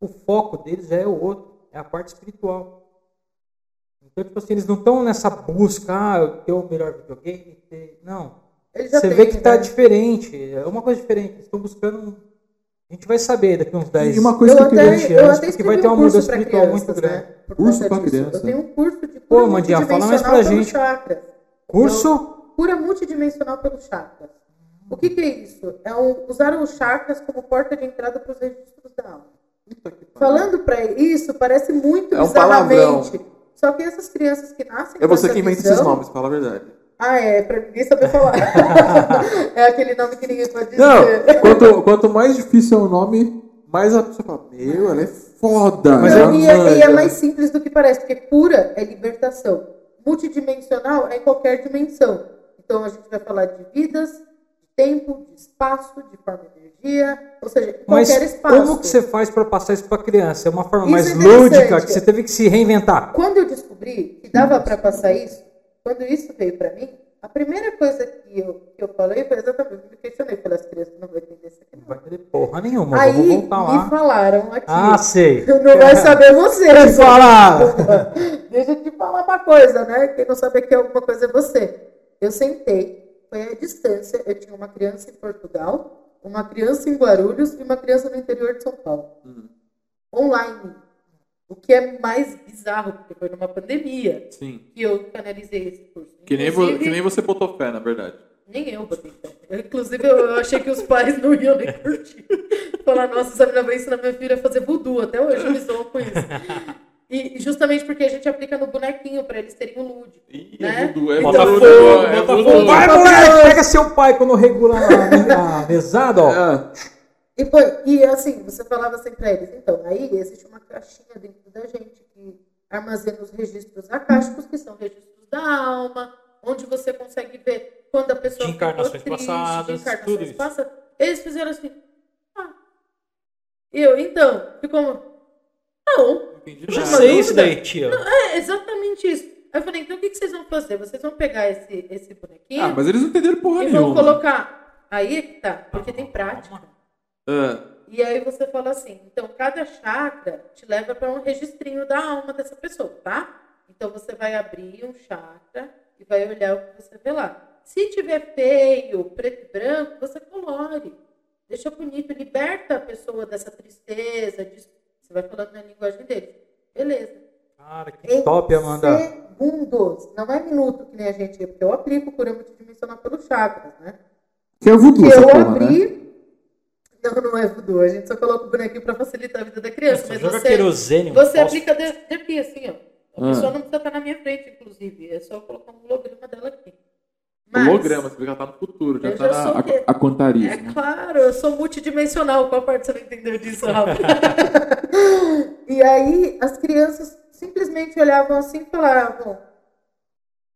C: o foco deles já é o outro, é a parte espiritual. Então, tipo assim, eles não estão nessa busca, ah, eu ter o melhor videogame, ter... não.
E: Ele já
C: Você
E: tem,
C: vê que tá
E: né?
C: diferente, é uma coisa diferente. Eles estão buscando. um- A gente vai saber daqui uns 10
B: E uma
E: Eu
B: coisa que eu queria.
E: até,
C: gente
E: eu
C: acha
E: até
C: que
E: escrevi
C: vai ter
E: um
C: uma
E: curso
C: mudança
E: pra
C: espiritual
E: crianças,
C: muito
E: né? Por
B: Curso
E: conta
B: pra
E: disso.
B: criança.
E: Eu tenho um curso de
C: Pô,
E: cura
C: Mandinha, fala mais pra
E: multidimensional pelo
C: gente.
E: chakra.
C: Curso?
E: Cura multidimensional pelo chakra. O que, que é isso? É um- usar os chakras como porta de entrada para os registros da alma. Falando pra isso, parece muito
B: É um
E: bizarramente. Só que essas crianças que nascem
B: É
E: com
B: você
E: essa
B: que inventa
E: visão-
B: esses nomes, fala a verdade.
E: Ah, é, pra ninguém saber falar. é aquele nome que ninguém pode dizer.
B: Não, é quanto, quanto mais difícil é o nome, mais a pessoa fala, meu, ela é foda.
C: Mas
B: ela
E: não, e, é, e é
B: manja."
E: mais simples do que parece, porque cura é libertação. Multidimensional é em qualquer dimensão. Então a gente vai falar de vidas, de tempo, de espaço, de forma de energia, ou seja, qualquer
C: Mas
E: espaço.
C: como que você faz para passar isso para criança? É uma forma
E: Isso
C: mais
E: é
C: lúdica
E: interessante.
C: que você teve que se reinventar.
E: Quando eu descobri que dava para passar isso, quando isso veio para mim, A primeira coisa que eu, que eu falei foi exatamente, me questionei pelas crianças, não vou entender isso aqui.
C: Não
E: não.
C: vai ter porra nenhuma.
E: Aí
C: vamos voltar
E: me
C: lá.
E: falaram aqui.
C: Ah, sei.
E: não vai saber você.
C: Te
E: só-
C: falar.
E: Deixa eu te falar uma coisa, né? Quem não sabe que alguma coisa é você. Eu sentei, foi a distância. Eu tinha uma criança em Portugal, uma criança em Guarulhos e uma criança no interior de São Paulo.
G: Uhum.
E: Online. O que é mais bizarro, porque foi numa pandemia
G: Sim.
E: que eu canalizei esse curso.
G: Que nem, vo-
E: Inclusive,
G: que nem você botou fé, na verdade.
E: nem eu botei fé. Eu, Inclusive, eu eu achei que os pais não iam nem curtir. Falar, nossa, essa menina vai ensinar minha filha a fazer voodoo. Até hoje eu me zoo com isso. E justamente porque a gente aplica no bonequinho, pra eles terem o lúdico.
G: Ih,
E: Né?
G: é voodoo, é
E: Botafogo,
G: voodoo,
B: né?
G: é
E: Botafogo,
G: voodoo.
C: Vai, moleque! Pega seu pai quando regula a, a mesada, ó.
G: É.
B: Ah,
E: E, foi, e assim, você falava assim pra eles, então, aí existe uma caixinha dentro da gente que armazena os registros acásticos, que são registros da alma, onde você consegue ver quando a pessoa
C: De
E: ficou
C: encarnações passadas, tudo isso.
E: passadas. Eles fizeram assim, ah. E eu, então, ficou, uma, não,
C: Eu já sei isso daí, tio.
E: é exatamente isso. Aí eu falei, então o que, que vocês vão fazer? Vocês vão pegar esse, esse
B: É.
E: bonequinho
G: Ah, mas eles não entenderam porra
E: e vão
G: nenhuma.
E: colocar. Aí é que tá, porque tem prática.
G: Ah,
E: E aí você fala assim, então cada chakra te leva para um registrinho da alma dessa pessoa, tá? Então você vai abrir um chakra e vai olhar o que você vê lá. Se tiver feio, preto e branco, você colore. Deixa bonito, liberta a pessoa dessa tristeza, disso. Você vai falando na linguagem dele. Beleza.
C: Cara, que
E: Em
C: top, Amanda.
E: Segundos, não é minuto que nem a gente, porque eu aplico cura multidimensional pelos chakras, né?
B: que é o voodoo,
E: que
B: essa
E: eu
B: porra, né?
E: abri. Não, não é voodoo. A gente só coloca o bonequinho pra facilitar a vida da criança.
C: Você
E: Mas
C: joga
E: você,
C: querosene. um
E: você
C: fósforo.
E: aplica de, de aqui, assim, ó. A
G: Ah.
E: pessoa não precisa estar na minha frente, inclusive. É só eu colocar um holograma dela aqui. Mas,
G: holograma, você vê que ela tá no futuro, já
E: Eu
G: tá
E: já sou
G: na
E: o quê?
G: a, a
E: É
G: contarismo.
E: claro, eu sou multidimensional. Qual parte você não entendeu disso, Rafa? e aí, as crianças simplesmente olhavam assim e falavam...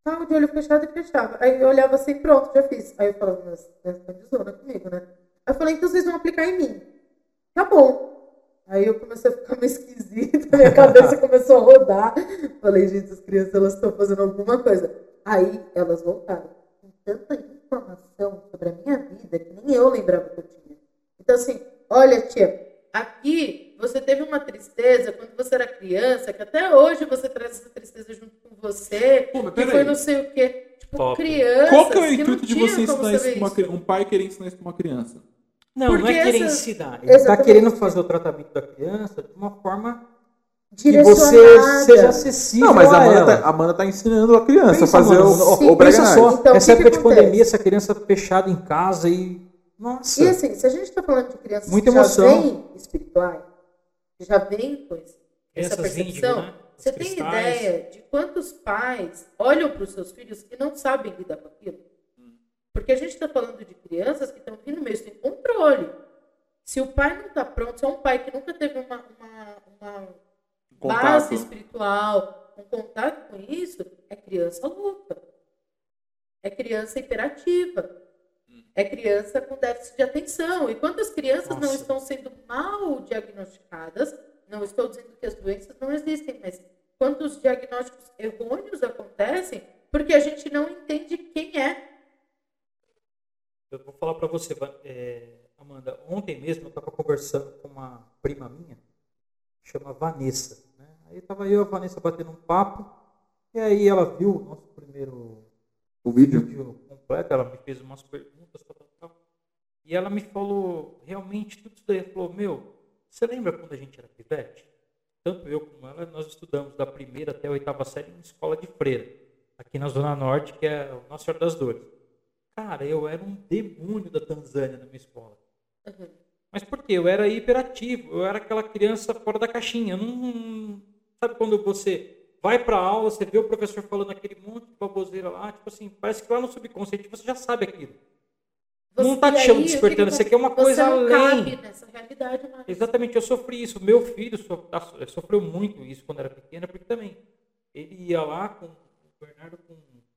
E: Tava de olho fechado e fechava. Aí eu olhava assim, pronto, já fiz. Aí eu falava, mas essa tá de zona comigo, né? Aí eu falei, então vocês vão aplicar em mim. Tá bom. Aí eu comecei a ficar meio esquisita, minha cabeça começou a rodar. Falei, gente, as crianças elas estão fazendo alguma coisa. Aí elas voltaram com tanta informação sobre a minha vida que nem eu lembrava que eu tinha. Então, assim, olha, tia, aqui você teve uma tristeza quando você era criança, que até hoje você traz essa tristeza junto com você,
G: Pô, mas
E: que
G: Ah, peraí.
E: foi não sei o quê. Tipo,
C: Top.
E: criança.
G: Qual que é o intuito de você ensinar isso pra uma
E: criança?
G: criança? Um pai querer ensinar isso pra uma criança.
C: Não, não é
E: Porque
C: querer
E: essa-
C: ensinar. Ele está
E: Exatamente.
C: querendo fazer o tratamento da criança de uma forma que
E: Direcionada.
C: você seja acessível
B: Não, mas a
C: a
B: Amanda,
C: ela.
B: tá, a Amanda tá ensinando a criança
C: Pensa,
B: a fazer
C: mano,
B: o,
E: sim,
B: o, o Brega
C: Pensa
B: Knight.
C: só,
E: Então, o
C: nessa
E: que que
C: época de
E: acontece?
C: pandemia, essa criança fechada em casa e... Nossa,
E: E assim, se a gente está falando de crianças
C: Muita
E: que já
C: emoção.
E: vêm espirituais, que já vêm com esse-
C: Crianças
E: essa percepção,
C: índigo, né? Os
E: você tem
C: cristais.
E: ideia de quantos pais olham para os seus filhos e não sabem lidar com aquilo?
C: Hum.
E: Porque a gente está falando de crianças que estão vindo mesmo sem controle. Se o pai não está pronto, se é um pai que nunca teve uma- uma- uma base
G: Contato.
E: espiritual, um contato com isso, é criança louca. É criança hiperativa. É criança com déficit de atenção. E quantas crianças não
C: Nossa.
E: estão sendo mal diagnosticadas? Não estou dizendo que as doenças não existem, mas quantos diagnósticos errôneos acontecem porque a gente não entende quem é.
C: Eu vou falar pra você, Van- é, Amanda. Ontem mesmo eu estava conversando com uma prima minha, chama Vanessa. Né? Aí estava eu e a Vanessa batendo um papo. E aí ela viu o nosso primeiro
B: O vídeo.
C: vídeo completo, ela me fez umas perguntas, tal, tal, tal. E ela me falou realmente tudo isso daí. Ela falou, meu, você lembra quando a gente era pivete? Tanto eu como ela, nós estudamos da primeira até a oitava série em escola de freira, aqui na Zona Norte, que é o Nossa Senhora das Dores. Cara, eu era um demônio da Tanzânia na minha escola.
E: Uhum.
C: Mas por quê? Eu era hiperativo, eu era aquela criança fora da caixinha. eu não- Sabe quando você vai pra aula, você vê o professor falando aquele monte de baboseira lá, tipo assim, parece que lá no subconsciente você já sabe aquilo. Não tá
E: e
C: te
E: aí,
C: chamando
E: o que
C: despertando,
E: que
C: isso aqui é uma coisa
E: você não
C: além.
E: Cabe nessa realidade mais.
C: Exatamente, eu sofri isso. Meu filho so- tá- sofreu muito isso quando era pequeno, porque também ele ia lá com o Bernardo com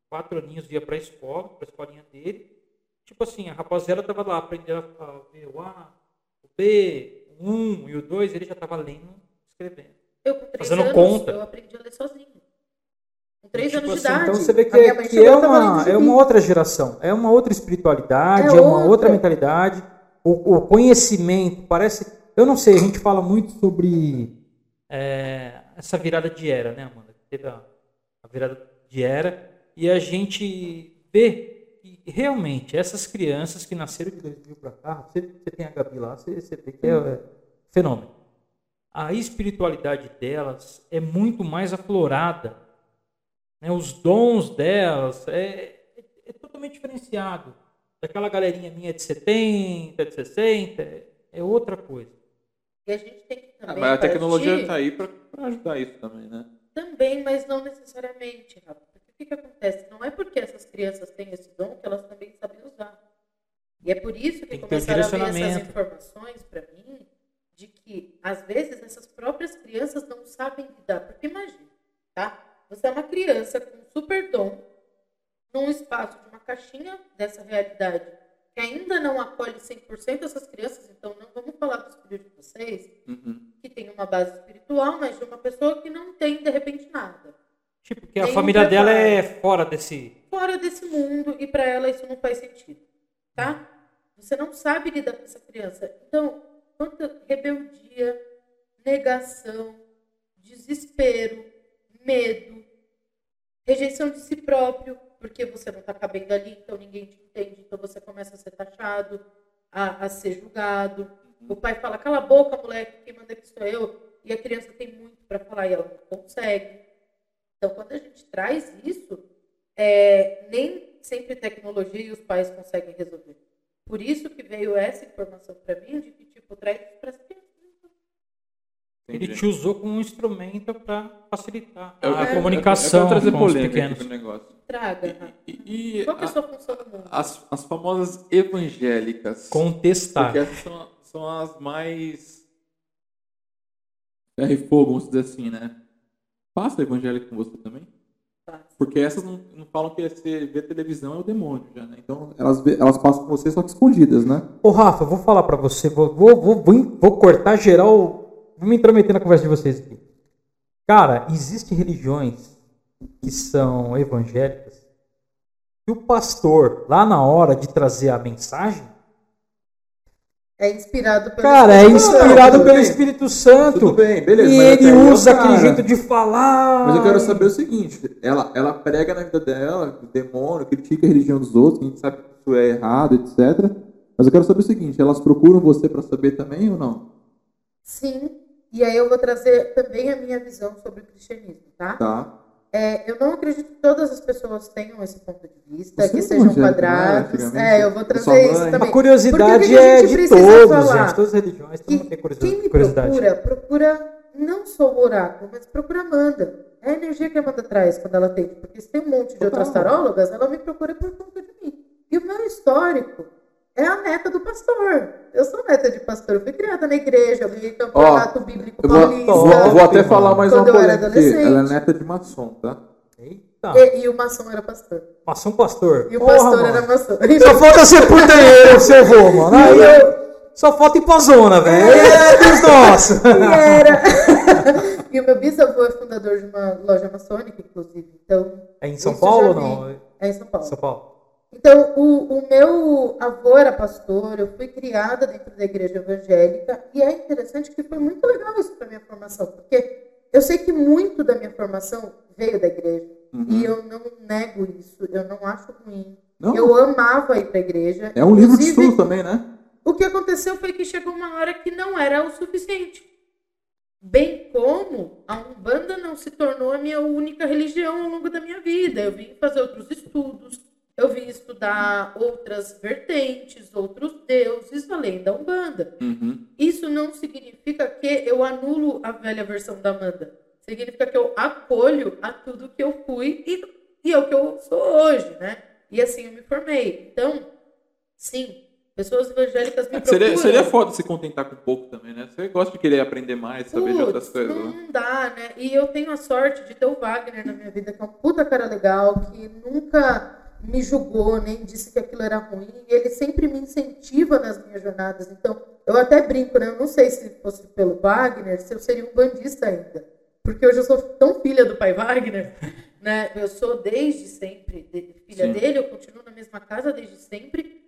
C: quatro aninhos, ia para a escola, para a escolinha dele. Tipo assim, a rapaziada tava lá aprendendo a a ver o A, o B, o 1 e o 2, ele já tava lendo, escrevendo.
E: Eu, com três
C: Fazendo
E: anos,
C: conta.
E: eu aprendi a ler sozinho. Com três
C: Tipo
E: anos
C: assim,
E: de idade.
C: então você vê que,
E: A minha
C: é,
E: mãe
C: que
E: chegou,
C: é,
E: eu tava lendo
C: uma,
E: gibi.
C: é uma outra geração, é uma outra espiritualidade,
E: É
C: é, uma outra
E: outra.
C: mentalidade. O, o conhecimento parece. Eu não sei, a gente fala muito sobre é, essa virada de era, né, Amanda? Teve a, a virada de era e a gente vê que realmente essas crianças que nasceram de 2000 para cá, você, você tem a Gabi lá, você, você vê que é, é fenômeno. A espiritualidade delas é muito mais aflorada né, os dons delas é, é- é totalmente diferenciado daquela galerinha minha de 70, de 60, é, é outra coisa.
E: E a gente tem que também.
G: Ah, mas a tecnologia
E: partir-
G: está aí para ajudar isso também, né?
E: Também, mas não necessariamente, Rafa. Porque o que, que acontece? Não é porque essas crianças têm esse dom que elas também sabem usar. E é por isso que
C: Tem que ter um
E: começaram a vir essas
C: direcionamento.
E: informações para mim de que, às vezes, essas próprias crianças não sabem lidar. Porque imagina, tá? Você é uma criança com um super dom num espaço de uma caixinha dessa realidade que ainda não acolhe 100% essas crianças, então não vamos falar dos filhos de vocês,
G: Uhum.
E: que tem uma base espiritual, mas de uma pessoa que não tem de repente nada.
C: Tipo, que a
E: Tem
C: família
E: um preparo.
C: dela é fora desse.
E: Fora desse mundo e para ela isso não faz sentido, tá? Você não sabe lidar com essa criança. Então, quanta rebeldia, negação, desespero, medo, rejeição de si próprio, porque você não tá cabendo ali, então ninguém te entende, então você começa a ser taxado, a, a ser julgado. O pai fala, cala a boca, moleque, quem manda aqui sou eu. E a criança tem muito para falar e ela não consegue. Então, quando a gente traz isso, é, nem sempre tecnologia e os pais conseguem resolver. Por isso que veio essa informação para mim de que, tipo, traz isso para as crianças. né?
C: Ele
G: Entendi.
C: te usou como um instrumento para facilitar
G: Eu-
C: a
G: eu- eu-
C: comunicação
G: eu quero trazer
C: com os
G: polêmica aqui né?
C: pequenos.
G: pro negócio.
E: Traga. Rafa.
G: E, e- e
E: Qual que é
G: a-
E: a sua função no mundo?
G: as, as famosas evangélicas.
C: Contestar.
G: Porque essas são, são as mais. Ferro e fogo, vamos dizer assim, né? Faça evangélico com você também.
E: Fácil.
G: Porque essas não, não falam que você ver televisão é o demônio já, né? Então,
B: Então, elas, vê- elas passam com você só que escondidas, né?
C: Ô Rafa, vou falar pra você, vou, vou, vou, vou, in- vou cortar geral, vou me intrometer na conversa de vocês aqui. Cara, existem religiões que são evangélicas que o pastor, lá na hora de trazer a mensagem,
E: É inspirado pelo.
C: cara, é
B: tudo
C: inspirado pelo
B: bem.
C: Espírito Santo.
B: Tudo bem, beleza,
C: E
B: mas até
C: ele
B: aí eu,
C: usa aquele
B: cara.
C: jeito de falar.
B: Mas eu quero saber o seguinte: ela, ela prega na vida dela, o demônio, critica a religião dos outros, que a gente sabe que isso é errado, etc. Mas eu quero saber o seguinte: elas procuram você pra saber também ou não?
E: Sim. E aí eu vou trazer também a minha visão sobre o cristianismo, tá?
B: Tá.
E: É, eu não acredito que todas as pessoas tenham esse ponto de vista,
B: Você
E: que
B: era
E: sejam
B: evangélica, né,
E: quadrados.
B: antigamente?
E: É, eu vou
B: Sua
E: trazer isso
B: mãe?
E: também.
C: A curiosidade
E: Por que que a
C: é
E: gente
C: de
E: precisa
C: todos,
E: falar?
C: gente. Todas as religiões, todo mundo
E: que,
C: tem curiosidade.
E: quem me
C: curiosidade.
E: procura, procura não só o oráculo, mas procura a Amanda. É a energia que a Amanda traz quando ela tem. Porque se tem um monte de outras tarólogas, ela me procura por conta de mim. E o meu histórico é a neta do pastor. Eu sou neta de pastor. Eu fui criada na igreja, eu ganhei campeonato bíblico
B: Eu vou,
E: paulista.
B: vou- eu vou até
C: mano.
B: falar mais
E: Quando
B: uma
E: eu era
B: polêmica. aqui.
E: adolescente.
B: Ela é neta de maçom, tá?
C: Eita,
E: E, e o maçom era pastor.
C: passou um pastor.
E: E o
C: Porra,
E: pastor
C: mano.
E: era maçom.
C: Só falta ser putanheiro, seu vô, mano. Aí eu... Só falta ir pra zona, velho. É dos nossos.
E: E era. e o meu bisavô é fundador de uma loja maçônica, inclusive. Então,
C: É em São
E: Isso
C: Paulo ou
E: já vi.
C: não?
E: é em São Paulo.
C: São Paulo.
E: Então, o, o meu avô era pastor, eu fui criada dentro da igreja evangélica, e é interessante que foi muito legal isso para minha formação, porque eu sei que muito da minha formação veio da igreja, e eu não nego isso, eu não acho ruim.
B: Uhum. Não,
E: Eu amava ir para a igreja.
B: é um livro de
E: Inclusive,
B: estudo também, né?
E: O que aconteceu foi que chegou uma hora que não era o suficiente. Bem como a Umbanda não se tornou a minha única religião ao longo da minha vida. Eu vim fazer outros estudos, eu vim estudar outras vertentes, outros deuses além da Umbanda.
G: uhum.
E: Isso não significa que eu anulo a velha versão da Amanda. Significa que eu acolho a tudo que eu fui e, e é o que eu sou hoje, né? E assim eu me formei. Então, sim, pessoas evangélicas me
G: É que seria,
E: procuram.
G: seria foda se contentar com pouco também, né? Você gosta de querer aprender mais, saber de outras
E: Putz,
G: coisas, né?
E: Não dá, né? E eu tenho a sorte de ter o Wagner na minha vida, que é um puta cara legal, que nunca me julgou, nem disse que aquilo era ruim. E ele sempre me incentiva nas minhas jornadas. Então, eu até brinco, né? Eu não sei se fosse pelo Wagner, se eu seria um bandista ainda. Porque hoje eu sou tão filha do pai Wagner né? Eu sou desde sempre de- filha
G: Sim.
E: dele, eu continuo na mesma casa desde sempre.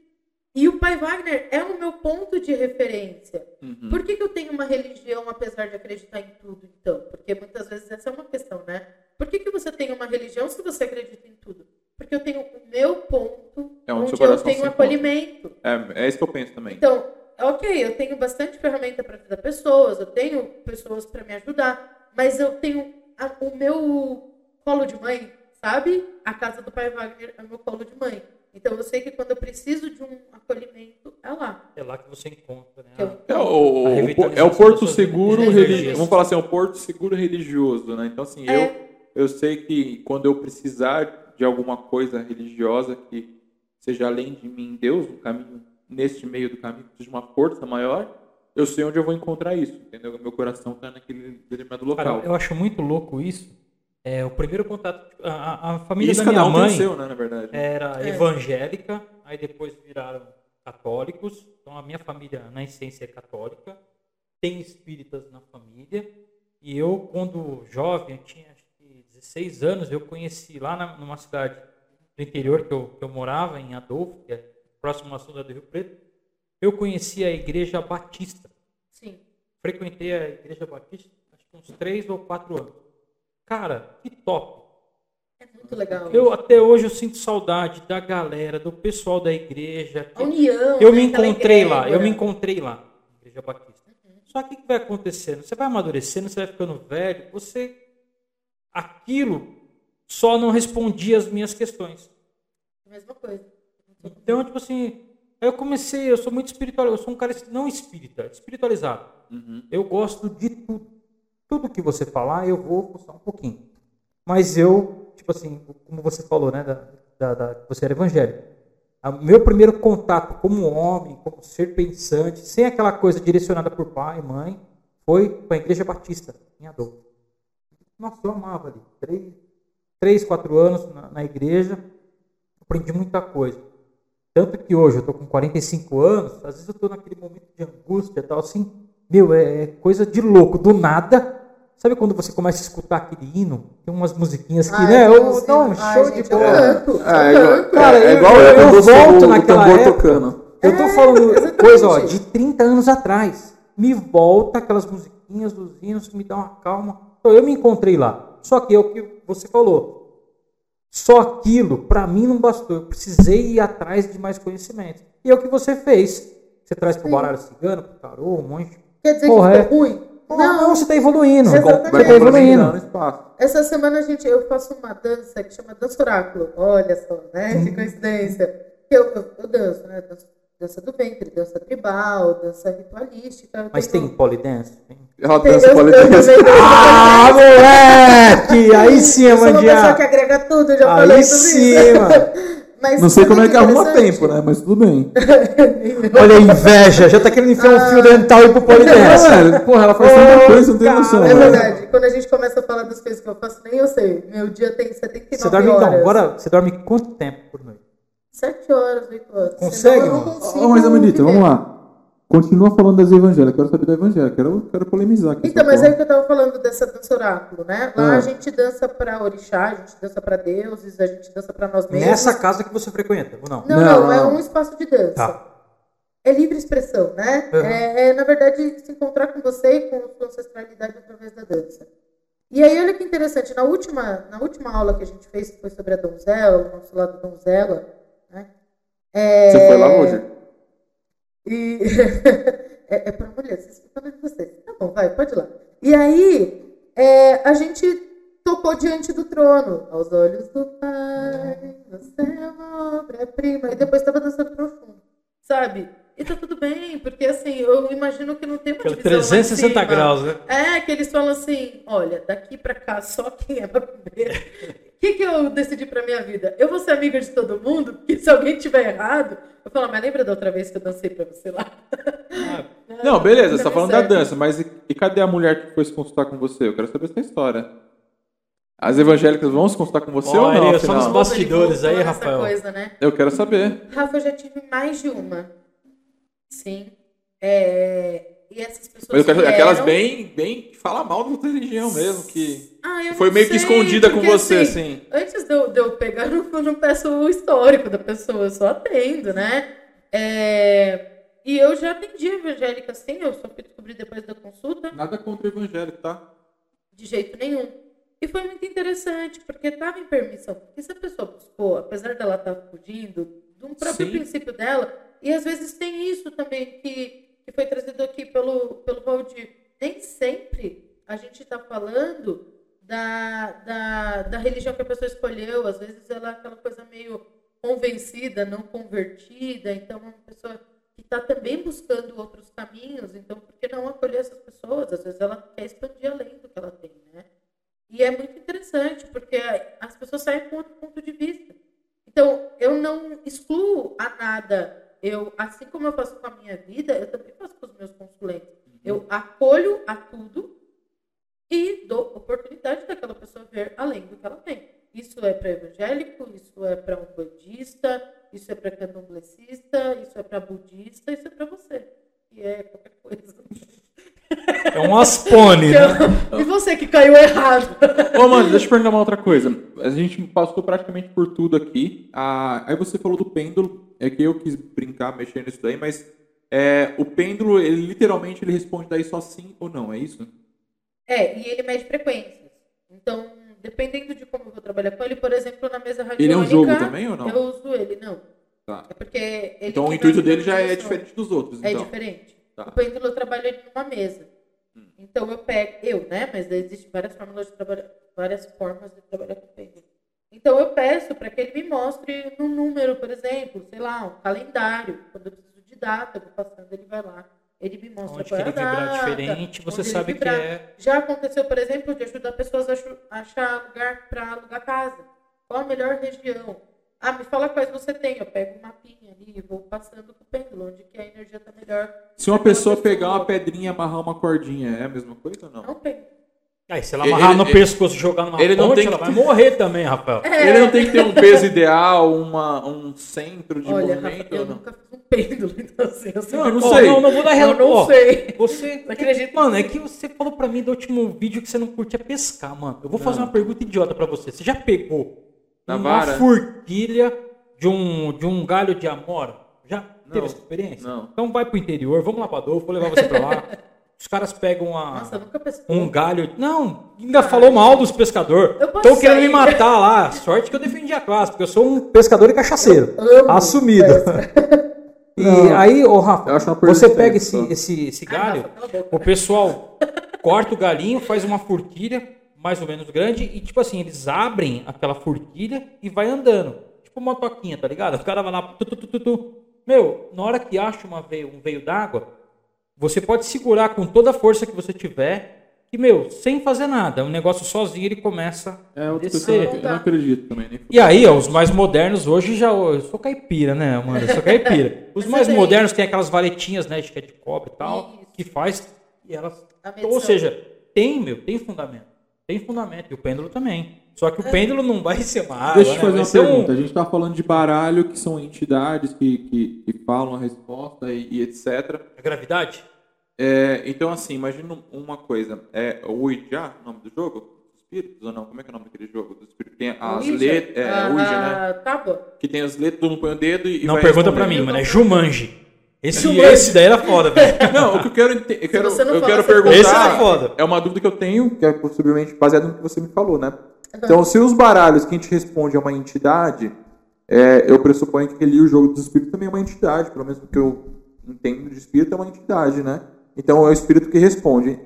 E: E o pai Wagner é o meu ponto de referência.
G: Uhum.
E: Por que, que eu tenho uma religião apesar de acreditar em tudo, então? Porque muitas vezes essa é uma questão, né? Por que, que você tem uma religião se você acredita em tudo? Porque eu tenho o meu ponto
G: É onde
E: onde,
G: seu
E: eu
G: coração
E: tenho
G: se
E: acolhimento.
G: É, é isso que eu penso também.
E: Então, ok, eu tenho bastante ferramenta para ajudar pessoas, eu tenho pessoas para me ajudar, mas eu tenho a- o meu colo de mãe, sabe? A casa do pai Wagner é o meu colo de mãe. Então eu sei que quando eu preciso de um acolhimento, é lá.
C: É lá que você encontra, né?
E: que eu-
G: É o,
C: A
G: o- é
C: revitalização
G: o porto
C: da sua vida.
G: seguro
E: É
G: religioso.
E: religioso.
G: Vamos falar assim, é um porto seguro religioso, né? Então, assim, eu,
E: É,
G: eu sei que quando eu precisar de alguma coisa religiosa que seja além de mim, Deus, um caminho neste meio do caminho, que seja uma força maior, eu sei onde eu vou encontrar isso, entendeu? Meu coração está naquele determinado
C: Cara, é
G: local.
C: eu acho muito louco isso. É, o primeiro contato. A, a- a
G: e
C: família
G: isso
C: da minha
G: cada um
C: mãe
G: tem o seu, né, na verdade.
C: era
E: É.
C: evangélica, aí depois viraram católicos. Então a minha família, na essência, é católica. Tem espíritas na família. E eu, quando jovem, eu tinha acho que 16 anos, eu conheci lá na- numa cidade do interior que eu, que eu morava, em Adolfo, que é próximo à cidade do Rio Preto, eu conheci a Igreja Batista
E: sim.
C: frequentei a Igreja Batista acho que uns três ou quatro anos. Cara, que top!
E: É muito legal.
C: Eu até hoje eu sinto saudade da galera, do pessoal da igreja.
E: A união.
C: Eu
E: né,
C: me
E: aquela
C: encontrei lá, eu
E: egrégora.
C: me encontrei lá, na Igreja Batista. Só que o que vai acontecendo? Você vai amadurecendo, você vai ficando velho, você. Aquilo só não respondia as minhas questões.
E: Mesma coisa.
C: Então, tipo assim, aí eu comecei, eu sou muito espiritual, eu sou um cara não espírita, espiritualizado.
G: Uhum.
C: Eu gosto de tudo. Tudo que você falar, eu vou fuçar um pouquinho. Mas eu, tipo assim, como você falou, né? Da, da, da- que você era evangélico. A- meu primeiro contato como homem, como ser pensante, sem aquela coisa direcionada por pai, mãe, foi com a Igreja Batista, em Adolfo. Nossa, eu amava ali. Três, três quatro anos na, na igreja, aprendi muita coisa. Tanto que hoje eu estou com 45 anos, às vezes eu estou naquele momento de angústia e tal, assim, meu, é é coisa de louco, do nada. Sabe quando você começa a escutar aquele hino? Tem umas musiquinhas que,
E: Ah,
C: né?
E: eu
C: Eu,
E: sei.
C: não,
E: Ah,
C: show
E: gente,
C: de
E: eu
C: bola.
E: amo.
B: Ah, é igual,
C: Cara,
B: é, é
C: eu-
B: igual
C: eu- eu
B: quando você-
C: volto
B: o
C: naquela
B: tambor
C: época.
B: tocando.
C: Eu tô falando
E: exatamente.
C: coisa, ó, de 30 anos atrás. Me volta aquelas musiquinhas dos hinos, me dá uma calma. Então, eu me encontrei lá. Só que é o que você falou. Só aquilo, pra mim, não bastou. Eu precisei ir atrás de mais conhecimento. E é o que você fez. Você traz pro baralho cigano, pro tarô, um monte.
E: Quer dizer
C: Porra,
E: que
C: é.
E: ficou ruim?
C: Não, você tá evoluindo.
E: Exatamente.
C: Você tá evoluindo.
B: espaço.
E: Essa semana, gente, eu faço uma dança que chama Dança Oráculo. Olha só, né?
C: Hum.
E: Que coincidência. Eu, eu, eu danço, né? Dança, dança do ventre, dança tribal, dança ritualística. Eu
C: Mas
E: tenho-
C: tem polidense?
B: Ela
E: Tem-
B: dança
E: eu- eu também
B: polidense.
E: danço
C: Ah,
E: polidense.
C: moleque! Aí sim,
E: Eu sou uma pessoa
C: Amandiá.
E: que agrega tudo, eu já falei
C: Aí
E: sobre
C: sim,
E: isso.
C: mano.
E: Mas
B: Não sei
E: sabe
B: como é que arruma
E: interessante?
B: tempo, né? Mas tudo bem.
C: Olha a inveja, já tá querendo enfiar um fio dental aí pro polidense.
B: É, porra, ela faz tanta
C: Ô,
B: coisa, não tem noção.
C: cara,
E: É
B: né?
E: verdade. Quando a gente começa a falar das coisas que eu faço, nem eu sei. Meu dia tem 79
C: Você dorme
E: horas.
C: então, agora você dorme quanto tempo por noite?
E: 7 horas, 8 horas.
C: Consegue,
E: Senão eu
C: mano?
E: não consigo
B: Ô, mas, Amanita,
E: viver.
B: vamos lá. Continua falando das evangélicas. Quero saber da evangélica. Quero, quero polemizar aqui.
E: Então,
B: essa
E: mas é
B: porra.
E: o que eu tava falando dessa dança oráculo, né? Lá
B: Ah.
E: a gente dança pra orixá, a gente dança pra deuses, a gente dança pra nós mesmos.
C: Nessa casa que você frequenta, ou não?
E: Não,
B: Não,
E: não,
B: não,
E: é
B: não.
E: um espaço de dança.
C: Tá.
E: É livre expressão, né?
C: Uhum.
E: É, é, na verdade, se encontrar com você e com a sua ancestralidade através da dança. E aí, olha que interessante, na última, na última aula que a gente fez, que foi sobre a donzela, o nosso lado donzela, né? É,
B: Você foi lá hoje?
E: e é, é para mulher, vocês ficam falando de vocês. Tá bom, vai, pode ir lá. E aí, é, a gente tocou diante do trono. Aos olhos do Pai, você é uma obra-prima. E depois estava dançando profundo, sabe? E tá tudo bem, porque assim, eu imagino que não tem uma divisão lá em cima.
C: né?
E: É, que eles falam assim, olha, daqui pra cá só quem é pra comer. O que, que eu decidi pra minha vida? Eu vou ser amiga de todo mundo, porque se alguém tiver errado, eu falo, "Ah, mas lembra da outra vez que eu dancei pra você lá?
G: Não, beleza, você
E: Ainda
G: tá
E: bem
G: falando da
E: certo.
G: dança, mas e, e cadê a mulher que foi se consultar com você? Eu quero saber essa história. As evangélicas vão se consultar com você ou
C: Olha,
G: não?
C: eu
G: afinal?
C: sou nos bastidores
E: Ele voltou
C: aí,
E: nessa
C: Rafael.
E: coisa, né?
G: Eu quero saber.
E: Rafa, eu já tive mais de uma. Sim. É, E essas pessoas
G: Mas eu quero
E: vieram-
G: aquelas bem, bem que fala mal da tua religião mesmo, que
E: Ah, eu
B: Foi
E: não
B: meio que
E: sei,
B: escondida com
E: porque,
B: você,
E: assim,
B: assim.
E: Antes de eu, de eu pegar, eu não, eu não peço o histórico da pessoa, eu só atendo, né? É, E eu já atendi evangélica assim, eu só fui descobrir depois da consulta,
B: Nada contra o evangélico, tá?
E: de jeito nenhum. E foi muito interessante, porque estava em permissão. Porque se a pessoa buscou, apesar dela estar fugindo, de um próprio
C: Sim.
E: princípio dela, e às vezes tem isso também que, que foi trazido aqui pelo, pelo Valdir. Nem sempre a gente está falando da, da, da religião que a pessoa escolheu, às vezes ela é aquela coisa meio convencida, não convertida, então é uma pessoa que está também buscando outros caminhos, então por que não acolher essas pessoas? Às vezes ela quer expandir além do que ela tem, né? E é muito interessante, porque as pessoas saem com outro ponto de vista. Então, eu não excluo a nada. Eu, assim como eu faço com a minha vida, eu também faço com os meus consulentes. Eu acolho a tudo e dou oportunidade daquela pessoa ver além do que ela tem. Isso é para evangélico, isso é para um budista, isso é para candomblessista, isso é para budista, isso é para você. E é qualquer coisa. Então,
C: É um aspone, né?
E: E você que caiu errado.
B: Ô, mano, deixa eu perguntar uma outra coisa. A gente passou praticamente por tudo aqui. Ah, aí você falou do pêndulo. É que eu quis brincar, mexer nisso daí, mas é, o pêndulo, ele literalmente ele responde daí só sim ou não, é isso?
E: É, e ele mede frequências. Então, dependendo de como eu vou trabalhar com ele, por exemplo, na mesa radiônica...
B: Ele é um jogo também ou não?
E: Eu uso ele, não.
B: Tá.
E: É porque ele...
B: Então o
E: tem
B: intuito
E: várias
B: dele já é
E: utilizações.
B: diferente dos outros,
E: É
B: então.
E: diferente.
B: Tá. Hum.
E: O pêndulo eu trabalho ele numa mesa. Então eu pego, eu, né? Mas existem várias formas de trabalhar, várias formas de trabalhar com pêndulo. Então eu peço para que ele me mostre um número, por exemplo, sei lá, um calendário. Quando eu preciso de data, eu vou passando, ele vai lá. Ele me mostra
C: Onde que
E: qual é a
C: ele vibrar
E: data,
C: diferente,
E: onde
C: você
E: ele
C: sabe que
E: vibrar.
C: é.
E: Já aconteceu, por exemplo, de ajudar pessoas a chu- a achar lugar para alugar casa. Qual a melhor região? Ah, me fala quais você tem. Eu pego um mapinha ali e vou passando com o pêndulo, onde que a energia está melhor.
B: Se uma
E: Aquela
B: pessoa
E: pessoa-
B: pegar uma pedrinha e amarrar uma cordinha, é a mesma coisa ou não?
E: Não tem.
C: Aí, se ela amarrar
B: Ele-
C: no
B: ele-
C: pescoço e jogar numa
B: ele não
C: ponte,
B: tem
C: ela
B: que-
C: vai morrer também, Rafael.
E: É.
B: Ele não tem que ter um peso ideal, uma, um centro de
E: Olha,
B: movimento
E: Rafa, eu
B: ou não?
E: nunca fiz um pêndulo, então assim, eu sempre
B: Não, eu não
E: falo,
C: Ó,
B: sei.
C: Não, não vou dar
E: Eu
C: relato.
E: não
C: ó.
E: sei.
C: Você.
E: Não acredito.
C: Mano, é que você falou pra mim do último vídeo que você não curtia pescar, mano. Eu vou fazer uma pergunta idiota pra você. Você já pegou
B: Na
C: uma
B: vara?
C: forquilha de um, de um galho de amora? Já
B: Não.
C: teve essa experiência?
B: Não.
C: Então vai pro interior, vamos lá pra Adolfo, vou levar você pra lá. Os caras pegam
B: Ah,
C: a,
E: Nossa, eu nunca pesquei.
C: um galho. Não, ainda falou mal dos pescadores.
E: Eu posso
C: Estão querendo me
E: sair.
C: matar lá. Sorte que eu defendi a classe, porque eu sou um pescador e cachaceiro.
E: Eu amo
C: assumido. E
A: Não.
C: aí, ô Rafa,
A: Eu acho uma
C: você
A: perda
C: pega
A: de
C: esse,
A: tempo, só.
C: esse, esse
E: Ai,
C: galho,
E: Rafa, cala a boca.
C: o pessoal corta o galinho, faz uma forquilha mais ou menos grande e, tipo assim, eles abrem aquela forquilha e vai andando. Tipo uma toquinha, tá ligado? O cara vai lá. Tu, tu, tu, tu, tu. Meu, na hora que acha uma veio, um veio d'água, você pode segurar com toda a força que você tiver. E, meu, sem fazer nada, é um negócio sozinho, ele começa
B: É
C: a
B: outra coisa
C: descer.
B: que eu não- eu não acredito também. Nem
C: E aí, ó, os mais modernos hoje já. ó, Eu sou caipira, né, mano? Eu sou caipira. Os
E: Você
C: mais
E: tem-
C: modernos têm aquelas valetinhas, né, de que é de cobre e tal,
E: Isso.
C: que faz. E elas.
E: A medição.
C: Ou seja, tem, meu, tem fundamento. Tem fundamento. E o pêndulo também. Só
E: É.
C: que o pêndulo não vai ser uma água,
B: Deixa
C: né?
B: eu te fazer
C: vai
B: uma
C: ser um-
B: pergunta. A gente tá falando de baralho, que são entidades que, que, que falam a resposta e, e etc.
C: A gravidade?
B: É, então, assim, imagina uma coisa. É o Ouija, o nome do jogo? Dos Espíritos ou não? Como é que é o nome daquele jogo? Dos espíritos. Tem as
E: Ouija?
B: letras. É,
E: Ah,
B: Ouija, né?
E: ah, Tábua.
B: Que tem as letras, todo mundo põe o dedo e. e
C: não
B: vai
C: pergunta pra
B: respondendo.
C: mim, mano. É Jumanji. Esse,
B: Jumanji.
C: esse daí era foda, velho.
B: Não, o que eu quero, ente- eu quero,
E: você não
B: eu
E: fala,
B: quero
E: você
B: perguntar.
C: Esse era foda.
B: É uma dúvida que eu tenho.
A: que é possivelmente baseado no que você me falou, né?
E: É
A: Então, se os baralhos que a gente responde é uma entidade, é, eu pressuponho que ali o jogo dos espíritos também é uma entidade, pelo menos o que eu entendo de espírito é uma entidade, né? Então é o espírito que responde.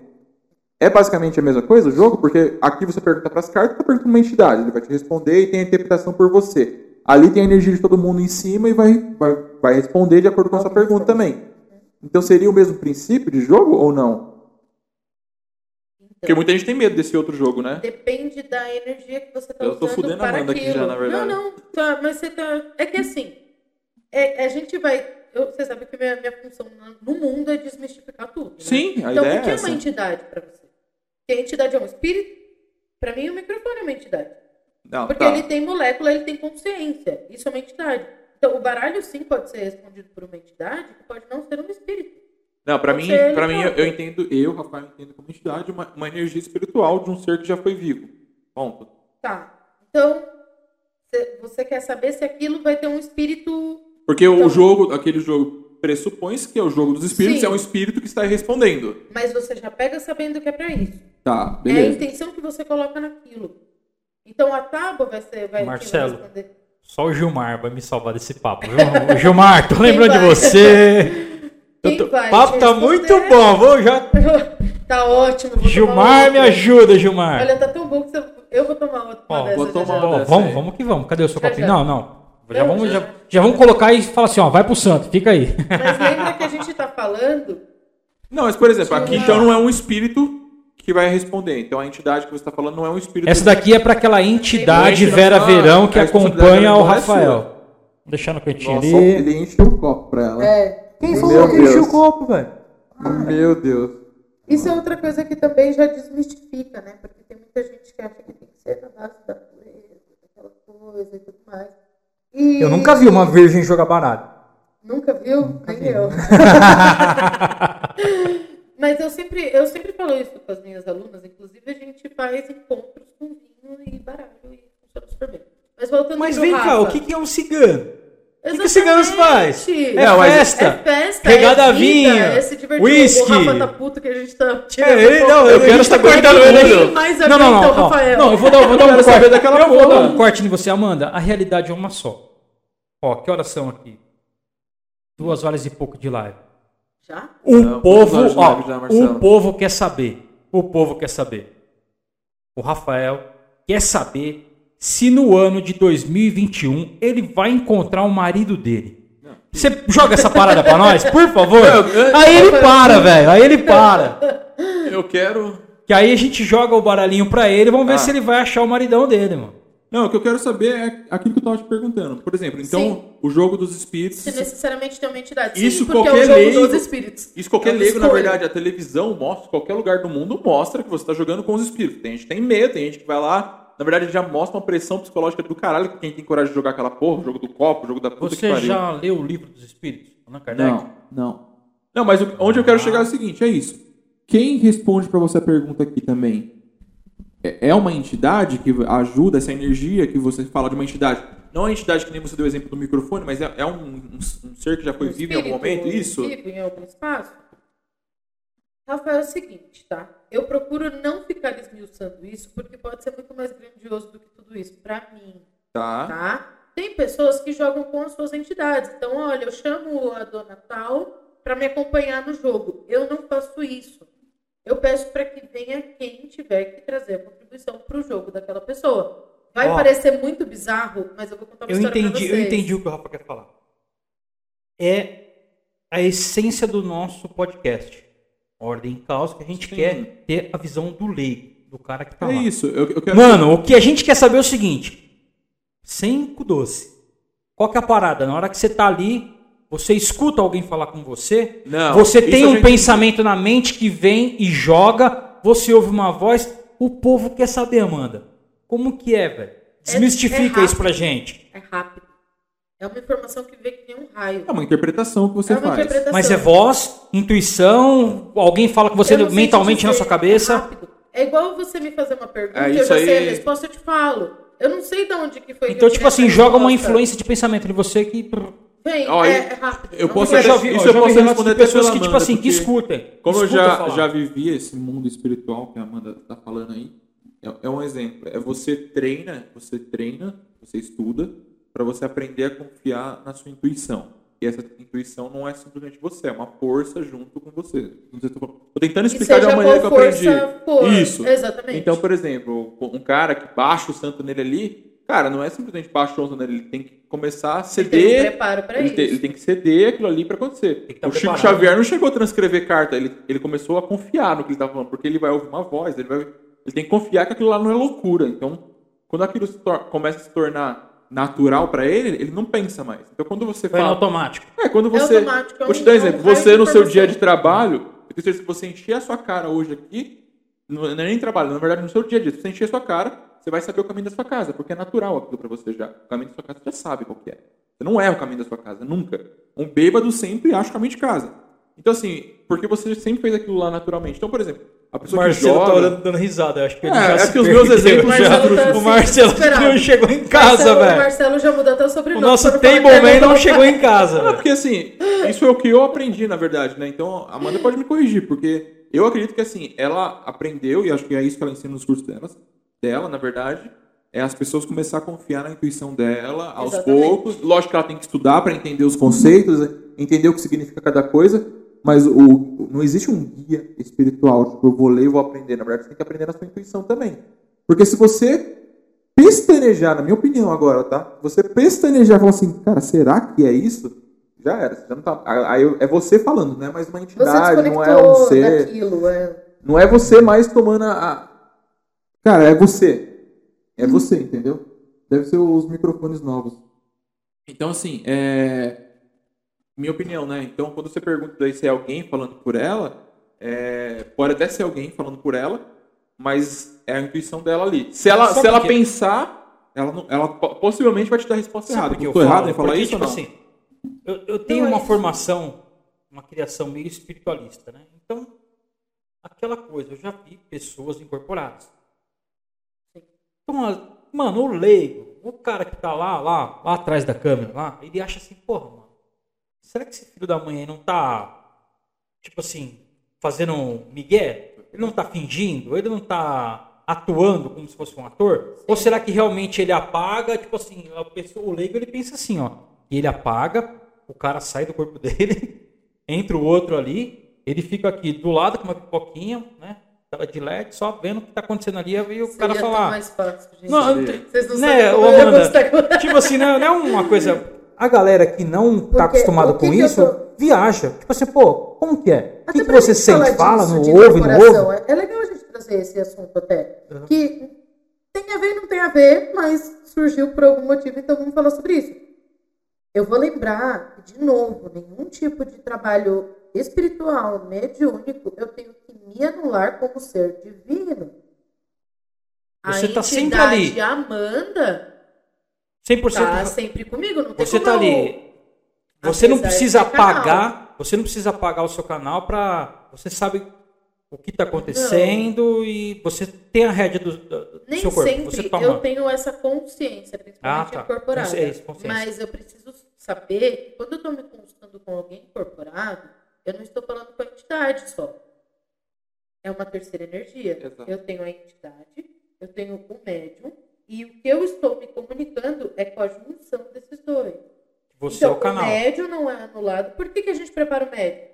A: É basicamente a mesma coisa o jogo, porque aqui você pergunta para as cartas, tá perguntando uma entidade, ele vai te responder e tem a interpretação por você. Ali tem a energia de todo mundo em cima e vai, vai, vai responder de acordo com a sua pergunta também. Então seria o mesmo princípio de jogo ou não?
B: Porque muita gente tem medo desse outro jogo, né?
E: Depende da energia que você tá
B: Eu tô
E: usando
B: fudendo a
E: para
B: Amanda aqui
E: aquilo.
B: já, na verdade.
E: Não, não, tá, mas você tá... É que assim, é, a gente vai... eu- você sabe que minha, minha função na- no mundo é desmistificar tudo, né?
B: Sim,
E: Então,
B: a ideia
E: o que
B: é
E: é
B: essa.
E: uma entidade para você? Porque a entidade é um espírito? Para mim, o microfone é uma entidade.
B: Não,
E: Porque
B: tá.
E: ele tem molécula, ele tem consciência. Isso é uma entidade. Então, o baralho, sim, pode ser respondido por uma entidade que pode não ser um espírito.
B: Não, pra
E: Não
B: mim,
E: sei, ele
B: para mim eu,
E: conta.
B: eu entendo, eu, Rafael, entendo como entidade uma, uma energia espiritual de um ser que já foi vivo. Ponto.
E: Tá. Então, cê- você quer saber se aquilo vai ter um espírito.
B: Porque
E: Então-
B: o jogo, aquele jogo, pressupõe que é o jogo dos espíritos,
E: Sim.
B: é um espírito que está respondendo.
E: Mas você já pega sabendo que é pra isso.
B: Tá,
E: É a
B: beleza.
E: intenção que você coloca naquilo. Então a tábua vai ser. Vai, quem vai
C: Marcelo.
E: responder?
C: Só o Gilmar vai me salvar desse papo. viu? O Gilmar, tô lembrando de
E: vai?
C: você.
E: Quem
C: Eu tô-
E: vai
C: O papo
E: te
C: tá
E: responder?
C: muito bom. Vou já.
E: tá ótimo. vou tomar
C: Gilmar,
E: outro.
C: me ajuda, Gilmar.
E: Olha, tá tão bom que você- eu vou tomar outro. né,
C: Ó,
E: dessa
B: vou
E: já,
B: tomar
E: já.
B: uma
C: Ó,
B: dessa
C: vamos,
B: aí.
C: vamos que vamos. Cadê o seu
E: Já,
C: copinho?
E: já.
C: Não, não. Já
E: Não,
C: vamos,
E: já.
C: já, já vamos colocar e falar assim, ó, vai pro santo, fica aí.
E: Mas lembra que a gente tá falando
B: Não, mas por exemplo, aqui
E: Sim.
B: então não é um espírito que vai responder. Então a entidade que você está falando não é um espírito.
C: Essa daqui é pra aquela entidade
B: Sim.
C: Vera
B: Ah,
C: Verão que
B: a
C: acompanha
B: responsabilidade
C: o
B: agora é
C: Rafael.
B: sua.
C: Vou deixar no cantinho
N: Nossa,
C: ali.
N: ele encheu o copo pra ela.
E: É,
C: Quem
N: falou Meu que encheu Deus. o
C: copo, velho?
N: Meu Deus.
E: isso é outra coisa que também já desmistifica, né? Porque tem muita gente que acha que tem que ser na base da pureza, daquela coisa e tudo mais. E-
C: Eu nunca vi uma virgem jogar baralho.
E: Nunca viu? Nem eu. Mas eu sempre, eu sempre falo isso com as minhas alunas, inclusive a gente faz encontros com vinho e baralho e funciona super bem. Mas voltando
C: Mas
E: pro
C: vem cá,
E: Rafa.
C: o que, que é um cigano?
E: O
C: que que os ciganos faz? É
B: Não, mas-
C: festa.
E: É festa,
C: Regada
E: é
C: a
E: vida,
C: vinho,
E: é se divertir.
C: whisky.
E: O Rafa tá puto que a gente tá tirando.
C: É, ele,
E: um
C: não,
E: pouco.
C: eu quero estar cortando
E: Quem
C: ele. aqui.
E: mais
C: Não, não,
E: aguenta
C: não,
E: o
C: não.
E: Rafael?
C: Não, eu vou dar, eu vou dar um corte.
B: daquela
C: eu vou
B: porra.
C: dar um corte em você, Amanda. A realidade é uma só. Ó, que horas são aqui? Duas horas e pouco de live.
E: Já?
C: O
B: Não,
C: Um povo,
B: duas horas de
C: ó,
B: live já, Marcelo.
C: o povo quer saber. O povo quer saber. O Rafael quer saber se no ano de 2021 ele vai encontrar o marido dele. Você joga essa parada pra nós, por favor?
E: É.
C: Aí ele para, velho. Aí ele para.
B: Eu quero.
C: Que aí a gente joga o baralhinho pra ele, vamos ver
B: Ah.
C: se ele vai achar o maridão dele, mano.
B: Não, o que eu quero saber é aquilo que eu tava te perguntando. Por exemplo, então,
E: Sim.
B: o jogo dos espíritos.
E: Se necessariamente tem uma entidade. Sim,
B: Isso
E: porque é o
B: qualquer
E: jogo
B: lei-
E: dos espíritos.
B: Isso qualquer
E: É uma
B: leigo, na
E: escolha.
B: verdade, a televisão mostra, qualquer lugar do mundo mostra que você tá jogando com os espíritos. Tem gente que tem medo, tem gente que vai lá. Na verdade, já mostra uma pressão psicológica do caralho que quem tem coragem de jogar aquela porra, o jogo do copo, o jogo da puta que
C: Você
B: pariu.
C: já leu o livro dos espíritos? Ana Kardec?
B: Não, não. Não, mas o- onde eu quero chegar é o seguinte, é isso. Quem responde pra você a pergunta aqui também é é uma entidade que ajuda essa energia que você fala de uma entidade. Não a entidade que nem você deu o exemplo do microfone, mas é, é um, um- um ser que já foi
E: Um
B: vivo em algum
E: espírito
B: momento, isso?
E: Vivo em algum espaço. Rafael, é o seguinte, tá? Eu procuro não ficar esmiuçando isso, porque pode ser muito mais grandioso do que tudo isso, pra mim.
B: Tá.
E: tá? Tem pessoas que jogam com as suas entidades. Então, olha, eu chamo a dona tal para me acompanhar no jogo. Eu não faço isso. Eu peço para que venha quem tiver que trazer a contribuição para o jogo daquela pessoa. Vai
C: Ó.
E: parecer muito bizarro, mas eu vou contar uma
C: Eu
E: história pra
C: entendi, eu
E: vocês.
C: entendi o que o Rafa quer falar. É a essência do nosso podcast. Ordem e causa, que a gente
B: Sim.
C: quer ter a visão do leigo, do cara que tá
B: É
C: lá.
B: isso. Eu, eu quero.
C: Mano, o que a gente quer saber é o seguinte: cinco doce. Qual que é a parada? Na hora que você tá ali, você escuta alguém falar com você,
B: Não,
C: você
B: isso
C: tem
B: a
C: um
B: gente-
C: pensamento na mente que vem e joga, você ouve uma voz, o povo quer saber, Amanda. Como que é, velho? Desmistifica
E: é
C: isso pra gente.
E: É rápido. É uma informação que vem que nem um raio.
B: É uma interpretação que você
E: É uma
B: faz.
E: interpretação.
C: Mas é voz, intuição, alguém fala com você
E: Eu não sei
C: mentalmente
E: te
C: na
E: dizer,
C: sua cabeça.
E: rápido. É igual você me fazer uma pergunta,
B: É,
E: eu
B: isso
E: já sei
B: aí-
E: a resposta, eu te falo. Eu não sei de onde que foi. que
C: Então, tipo
E: eu tirei
C: assim,
E: essa
C: joga uma
E: resposta.
C: influência de pensamento em você que.
E: Vem,
B: Ó,
E: é,
B: eu-
E: é rápido.
B: eu
E: Não
B: posso
E: vai-
B: até- isso eu posso
C: relatos
B: responder
C: de
B: até
C: pessoas
B: pela
C: que, tipo
B: Amanda,
C: assim, que
B: porque
C: escutem.
B: Como eu
C: escutam
B: já,
C: falar.
B: já vivi esse mundo espiritual que a Amanda está falando aí, é, é um exemplo. É você treina, você treina, você estuda para você aprender a confiar na sua intuição. E essa intuição não é simplesmente você, é uma força junto com você. Não sei se eu tô tô tentando
E: E
B: explicar de
E: seja
B: uma maneira que eu
E: qual
B: aprendi.
E: força for.
B: Isso.
E: Exatamente.
B: Então, por exemplo, um cara que baixa o santo nele ali, cara, não é simplesmente baixar o santo nele, ele tem que começar a
E: Ele tem um
B: ceder
E: preparo pra
B: ele,
E: isso.
B: te- ele tem que ceder aquilo ali pra acontecer.
C: que tá
B: o Chico
C: preparado.
B: Xavier não chegou a transcrever carta, ele, ele começou a confiar no que ele tava falando, porque ele vai ouvir uma voz, ele, vai, ele tem que confiar que aquilo lá não é loucura. Então, quando aquilo se tor- começa a se tornar natural pra ele, ele não pensa mais. Então, quando você
C: Vai no
B: fala.
C: automático.
B: É, quando
E: É
B: você.
E: automático, é
B: Vou te dar um
E: é
B: exemplo.
E: raio
B: Você,
E: de
B: no seu
E: informação.
B: dia de trabalho, eu tenho certeza que você encher a sua cara hoje aqui, não não é nem trabalho, na verdade, no seu dia a dia, se você encher a sua cara, você vai saber o caminho da sua casa, porque é natural aquilo pra você já. O caminho da sua casa você já sabe qual que é. Você não erra o caminho da sua casa, nunca. Um bêbado sempre acha o caminho de casa. Então, assim, porque você sempre fez aquilo lá naturalmente. Então, por exemplo, a
C: O
B: pessoa
C: Marcelo
B: que
C: tá
B: joga...
C: olhando, dando risada. Acho que ele
B: É,
C: já
B: é
C: se
B: que os meus
C: perdeu.
B: exemplos
E: já- Marcelo tá
C: O
E: assim,
C: Marcelo
E: desesperado.
C: não chegou em casa,
E: Marcelo, é O
C: velho.
E: Marcelo já mudou até o sobrenome.
C: O nosso
E: Quando fala que
C: Tableman
E: mudou-
C: não chegou em casa,
B: Não,
C: velho.
B: porque assim, isso é o que eu aprendi, na verdade, né? Então, a Amanda pode me corrigir, porque eu acredito que assim, ela aprendeu, e acho que é isso que ela ensina nos cursos delas, dela, na verdade, é as pessoas começar a confiar na intuição dela aos
E: Exatamente.
B: poucos. Lógico que ela tem que estudar para entender os conceitos, né? entender o que significa cada coisa, mas o, não existe um guia espiritual, tipo, eu vou ler e vou aprender. Na verdade, você tem que aprender na sua intuição também. Porque se você pestanejar, na minha opinião agora, tá? Você pestanejar e falar assim, cara, será que é isso? Já era. Você já não tá... Aí eu- é você falando, não é mais uma
E: Você
B: entidade, não é um
E: desconectou né?
B: ser.
E: daquilo. é.
B: Não é você mais tomando a. a- Cara, é você. É você, entendeu? Deve ser os microfones novos. Então, assim, é. Minha opinião, né? Então, quando você pergunta daí se é alguém falando por ela, é, pode até ser alguém falando por ela, mas é a intuição dela ali. Se ela,
C: Sabe
B: se ela
C: por quê?
B: pensar, ela, não- ela po- possivelmente vai te dar a resposta
C: Sabe
B: errada.
C: por que
B: Eu tô errado em falar
C: Porque,
B: isso ou
C: tipo
B: não?
C: assim, eu, eu tenho
E: Não, é
C: uma
E: isso.
C: formação, uma criação meio espiritualista, né? Então, aquela coisa, eu já vi pessoas incorporadas. Então, a- mano, o leigo, o cara que tá lá, lá, lá atrás da câmera, lá, ele acha assim, porra, mano, será que esse filho da mãe aí não tá, tipo assim, fazendo um migué? Ele não tá fingindo? Ele não tá atuando como se fosse um ator? Ou será que realmente ele apaga, tipo assim, a pessoa, o leigo ele pensa assim, ó, ele apaga, o cara sai do corpo dele, entra o outro ali, ele fica aqui do lado com uma pipoquinha, né? Tela de LED, só vendo o que tá acontecendo ali, aí o cara
E: Seria tão
C: fala.
E: tá
C: "Ah,
E: mais fácil, gente.
C: Não, não tem-
E: Vocês não
C: né,
E: sabem
C: ô
E: como é eu
C: Amanda,
E: gosto agora.
C: Tipo assim, não, não é uma coisa. A galera que não tá
E: Porque
C: acostumada
E: o que
C: com
E: que eu
C: isso viaja. Tipo assim, pô, como que é? O
E: Até
C: que, que
E: pra
C: você
E: gente
C: sente?
E: falar
C: Fala,
E: disso,
C: não
E: de
C: ouve, não
E: decoração,
C: ouve?
E: É é legal a gente trazer esse assunto até. Que tem a ver e não tem a ver, mas surgiu por algum motivo, então vamos falar sobre isso. Eu vou lembrar que, de novo, nenhum tipo de trabalho espiritual, mediúnico, eu tenho que me anular como ser divino.
C: Você
E: a
C: tá sempre
E: entidade
C: ali.
E: Amanda
C: 100%.
E: tá sempre comigo, não tem
C: você
E: como
C: tá
E: eu-
C: ali. Você não
E: Apesar de
C: precisa
E: ter canal.
C: apagar. Você não precisa apagar o seu canal pra. Você sabe o que tá acontecendo e você tem a rédea do, do
E: Nem
C: seu corpo.
E: sempre
C: Você tá toma.
E: eu tenho essa consciência, principalmente
C: Ah, tá.
E: incorporada.
C: Consci- é isso, consciência.
E: Mas eu preciso saber que quando eu estou me consultando com alguém incorporado, eu não estou falando com a entidade só. É uma terceira energia.
B: Exato.
E: Eu tenho a entidade, eu tenho o médium, e o que eu estou me comunicando é com a junção desses dois.
C: Você
E: então,
C: é o canal.
E: médium não é anulado. Por que, que a gente prepara o médium?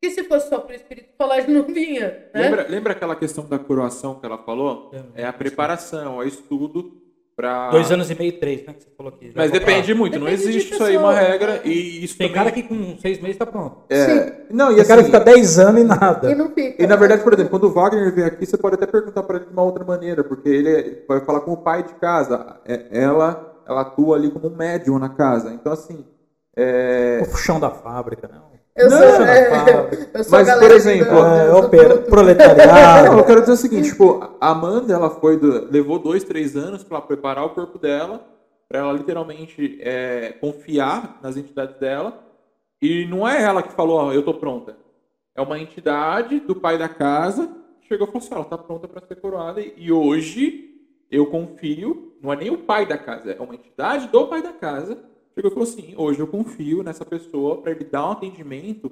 E: Porque se fosse só para o espírito falar, ele não vinha. Né?
B: Lembra, lembra aquela questão da coroação que ela falou? É a preparação, é o estudo para.
C: Dois anos e meio, três, né? Que você falou aqui. Já
B: Mas
C: vou pra-
B: depende muito, não
E: Depende de
B: existe isso aí uma
E: pessoa. né?
B: regra e isso
C: Tem
B: também-
C: cara que com seis meses tá pronto.
B: É, não, e
C: Tem
B: assim,
C: cara que fica 10 anos e
E: E
C: nada.
E: não fica.
B: e na verdade, por exemplo, quando o Wagner vem aqui, você pode até perguntar para ele de uma outra maneira, porque ele é- vai falar com o pai de casa, É, ela ela atua ali como um médium na casa. Então assim, é,
C: O chão da fábrica, não.
E: Eu
B: Não,
E: sou,
B: não,
E: é,
C: fala.
E: eu sou
B: Mas,
E: a
B: por
E: galera
B: exemplo,
E: do-
C: É,
E: do- do
C: opera,
E: fruto.
B: Ah, não, eu
C: proletariado.
B: quero dizer o seguinte, tipo, a Amanda, ela foi do- levou dois, três anos para preparar o corpo dela, para ela literalmente é, confiar nas entidades dela. E não é ela que falou, ó, eu tô pronta. É uma entidade do pai da casa que chegou e falou assim, ó, ela tá pronta para ser coroada. E hoje eu confio, não é nem o pai da casa, é uma entidade do pai da casa. Chegou e falou assim, hoje eu confio nessa pessoa para ele dar um atendimento.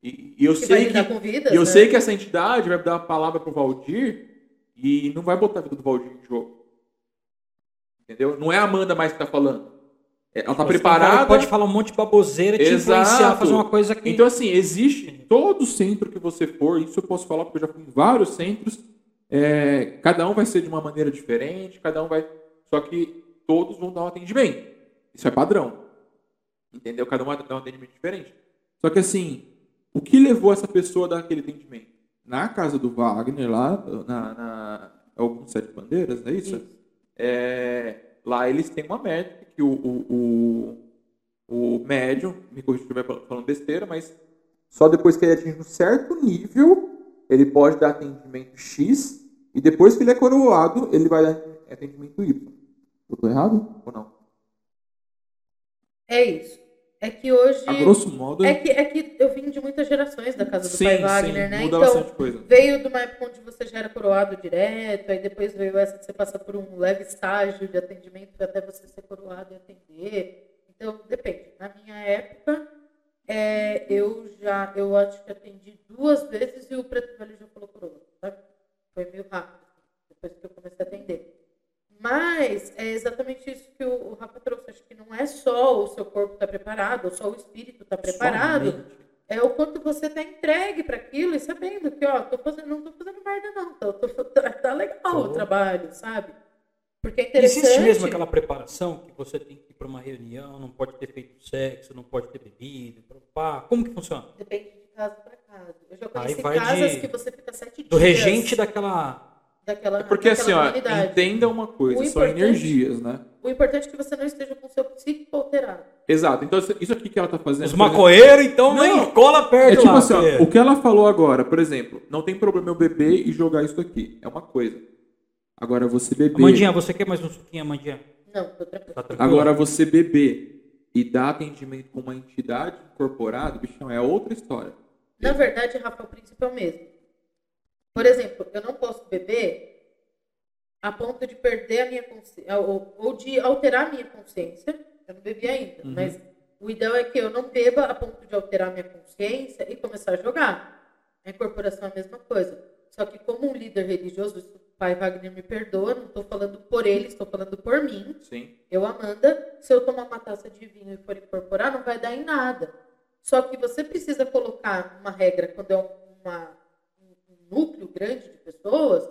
B: E, e eu
E: que vai
B: sei que
E: lidar com vidas,
B: e eu
E: né?
B: sei que essa entidade vai dar a palavra pro Valdir e não vai botar a vida do Valdir em jogo. Entendeu? Não é a Amanda mais que tá falando. É, Ela tá
C: Você tem cara
B: preparada.
C: que Pode falar um monte de baboseira, te
B: Exato.
C: influenciar, fazer uma coisa que.
B: Então, assim, existe em todo centro que você for, isso eu posso falar porque eu já fui em vários centros, é, cada um vai ser de uma maneira diferente, cada um vai. Só que todos vão dar um atendimento. Isso é padrão. Entendeu? Cada um vai dar um atendimento diferente. Só que, assim, o que levou essa pessoa a dar aquele atendimento? Na casa do Wagner, lá na. na é o Sete Bandeiras, não é isso? É, lá eles têm uma métrica que o, o, o- o médium, me corrija se eu estiver falando besteira, mas só depois que ele atinge um certo nível, ele pode dar atendimento X, e depois que ele é coroado, ele vai dar atendimento Y. Eu tô errado ou não?
E: É isso. É que hoje.
B: A Ah, grosso modo,
E: É que, é que eu vim de muitas gerações da casa do
B: sim,
E: pai
B: sim,
E: Wagner, né?
B: muda
E: Então,
B: bastante coisa.
E: veio de uma época onde você já era coroado direto, aí depois veio essa que você passa por um leve estágio de atendimento até você ser coroado e atender. Então, depende. Na minha época, é, eu já, eu acho que atendi duas vezes e o preto velho já falou coroa, sabe? Foi meio rápido, assim, depois que eu comecei a atender. Mas é exatamente isso que o, o Rafa trouxe. Acho que não é só o seu corpo estar preparado, ou só o espírito estar preparado é o quanto você tá entregue para aquilo e sabendo que, ó, tô fazendo, não tô fazendo merda não, tô, tô- tá, tá legal
C: Tô.
E: o trabalho, sabe? Porque é interessante.
C: Existe mesmo aquela preparação que você tem que ir para uma reunião, não pode ter feito sexo, não pode ter bebido, pá. como que funciona?
E: Depende de casa para casa. Eu já
C: Aí
E: conheci
C: vai
E: casas
C: de-
E: que você fica sete dias.
C: Do regente daquela...
E: daquela
B: É porque assim,
E: daquela
B: ó,
E: comunidade.
B: entenda uma coisa,
E: O
B: são
E: importante-
B: energias, né?
E: O importante é que você não esteja com o seu psíquico alterado.
B: Exato. Então, isso aqui que ela tá fazendo.
C: Os
B: por exemplo,
C: maconheiros, então,
B: Não.
C: nem cola perto
B: É tipo
C: lá,
B: assim, ó,
C: porque-
B: o que ela falou agora, por exemplo, não tem problema eu beber e jogar isso aqui. É uma coisa. Agora você beber.
C: Amandinha, você quer mais um suquinho, Amandinha?
E: Não, tô tranquilo.
C: Tá tranquilo?
B: Agora você beber e dar atendimento com uma entidade incorporada, bichão, é outra história.
E: Na verdade, Rafa, o princípio é o mesmo. Por exemplo, eu não posso beber a ponto de perder a minha consciência, ou, ou de alterar a minha consciência. Eu não bebi ainda, mas o ideal é que eu não beba a ponto de alterar a minha consciência e começar a jogar. A incorporação é a mesma coisa. Só que como um líder religioso, isso o pai Wagner me perdoa, não estou falando por ele, estou falando por mim.
B: Sim.
E: Eu, Amanda, se eu tomar uma taça de vinho e for incorporar, não vai dar em nada. Só que você precisa colocar uma regra quando é uma- um núcleo grande de pessoas,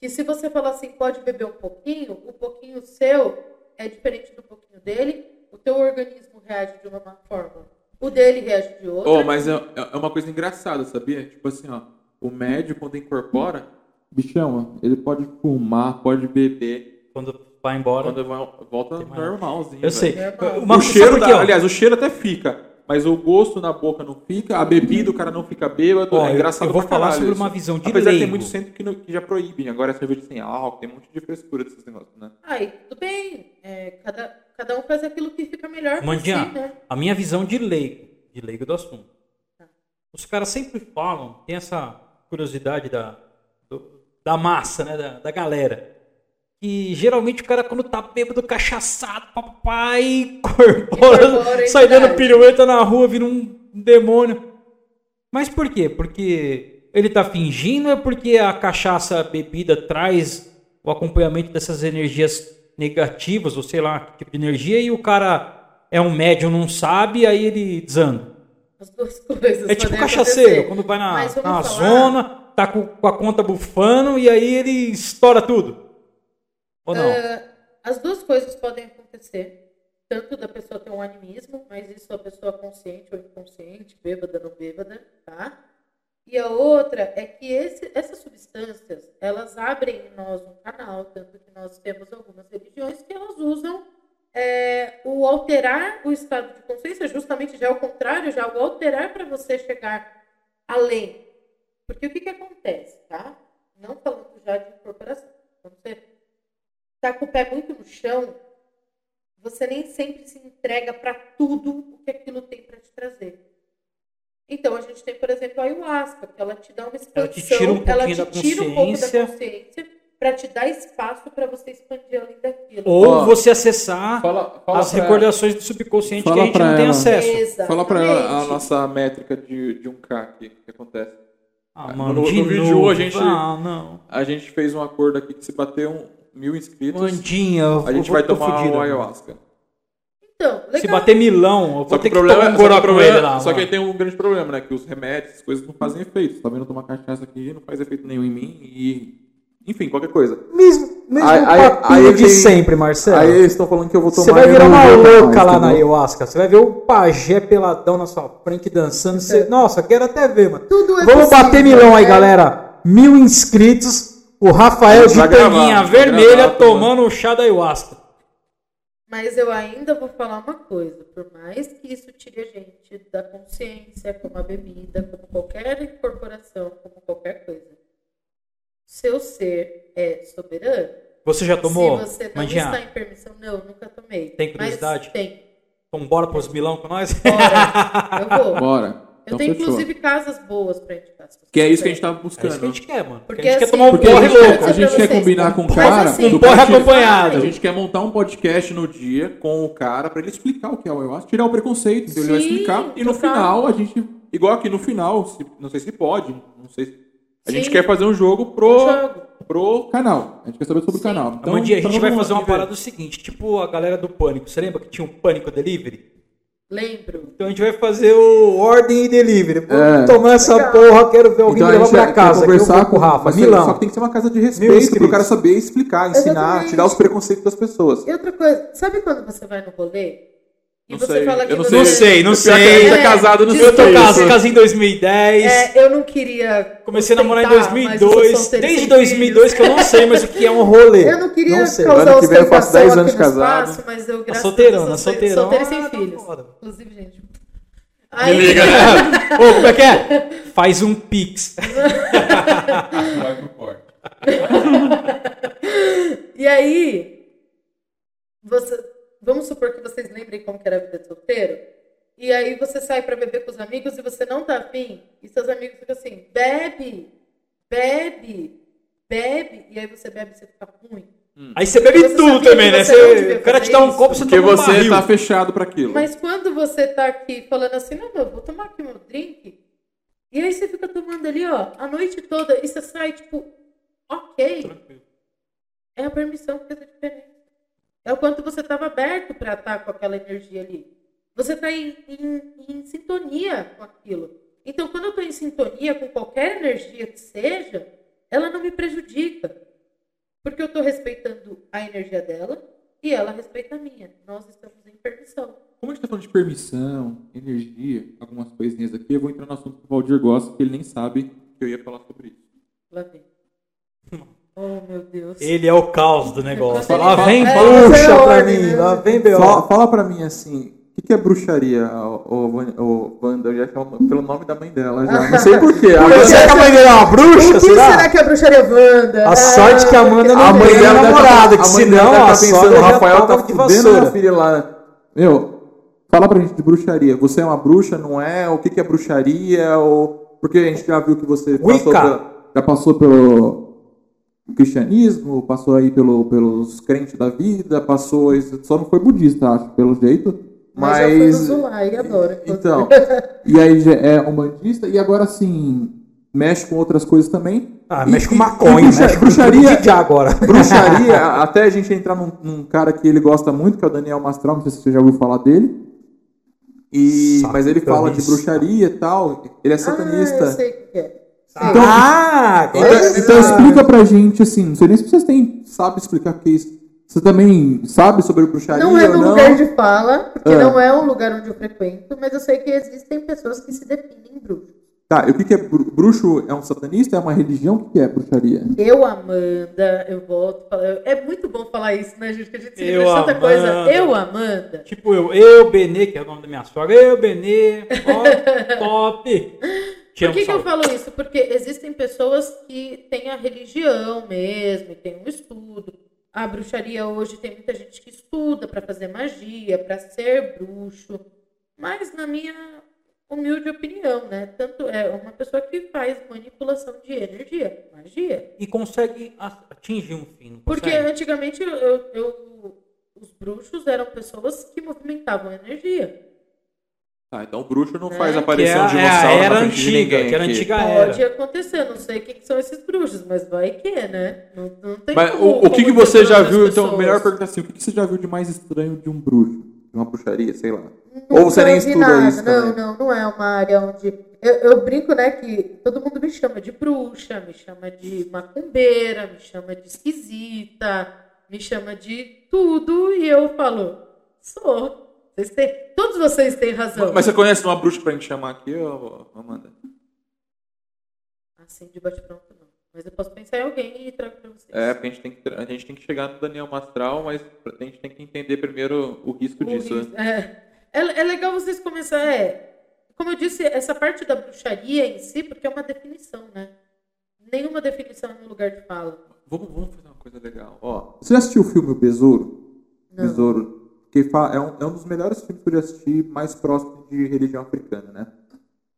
E: que se você falar assim, pode beber um pouquinho, o pouquinho seu é diferente do pouquinho dele, o teu organismo reage de uma forma, o dele reage de outra.
B: Oh, mas é, é uma coisa engraçada, sabia? Tipo assim, ó, o médio quando incorpora, bichão, ó, ele pode fumar, pode beber,
C: Quando vai embora...
B: quando vai- volta
C: Tem mais- um.
B: normalzinho. né?
C: Eu
B: velho.
C: sei.
E: Normal.
C: Uma
B: o cheiro,
C: sabe
B: da,
C: por quê, ó?
B: aliás, o cheiro até fica, mas o gosto na boca não fica, a bebida o cara não fica bêbado,
C: Ó,
B: é
C: eu-
B: engraçado
C: eu vou
B: pra
C: falar
B: caralho
C: sobre
B: isso.
C: uma visão de
B: Apesar de ter
C: leigo.
B: muito centro que, não- que já proíbem, agora é cerveja sem álcool, tem um monte de frescura desses negócios, né?
E: Ai, tudo bem, é, cada, cada um faz aquilo que fica melhor pra si,
C: Mandinha,
E: né?
C: a minha visão de leigo, de leigo do assunto. Os caras sempre falam, tem essa curiosidade da, do- da massa, né, da, da galera. Que geralmente o cara, quando tá bêbado, cachaçado, papai,
E: Incorpora
C: corporando,
E: a
C: sai dando
E: entidade.
C: pirueta na rua, vira um demônio. Mas por quê? Porque ele tá fingindo ou é porque a cachaça a bebida traz o acompanhamento dessas energias negativas, ou sei lá, que tipo de energia, e o cara é um médium, não sabe, aí ele desanda.
E: As duas coisas.
C: É tipo
E: podem
C: cachaceiro,
E: acontecer.
C: quando vai na,
E: Mas vamos
C: na
E: falar-
C: zona, tá com, com a conta bufando e aí ele estoura tudo. Ou não?
E: Ah, as duas coisas podem acontecer. Tanto da pessoa ter um animismo, mas isso a pessoa consciente ou inconsciente, bêbada ou não bêbada, tá? E a outra é que esse- essas substâncias, elas abrem em nós um canal, tanto que nós temos algumas religiões que elas usam é, o alterar o estado de consciência, justamente já é o contrário, já o alterar para você chegar além. Porque o que, que acontece, tá? Não falando já de incorporação. Quando você tá com o pé muito no chão, você nem sempre se entrega para tudo o que aquilo tem para te trazer. Então a gente tem, por exemplo, a ayahuasca, que ela te dá uma expansão,
C: Ela te tira um
E: ela
C: pouquinho
E: te
C: da
E: tira um pouco da
C: consciência.
E: consciência para te dar espaço para você expandir além daquilo.
C: Ou
B: Ó,
C: você acessar
B: Fala,
C: as recordações do subconsciente que
B: Fala
C: a gente
B: pra
C: não tem
B: ela.
C: acesso.
E: Exatamente.
B: Fala pra ela a nossa métrica de, de um K aqui, que acontece.
C: Ah,
B: No-
C: mano,
B: no
C: de
B: vídeo
C: novo.
B: a gente-
C: Ah, não.
B: A gente fez um acordo aqui que se bater um mil inscritos,
C: Mandinha, eu
B: a gente
C: vou-
B: vai
C: tô
B: tomar
C: fudido.
B: um ayahuasca.
E: Então, legal.
C: Se bater milão, eu vou
B: Só que
C: ter que
B: o problema, é-
C: tomar um
B: só que, o
C: goró com
B: problema-
C: ele lá.
B: só que aí
C: mano.
B: tem um grande problema, né? Que os remédios, as coisas não fazem efeito. Tá vendo tomar cachaça aqui não faz efeito nenhum em mim e. Enfim, qualquer coisa.
C: Mesmo, mesmo
O: Aí- aí-
C: papinho
O: aí
C: de
O: tem-
C: sempre, Marcelo.
O: Aí eles estão falando que eu vou tomar.
C: Você
O: e
C: vai
O: eu
B: um
C: virar
O: não
C: uma
O: bebo mais,
C: louca lá na
O: entendeu?
C: ayahuasca. Você vai ver o pajé peladão na sua frente dançando. Você- Nossa, quero até ver, mano.
E: Tudo é
C: Vamos
E: possível,
C: bater milão aí,
E: né?
C: galera. Mil inscritos. O Rafael de
B: Vai gravar,
C: tanguinha
B: vai
C: vermelha
B: gravar,
C: tomando o chá da ayahuasca.
E: Mas eu ainda vou falar uma coisa, por mais que isso tire a gente da consciência, como a bebida, como qualquer incorporação, como qualquer coisa. Seu ser é soberano.
C: Você já tomou?
E: Se você tá não
C: Mandinha?
E: está em permissão, não, nunca tomei.
C: Tem curiosidade?
E: Mas tem.
C: Então bora pros Milão com nós?
E: Bora. Eu vou.
B: Bora.
E: Eu
B: Então
E: tenho,
B: fechou.
E: inclusive, casas boas pra indicar. se você
B: Que é isso que a gente
E: quiser.
B: tava
C: É isso que a
B: buscando.
C: gente quer, mano.
E: Porque
C: a gente
E: assim,
C: quer tomar um
E: porque
B: a
C: porre
B: gente,
E: eu vou
C: louco.
E: dizer
B: a gente
E: pra
B: quer
E: vocês,
B: combinar com o
E: mas
B: cara
E: assim,
B: do
C: porra
B: podcast.
C: acompanhado.
B: A gente quer montar um podcast no dia com o cara pra ele explicar o que é o ayahuasca, tirar o preconceito, então ele vai
E: Sim,
B: explicar. E no
E: total.
B: final, a gente, igual aqui no final, se- não sei se pode, não sei. se- A gente
E: Sim.
B: quer fazer um jogo
E: Um
B: pro,
E: jogo.
B: pro canal. A gente quer saber sobre o
E: Sim.
B: canal. Então,
C: Amandinha, a
B: pra
C: gente
B: todo
C: vai
B: mundo
C: fazer uma
B: que vê.
C: parada do seguinte, tipo a galera do Pânico. Você lembra que tinha um Pânico Delivery?
E: Lembro.
C: Então a gente vai fazer o Ordem e Delivery. Vou
B: É.
C: tomar essa porra, quero ver alguém
B: Então
C: me Tá
B: a
C: levar
B: gente
C: pra
B: quer
C: casa. que eu
B: conversar
C: vou com o Rafa,
B: mas
C: Milão.
B: Só que tem que ser uma casa de respeito
C: inscritos.
B: pro cara saber explicar, ensinar,
E: Exatamente.
B: tirar os preconceitos das pessoas.
E: E outra coisa, sabe quando você vai no rolê? E
B: Não
E: você
B: sei,
E: fala que
B: eu não
E: você-
B: sei. Não sei,
C: não
B: Pior que a gente é casado, não sei
C: Eu
B: o que é
C: tô
B: isso.
C: casado, casei em 2010.
E: É, eu não queria.
C: Comecei a namorar em
E: ostentar, mas eu
C: 2002.
E: sou solteira
C: Desde
E: sem
C: 2002 que eu não sei mais o que é um rolê.
E: Eu não queria
C: Não sei. Tá
E: causar
B: Ano que vem eu faço
E: ostentação
B: 10 anos
E: aqui no
B: casado.
E: espaço, mas
B: Tá
E: eu,
C: A
E: graças a
B: né?
C: solteirona,
E: Deus, sou
C: solteirona.
E: solteira e
C: Ah,
E: sem
C: não
E: filhos.
C: foda.
E: Inclusive, gente. Aí,
C: Ô, como é que é? Faz um pix.
G: Vai pro corte.
E: e aí, você, vamos supor que vocês lembrem como que era a vida de solteiro. E aí você sai pra beber com os amigos e você não tá afim. E seus amigos ficam assim, bebe, bebe, bebe. E aí você bebe e você fica ruim.
C: Aí você bebe
E: Você
C: tudo
E: sabia
C: também,
E: que
C: né?
E: você
C: Você-
E: não devia
C: o cara te
E: fazer
C: dá um
E: isso?
C: copo, você
B: Porque
C: toma um
B: você
C: barril.
B: tá fechado pra aquilo.
E: Mas quando você tá aqui falando assim, não, meu, vou tomar aqui meu drink. E aí você fica tomando ali, ó, a noite toda. E você sai, tipo, ok. É a permissão que você diferente. É o quanto você estava aberto para estar com aquela energia ali. Você está em, em- em sintonia com aquilo. Então, quando eu estou em sintonia com qualquer energia que seja, ela não me prejudica. Porque eu estou respeitando a energia dela e ela respeita a minha. Nós estamos em permissão.
B: Como a gente tá falando de permissão, energia, algumas coisinhas aqui, eu vou entrar no assunto que o Valdir gosta, que ele nem sabe que eu ia falar sobre isso.
E: Lá vem. Oh, meu Deus.
C: Ele é o caos do negócio.
E: Ele
C: Lá
E: fala-
C: vem
E: É,
C: bruxa
E: você é
C: pra
E: ordem,
C: mim,
E: né?
C: lá vem B.O.
B: Fala, fala pra mim assim, o que, que é bruxaria, o, o, Wanda? Eu já chamo pelo nome da mãe dela já. Não sei porquê. A,
C: Você é que a mãe dele é uma bruxa,
E: O que
C: será?
E: será que a bruxaria Wanda? É,
C: A sorte que a Amanda não
B: a mãe
C: tem
B: dela
C: namorada,
B: deve tá-
C: que
B: a mãe
C: senão a
B: dela tá pensando,
C: sogra
B: o
C: já
B: Rafael
C: toma
B: tá
C: de
B: fudendo minha
C: vassoura.
B: filha lá. né? Meu, fala pra gente de bruxaria. Você é uma bruxa, não é? O que, que é bruxaria? Ou... Porque a gente já viu que você passou
C: Wicca.
B: pela- já passou pelo cristianismo, passou aí pelo, pelos crentes da vida, passou. isso- Só não foi budista, acho, pelo jeito.
E: Mas já
B: Mas.
E: foi no Zulai, adoro.
B: Então. E aí já é umbandista, e agora sim, mexe com outras coisas também.
C: Ah,
B: E-
C: mexe com
B: e-
C: maconha,
B: e bruxa-
C: mexe com
B: bruxaria-
C: tudo de agora.
B: Bruxaria, até a gente entrar num, num cara que ele gosta muito, que é o Daniel Mastral, não sei se você já ouviu falar dele. E, mas ele fala de
C: Satanista.
B: bruxaria e tal, ele é
E: Ah, eu
B: satanista.
E: sei é- o que é. Sei.
B: Então-
C: ah, agora
B: então
C: sim.
B: então explica pra gente, assim, não sei nem se vocês têm, sabe explicar o que é isso. Você também sabe sobre bruxaria
E: Não é
B: ou
E: meu
B: não?
E: lugar de fala, porque
B: Ah.
E: não é um lugar onde eu frequento, mas eu sei que existem pessoas que se definem bruxo.
B: Tá, e o que, que é bru- bruxo? É um satanista? É uma religião? O que, que é bruxaria?
E: Eu, Amanda, eu volto. a falar- É muito bom falar isso, né, gente? Que a gente se
C: Eu,
E: lembra de tanta coisa.
C: Amanda.
E: Eu, Amanda.
C: Tipo eu, eu, Benê, que é o nome da minha sogra. Eu, Benê, ó, top. Te
E: Por
C: amo,
E: que, que eu
C: sogra.
E: falo isso? Porque existem pessoas que têm a religião mesmo, e têm um estudo. A bruxaria hoje tem muita gente que estuda para fazer magia, para ser bruxo. Mas na minha humilde opinião, né? Tanto é uma pessoa que faz manipulação de energia, magia.
C: E consegue a- atingir um fim. não
E: Porque
C: consegue?
E: antigamente eu, eu- eu- os bruxos eram pessoas que movimentavam energia.
G: Tá, então o bruxo não
E: Né?
G: faz
C: que
E: Que
C: é,
G: aparição de um
C: a- é a
G: dinossauro
C: era
G: na frente de
C: antiga,
G: ninguém
C: que era a
G: aqui.
C: antiga
E: Pode
C: era.
E: acontecer, não sei quem que são esses bruxos, mas vai que, né? Não, não tem
G: Mas
E: como-
G: o, o que,
E: como
G: que você já
E: controlar
G: viu,
E: as
G: então,
E: pessoas.
G: melhor pergunta.
B: Pergunta assim, o que, que você já viu de mais estranho de um bruxo? De uma bruxaria, sei lá.
E: Nunca
B: Ou você nem
E: vi
B: estuda
E: nada.
B: isso
E: Não,
B: também?
E: não, não é uma área onde. Eu, eu brinco, né, que todo mundo me chama de bruxa, me chama de macumbeira, me chama de esquisita, me chama de tudo, e eu falo, sou. Vocês têm, todos vocês têm razão.
G: Mas você conhece uma bruxa pra gente chamar aqui, ô, Amanda?
E: Assim, de bate-pronto, não. Mas eu posso pensar em alguém e trago pra vocês.
G: É, porque a gente tem que, tra- a gente tem que chegar no Daniel Mastral, mas a gente tem que entender primeiro o risco
E: O
G: disso.
E: risco-
G: né?
E: É. É- é legal vocês começarem. É, como eu disse, essa parte da bruxaria em si, porque é uma definição, né? Nenhuma definição no lugar de fala.
G: Vamos, vamos fazer uma coisa legal. Ó,
B: Ó, você já assistiu o filme O Besouro?
E: Não.
B: Besouro. Que que fa- é um, é um dos melhores filmes que eu já assisti mais próximo de religião africana, né?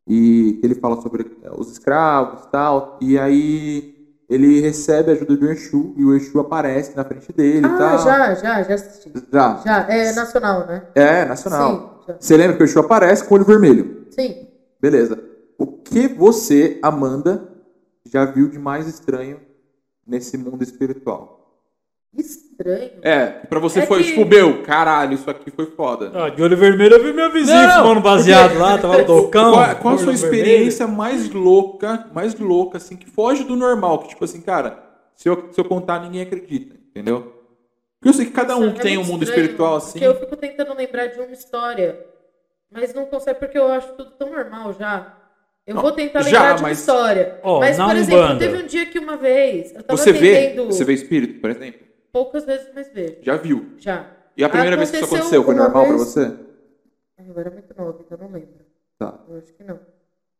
B: E ele fala sobre eh, os escravos e tal, e aí ele recebe a ajuda de um Exu, e o Exu aparece na frente dele e
G: tá-
E: Ah,
B: tal.
E: já, já, já assisti.
B: Já.
E: Já, é nacional, né?
B: É, nacional.
E: Sim, já.
B: Você lembra que o Exu aparece com o olho vermelho.
E: Sim.
B: Beleza. O que você, Amanda, já viu de mais estranho nesse mundo espiritual?
E: Estranho.
G: É, pra você
E: É
G: foi
E: que-
G: tipo, meu, caralho, isso aqui foi foda.
C: Ah, de olho vermelho eu vi meu vizinho
G: Não,
C: fumando baseado lá, tava loucão.
G: Qual, qual a sua
C: olho vermelho.
G: experiência mais louca, mais louca, assim, que foge do normal? Que, tipo assim, cara, se eu, se eu contar, ninguém acredita, entendeu? Porque eu sei que cada um
E: Nossa,
G: que
E: é
G: tem um
E: muito
G: mundo
E: estranho,
G: espiritual assim.
E: Porque eu fico tentando lembrar de uma história, mas não consegue porque eu acho tudo tão normal já. Eu vou tentar
G: já,
E: lembrar de uma
G: mas-
E: história.
C: Ó,
E: mas,
C: na
E: por exemplo,
C: Umbanda.
E: teve um dia que uma vez eu tava
G: Você vê,
E: atendendo
G: você vê espírito, por exemplo?
E: poucas vezes, mas vejo.
G: Já viu.
E: Já.
G: E a primeira vez que isso
E: Aconteceu
G: aconteceu,
B: Foi
E: Uma
B: normal pra
E: vez-
B: você?
E: Eu era muito nova, então eu não lembro.
B: Tá.
E: Eu acho que não.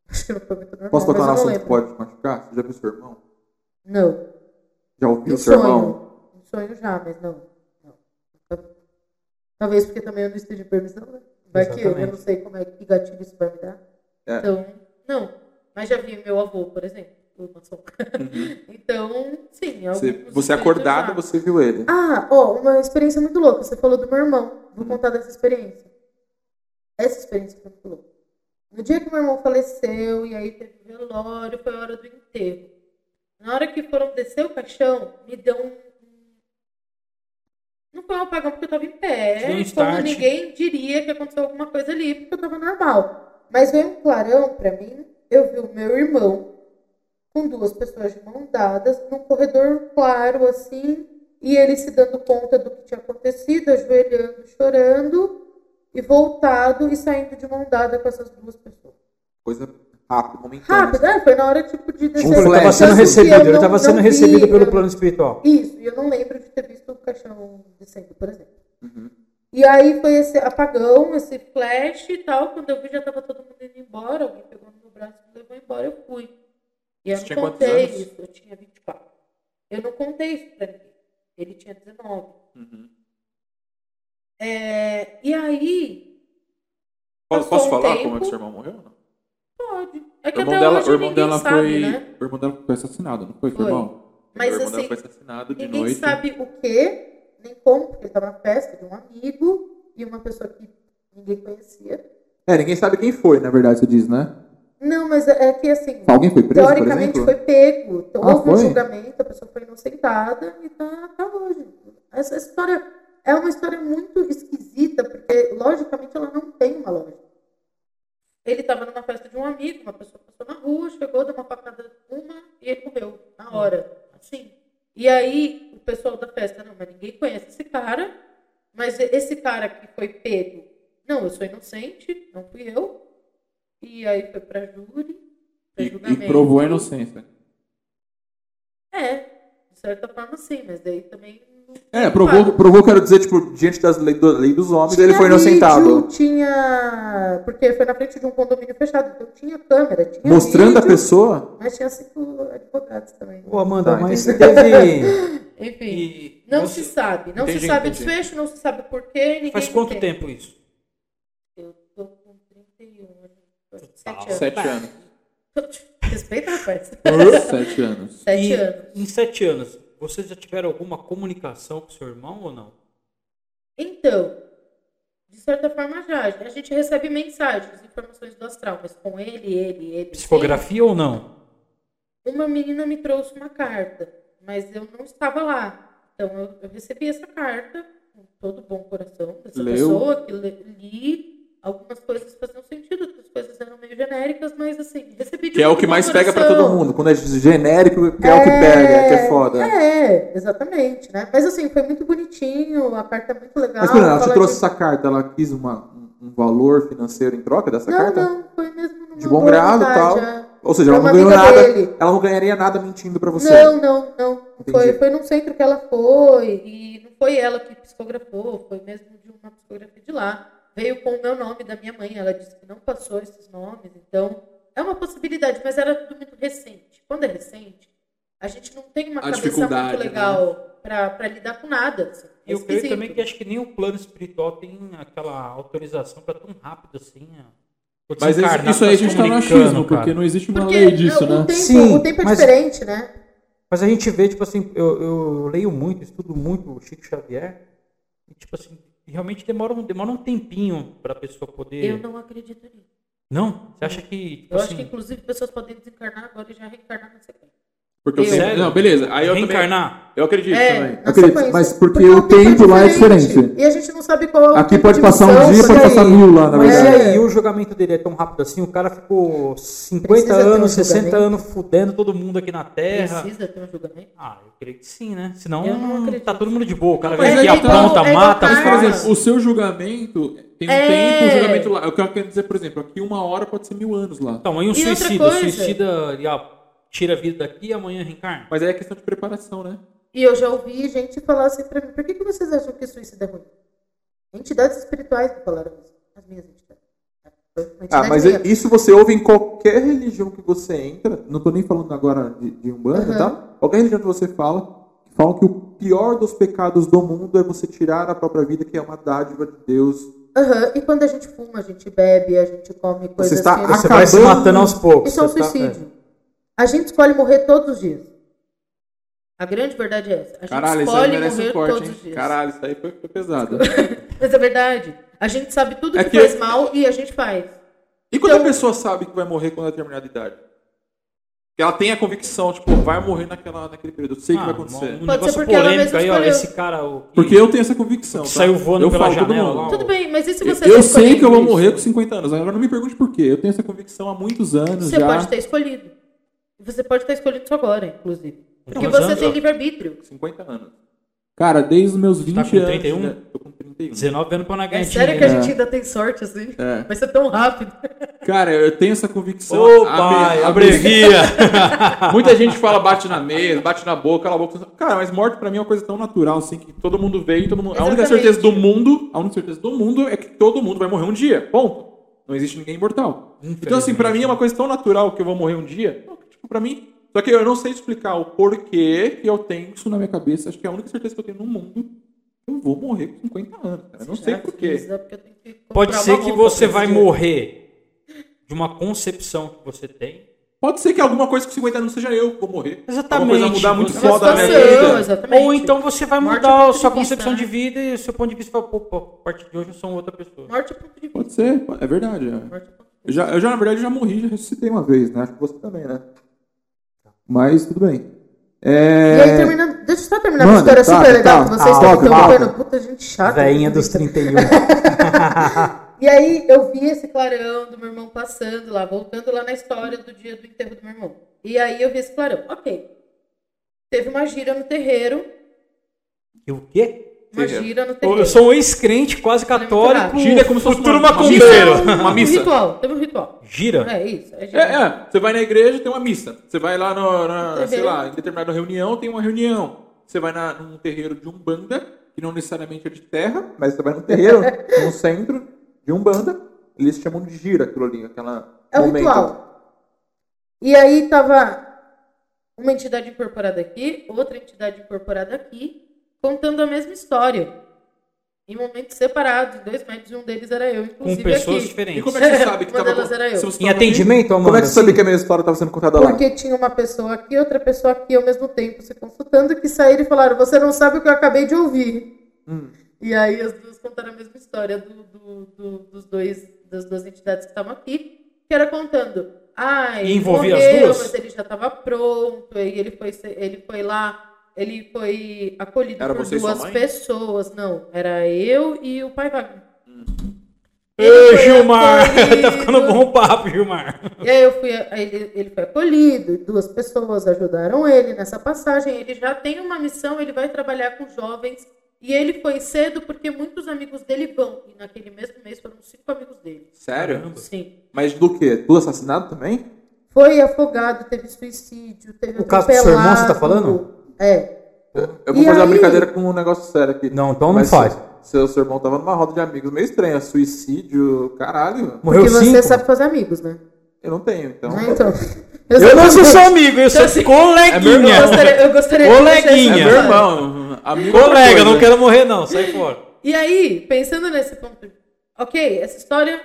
E: Acho que não foi muito normal.
B: Posso
E: mas
B: tocar no
E: eu não
B: assunto que
E: lembro.
B: pode te machucar? Você já viu seu irmão?
E: Não.
B: Já ouviu
E: Em
B: seu irmão?
E: sonho. Em sonho já, mas não. não. Talvez porque também eu não esteja em permissão, né? Vai que eu, eu não
C: Exatamente.
E: sei como é que gatilho isso vai me dar.
B: É.
E: Então, não. Mas já vi meu avô, por exemplo, o maçom.
B: Uhum.
E: então, sim.
G: Você,
E: alguns
G: você
E: espíritos
G: acordado,
E: já.
G: você
B: Você viu ele?
E: Ah, ó, uma experiência muito louca. Você falou do meu irmão. Vou contar dessa experiência. Essa experiência foi muito louca. No dia que meu irmão faleceu, e aí teve o velório, foi a hora do enterro. Na hora que foram descer o caixão, me deu um. Não foi um apagão porque eu tava em
C: Deu um
E: pé. como
C: start.
E: ninguém diria que aconteceu alguma coisa ali, porque eu tava normal. Mas veio um clarão pra mim. Eu vi o meu irmão com duas pessoas de mão dadas, num corredor claro assim, e ele se dando conta do que tinha acontecido, ajoelhando, chorando, e voltado e saindo de mão dada com essas duas pessoas.
B: Coisa rápida, momentânea.
E: Rápido, né? Foi na hora tipo de
B: Tipo,
C: Ele Então, tava
B: flash,
C: sendo
E: Tanto que eu
C: recebido, ele
E: não-
C: tava
E: não
C: sendo
E: vi,
C: recebido
E: eu
C: pelo
E: não-
C: plano espiritual.
E: Isso, e eu não lembro de ter visto o caixão descendo, por exemplo.
G: assim. Uhum.
E: E aí foi esse apagão, esse flash e tal. Quando eu vi, já tava todo mundo indo embora. Alguém pegou no meu braço e me levou embora. Eu fui. E eu
G: Você
E: não
G: tinha quantos
E: contei
G: anos?
E: isso. Eu tinha 24. Eu não contei isso pra ninguém. Ele tinha 19.
G: Uhum.
E: É, e aí,
G: Posso,
E: Passou
G: posso
E: um
G: falar
E: tempo.
G: como é que seu irmão morreu? ou não?
E: pode. É que
G: O irmão
E: até
G: dela,
E: hoje
G: o irmão
E: ninguém
G: dela
E: sabe,
G: foi.
E: né?
G: O irmão dela foi assassinado, não foi, foi.
E: Foi.
G: irmão?
E: Mas,
G: o irmão
E: assim,
G: dela foi assassinado de
E: Ninguém
G: noite.
E: sabe o que, nem como, porque ele tava na festa de um amigo e uma pessoa que ninguém conhecia.
B: É, ninguém sabe quem foi, na verdade, você diz, né?
E: Não, mas é é que assim,
B: Alguém foi preso, por
E: teoricamente
B: exemplo?
E: foi pego. Então,
B: Ah,
E: houve um
B: foi?
E: julgamento, a pessoa foi inocentada e tá, tá hoje. Essa história é uma história muito esquisita, porque logicamente ela não tem uma lógica. Ele estava numa festa de um amigo, uma pessoa passou na rua, chegou, deu uma facada uma e ele morreu na hora. Assim. E aí o pessoal da festa, não, mas ninguém conhece esse cara, mas e- esse cara que foi pego, não, eu sou inocente, não fui eu. E aí foi pra júri, pra
G: E,
E: julgamento.
G: e provou a inocência.
E: É, de certa forma sim, mas daí também. não-
B: É, provou, provou, quero dizer, tipo, diante das lei, da lei dos homens, ele foi
E: Tinha
B: inocentado.
E: vídeo, Tinha. Porque foi na frente de um condomínio fechado, então tinha câmera, tinha.
B: Mostrando a
E: vídeo,
B: pessoa?
E: Mas tinha cinco advogados também.
C: Ô, Amanda,
B: Tá,
C: mas teve.
E: Enfim.
C: e
E: Não
C: você-
E: se sabe, não
G: Entendi,
E: se sabe
G: entendi.
E: o desfecho, não se sabe o porquê, ninguém
C: Faz quanto
E: entende.
C: tempo isso?
E: Eu tô com 31, acho que
C: Total,
E: sete anos.
G: Sete
E: Vai.
G: anos.
E: Respeita, rapaz.
G: Uhum. Sete anos.
E: Sete
C: E
E: anos.
C: Em sete anos, vocês já tiveram alguma comunicação com seu irmão ou não?
E: Então, de certa forma já, a gente recebe mensagens, informações do astral, mas com ele, ele, ele.
C: Psicografia ou não?
E: Uma menina me trouxe uma carta, mas eu não estava lá. Então eu, eu recebi essa carta com todo bom coração dessa
B: Leu?
E: pessoa que le- li. Algumas coisas faziam sentido, outras coisas eram meio genéricas, mas assim, recebi de
G: Que é
E: um
G: o que
E: bom
G: mais pega pra
E: coração.
B: Todo mundo, quando é genérico, que é, o que pega, que é foda.
E: É, exatamente, né? Mas assim, foi muito bonitinho, a carta é muito legal.
B: Mas, quando ela te
E: fala
B: trouxe
E: de-
B: essa carta, ela quis uma- um- um valor financeiro em troca dessa
E: Não,
B: carta?
E: não, foi mesmo numa
B: De bom
E: boa
B: grado e
E: vontade,
B: tal.
E: é.
B: Ou seja,
E: Foi
B: ela não
E: uma
B: ganhou
E: amiga
B: nada,
E: dele.
B: ela não ganharia nada mentindo pra você.
E: Não, não, não.
B: Entendi.
E: Foi, foi num centro que ela foi e não foi ela que psicografou, foi mesmo de uma psicografia de lá. Veio com o meu nome da minha mãe, ela disse que não passou esses nomes, então é uma possibilidade, mas era tudo muito recente. Quando é recente, a gente não tem uma
G: A
E: cabeça
G: dificuldade,
E: muito legal pra para lidar com nada. assim.
C: E
E: É
C: eu creio
E: esquisito.
C: também que acho que nem o plano espiritual tem aquela autorização para tão rápido assim. ó. Tô
G: Mas
C: desencarnado,
G: isso aí a
C: tá
G: gente
C: se
G: tá no
C: comunicando,
G: achismo,
C: cara.
G: porque não existe uma
E: Porque
G: lei disso,
E: o,
G: né?
E: tempo,
C: Sim,
E: o tempo é
C: mas-
E: diferente, né?
C: Mas a gente vê, tipo assim, eu, eu leio muito, estudo muito o Chico Xavier, e tipo assim, realmente demora um, demora um tempinho pra pessoa poder.
E: Eu não acredito nisso.
C: Não? Você acha que. Tipo
E: Eu
C: assim,
E: acho que, inclusive, pessoas podem desencarnar agora e já reencarnar na sequência.
G: Porque o
C: Eu-
G: tempo...
C: Sério?
G: Não, beleza. Aí eu também...
C: reencarnar?
G: Eu acredito também.
E: na
B: Acredito,
E: sequência.
B: mas porque o tempo lá é diferente.
E: E a gente não sabe qual é o
B: Aqui
E: tempo
B: pode
E: de
B: passar um
E: evolução,
B: dia, pode
E: porque
B: passar
E: aí-
B: mil lá, na
C: Mas e
B: verdade.
C: aí, É e o julgamento dele é tão rápido assim? O cara ficou 50
E: Precisa ter um
C: anos, 60
E: julgamento?
C: anos fudendo todo mundo aqui na Terra.
E: Precisa ter um julgamento.
C: Ah, eu creio que sim, né? Senão
E: Eu não acredito.
C: tá todo mundo de boa. O cara
G: Mas
C: vem
G: é
C: aqui,
G: igual-
C: aponta,
E: é igual
C: mata,
E: carro.
G: Mas, por
E: Ah.
G: exemplo, o seu julgamento tem um
E: É.
G: tempo, o julgamento lá. O que eu quero dizer, por exemplo, aqui uma hora pode ser mil anos lá.
C: Então, aí um
E: E outra
C: suicida. O
E: coisa?
C: suicida ele, ó, tira a vida daqui e amanhã reencarna.
G: Mas aí é questão de preparação, né?
E: E eu já ouvi gente falar assim pra mim, por que, que vocês acham que suicídio é ruim? Entidades espirituais me falaram isso. As minhas entidades. Uma
B: Ah,
E: entidade
B: mas
G: é
E: minha.
B: isso você ouve em qualquer religião que você entra. Não tô nem falando agora de, de Umbanda,
E: Aham.
B: tá? Qualquer religião que você fala, falam que o pior dos pecados do mundo é você tirar a própria vida, que é uma dádiva de Deus.
E: Aham, E quando a gente fuma, a gente bebe, a gente come coisas
B: está
E: que...
B: Você tá-
C: Você
B: acabando-
C: vai se matando aos poucos.
E: Isso é um
C: você tá-
E: suicídio. A gente escolhe morrer todos os dias. A grande verdade é essa. A gente
G: Caralho, isso aí
E: escolhe
G: merece
E: morrer
G: um corte,
E: todos os
G: hein?
E: dias.
G: Caralho, isso aí foi, foi pesado.
E: Mas é verdade. A gente sabe tudo
G: É
E: que,
G: que-
E: faz mal e a gente faz.
G: E quando a pessoa sabe que vai morrer com determinada idade? Que ela tem a convicção, tipo, vai morrer naquela, naquele período. Eu sei que
C: Ah,
G: vai acontecer.
C: Um, um
E: Pode ser
C: negócio
E: porque ela
C: polêmico
E: mesma
C: aí, ó.
E: escolheu.
C: Esse cara, o. que-
G: Porque eu tenho essa convicção. tá?
C: Que saiu voando
G: eu
C: pela
G: falo, todo
C: janela
G: mundo.
C: lá, ó.
E: Tudo bem, mas e se Então você
G: Eu
E: ter
G: sei que eu vou
E: escolhido
G: morrer
E: isso?
G: com 50 anos. Agora não me pergunte por quê. Eu tenho essa convicção há muitos anos
E: Você
G: já.
E: pode ter escolhido. Você pode ter escolhido isso agora, inclusive. Porque
C: Quantos
E: você
C: anos?
E: tem livre-arbítrio.
G: 50 anos. Cara, desde os meus 20
C: tá com
G: anos.
C: 31?
G: né? Tô com 31.
C: 19 anos pra não ganhar
E: É sério que a
C: dinheiro.
E: gente ainda tem sorte assim?
G: É.
E: Vai ser tão rápido.
G: Cara, eu tenho essa convicção.
C: Ô,
G: A me-
C: pai,
G: a
C: abrevia.
G: Muita gente fala bate na mesa, bate na boca, cala a boca. Cara, mas morte pra mim é uma coisa tão natural, assim, que todo mundo vem, todo mundo. A única
E: Exatamente.
G: certeza do mundo, a única certeza do mundo é que todo mundo vai morrer um dia. Ponto. Não existe ninguém imortal. Então, assim, pra mim é uma coisa tão natural que eu vou morrer um dia. Não, Tipo, pra mim. Só que eu não sei explicar o porquê que eu tenho isso na minha cabeça. Acho que é a única certeza que eu tenho no mundo. Eu vou morrer com 50 anos, cara. Eu não
C: É,
G: sei porquê.
E: né?
C: Pode ser que você vai morrer de uma concepção que você tem. É
G: Pode ser que alguma coisa com 50 anos seja eu que vou morrer.
C: Exatamente.
G: Alguma coisa mudar muito
C: Você-
G: foda na minha vida.
E: Exatamente.
C: né, Ou então você vai
E: Morte é
C: mudar a
E: ponto de
C: sua
E: vista,
C: concepção
E: né?
C: de vida e o seu ponto de vista fala, pô, pô, a partir de hoje eu sou outra pessoa.
E: Morte é ponto de vista.
B: Pode ser, é verdade. É.
E: Morte é ponto de
B: Eu já, eu já, na verdade, já morri, já ressuscitei uma vez, né? Acho que você também, né? Mas tudo bem.
E: vista.
B: É...
E: E aí, terminando, deixa eu só terminar uma
B: Manda,
E: história
B: tá,
E: super legal
B: tá.
E: que vocês
B: Ah,
E: estão
B: toca,
E: colocando.
B: toca.
E: Puta, gente chata.
C: Veinha
E: gente.
C: dos 31.
E: E aí eu vi esse clarão do meu irmão passando lá, voltando lá na história do dia do enterro do meu irmão. E aí eu vi esse clarão. Ok. Teve uma gira no terreiro.
C: E o quê?
E: Uma
G: Terreiro.
E: gira no terreiro.
C: Eu sou um ex-crente, quase
E: tá
C: católico.
G: Gira é como se fosse
C: futuro
G: uma-
E: Gira
C: macumbeiro.
E: é
G: Terreiro.
E: um-
G: Uma
E: um
G: missa.
E: ritual. Teve um ritual.
C: Gira?
E: É isso. É gira.
G: É, é, você vai na igreja, tem uma missa. Você vai lá no, na-
E: Terreiro.
G: sei lá, em determinada reunião, tem uma reunião. Você vai na, num terreiro de umbanda, que não necessariamente é de terra.
B: Mas você vai no terreiro, no centro de Umbanda, eles chamam de gira aquilo ali, aquela
E: É um
B: momento.
E: ritual. E aí tava uma entidade incorporada aqui, outra entidade incorporada aqui, contando a mesma história. Em momentos separados, dois médicos, um deles era eu,
C: Com
E: inclusive
C: pessoas
E: aqui.
G: E
C: diferentes.
G: como é que você sabe que
E: Uma
G: tava...
E: delas era eu.
G: se você
C: Em
G: tava
C: atendimento, Amanda?
B: Como é que você sabia que a minha história estava sendo contada lá?
E: Porque tinha uma pessoa aqui, outra pessoa aqui, ao mesmo tempo se consultando, que saíram e falaram: Você não sabe o que eu acabei de ouvir.
B: Hum.
E: E aí as duas contaram a mesma história do- do- do- dos dois, das duas entidades que estavam aqui, que era contando. Ah,
C: E
E: ele
C: envolvia as
E: morreu,
C: duas?
E: mas ele já estava pronto, e ele foi, ser- ele foi lá, ele foi acolhido
G: Era
E: por
G: você e sua
E: duas
G: mãe?
E: pessoas. Não, era eu e o pai Wagner.
C: Hum. Ei,
E: Ele foi
C: Gilmar! tá
E: acolhido.
C: ficando bom papo, Gilmar.
E: E aí eu fui, aí ele, ele foi acolhido, duas pessoas ajudaram ele nessa passagem. Ele já tem uma missão, ele vai trabalhar com jovens. E ele foi cedo porque muitos amigos dele vão. E naquele mesmo mês foram cinco amigos dele.
G: Sério?
E: Sim.
B: Mas do quê? Do assassinato também?
E: Foi afogado, teve suicídio, teve
C: O caso do seu irmão,
E: atropelado.
C: você tá falando?
E: É.
B: Eu vou
E: E
B: fazer uma
E: aí?
B: brincadeira com um negócio sério aqui.
C: Não, então não
B: Mas
C: faz.
B: Seu, seu irmão tava numa roda de amigos meio estranha. Suicídio, caralho.
C: Morreu
E: porque
C: cinco?
E: você sabe fazer amigos, né?
B: Eu não tenho, então.
E: Ah, então.
C: Eu não sou
E: só
C: seu amigo, eu sou
E: assim,
C: coleguinha.
E: Eu gostaria, eu gostaria de deixar isso
G: É
C: Coleguinha.
E: aqui,
G: meu
E: claro.
G: irmão. Amigo é outra
C: Colega,
G: coisa,
C: não
G: né?
C: quero morrer não, sai fora.
E: E aí, pensando nesse ponto, ok, essa história,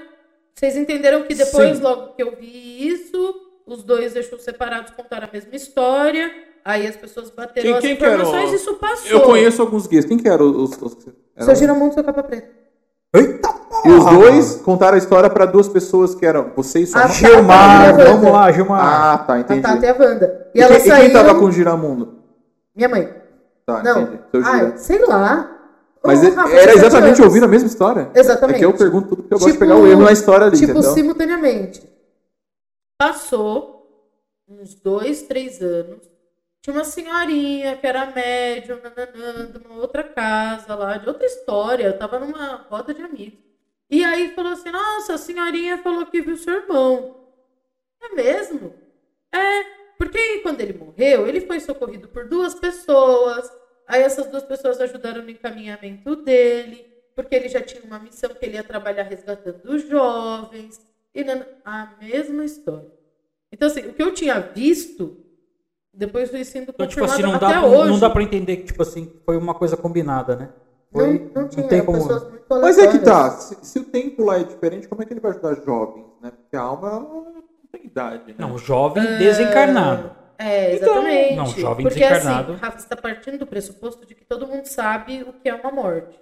E: vocês entenderam que depois,
C: Sim.
E: logo que eu vi isso, os dois Exus separados contaram a mesma história, aí as pessoas bateram
G: Quem-
E: as
G: quem que era o-
E: informações e isso passou.
B: Eu conheço alguns guias. Quem que eram os, os, os- eram-
E: Seu Giramundo, seu capa preta.
C: Eita
B: E os dois contaram a história pra duas pessoas que eram você e sua
E: Ah,
B: mãe.
E: tá.
C: Gilmar, vamos lá, Gilmar.
B: Ah, tá,
E: A
B: entendi.
E: Tata e a Wanda. E,
B: E
E: ela
B: quem, e
E: saiu...
B: quem tava com o Giramundo?
E: Minha mãe.
B: Tá, entendi.
E: Não. Ah,
B: Seu Gira.
E: Ai, sei lá.
B: Mas
E: Ô,
B: é-
E: Rafa,
B: era
E: sete
B: exatamente
E: anos.
B: ouvindo a mesma história?
E: Exatamente.
B: É que eu pergunto tudo porque eu gosto de
E: Tipo-
B: pegar o erro na história ali,
E: Tipo,
B: entendeu?
E: simultaneamente. Passou uns dois, três anos. Tinha uma senhorinha que era médium, nananã, de uma outra casa lá, de outra história. Eu tava numa roda de amigos. E aí falou assim: Nossa, a senhorinha falou que viu seu irmão. É mesmo? É, porque aí, quando ele morreu, ele foi socorrido por duas pessoas. Aí essas duas pessoas ajudaram no encaminhamento dele, porque ele já tinha uma missão que ele ia trabalhar resgatando os jovens. E nan- a mesma história. Então, assim, o que eu tinha visto, depois foi sendo
C: Então, tipo
E: confirmado
C: assim, não
E: até
C: dá, pra-
E: hoje.
C: não dá pra entender que, tipo assim, foi uma coisa combinada, né? Foi,
E: não, não tinha
C: tem como...
E: pessoas muito
B: Mas é que
E: aleatórias.
B: tá, se, se o tempo lá é diferente, como é que ele vai ajudar jovens, né? Porque a alma ela não tem idade, né?
C: Não, jovem desencarnado.
E: É,
C: Então,
E: exatamente.
C: não, jovem
E: Porque
C: desencarnado.
E: assim, Rafa está partindo do pressuposto de que todo mundo sabe o que é uma morte.